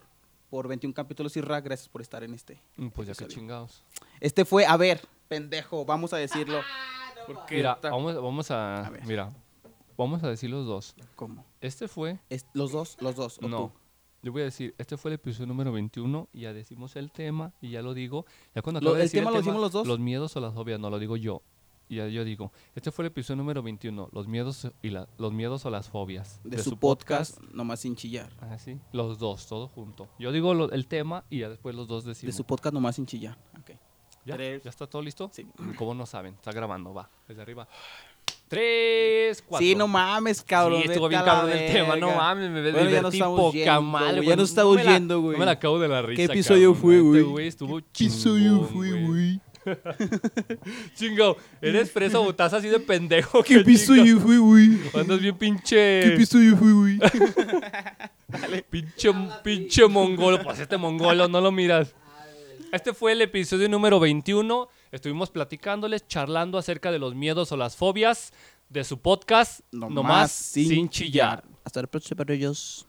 [SPEAKER 3] por 21 capítulos y ra, gracias por estar en este.
[SPEAKER 1] Pues ya que
[SPEAKER 3] Episodio.
[SPEAKER 1] chingados.
[SPEAKER 3] Este fue, a ver, pendejo, vamos a decirlo. Porque
[SPEAKER 1] Mira,
[SPEAKER 3] ta-
[SPEAKER 1] vamos, vamos a,
[SPEAKER 3] A ver.
[SPEAKER 1] Mira, vamos a decir los dos.
[SPEAKER 3] ¿Cómo?
[SPEAKER 1] Este fue.
[SPEAKER 3] Es- ¿Los dos? ¿Los dos? ¿O
[SPEAKER 1] no.
[SPEAKER 3] tú?
[SPEAKER 1] Yo voy a decir, este fue el episodio número 21 y ya decimos el tema y ya lo digo. Ya cuando
[SPEAKER 3] Lo-
[SPEAKER 1] acabe de
[SPEAKER 3] ¿el
[SPEAKER 1] decir
[SPEAKER 3] tema lo decimos los dos?
[SPEAKER 1] Los miedos o las fobias, no, lo digo yo. Y ya yo digo, este fue el episodio número 21, los miedos, y la- los miedos o las fobias.
[SPEAKER 3] De, su, podcast, nomás sin chillar.
[SPEAKER 1] Ah, sí, los dos, todo junto. Yo digo lo- el tema y ya después los dos
[SPEAKER 3] De
[SPEAKER 1] decimos.
[SPEAKER 3] su podcast, nomás sin chillar. Ok.
[SPEAKER 1] ¿Ya?
[SPEAKER 3] tres.
[SPEAKER 1] ¿Ya está todo listo?
[SPEAKER 3] Sí.
[SPEAKER 1] ¿Cómo no saben? Está grabando, va. Desde arriba. Tres, cuatro.
[SPEAKER 3] Sí, no mames, cabrón.
[SPEAKER 1] Sí, estuvo
[SPEAKER 3] vete
[SPEAKER 1] bien
[SPEAKER 3] a la
[SPEAKER 1] cabrón el tema, no
[SPEAKER 3] verga.
[SPEAKER 1] mames, me ves
[SPEAKER 3] Bueno, ya nos
[SPEAKER 1] divertí
[SPEAKER 3] estamos
[SPEAKER 1] poca
[SPEAKER 3] yendo,
[SPEAKER 1] madre,
[SPEAKER 3] güey,
[SPEAKER 1] güey.
[SPEAKER 3] ya nos estamos
[SPEAKER 1] me la-
[SPEAKER 3] yendo, güey.
[SPEAKER 1] No me la acabo de la risa,
[SPEAKER 3] episodio
[SPEAKER 1] cabrón,
[SPEAKER 3] fue,
[SPEAKER 1] neta,
[SPEAKER 3] güey?
[SPEAKER 1] Estuvo
[SPEAKER 3] ¿Qué episodio
[SPEAKER 1] chingón,
[SPEAKER 3] fue, güey?
[SPEAKER 1] Chingo, eres preso o estás así de pendejo.
[SPEAKER 3] ¿Qué episodio fue, güey?
[SPEAKER 1] Andas bien pinche...
[SPEAKER 3] ¿Qué episodio fue, güey?
[SPEAKER 1] Pinche, pinche mongolo, pues este mongolo, no lo miras. Este fue el episodio número 21. Estuvimos platicándoles, charlando acerca de los miedos o las fobias de su podcast, nomás, sin chillar.
[SPEAKER 3] Hasta el próximo, ellos.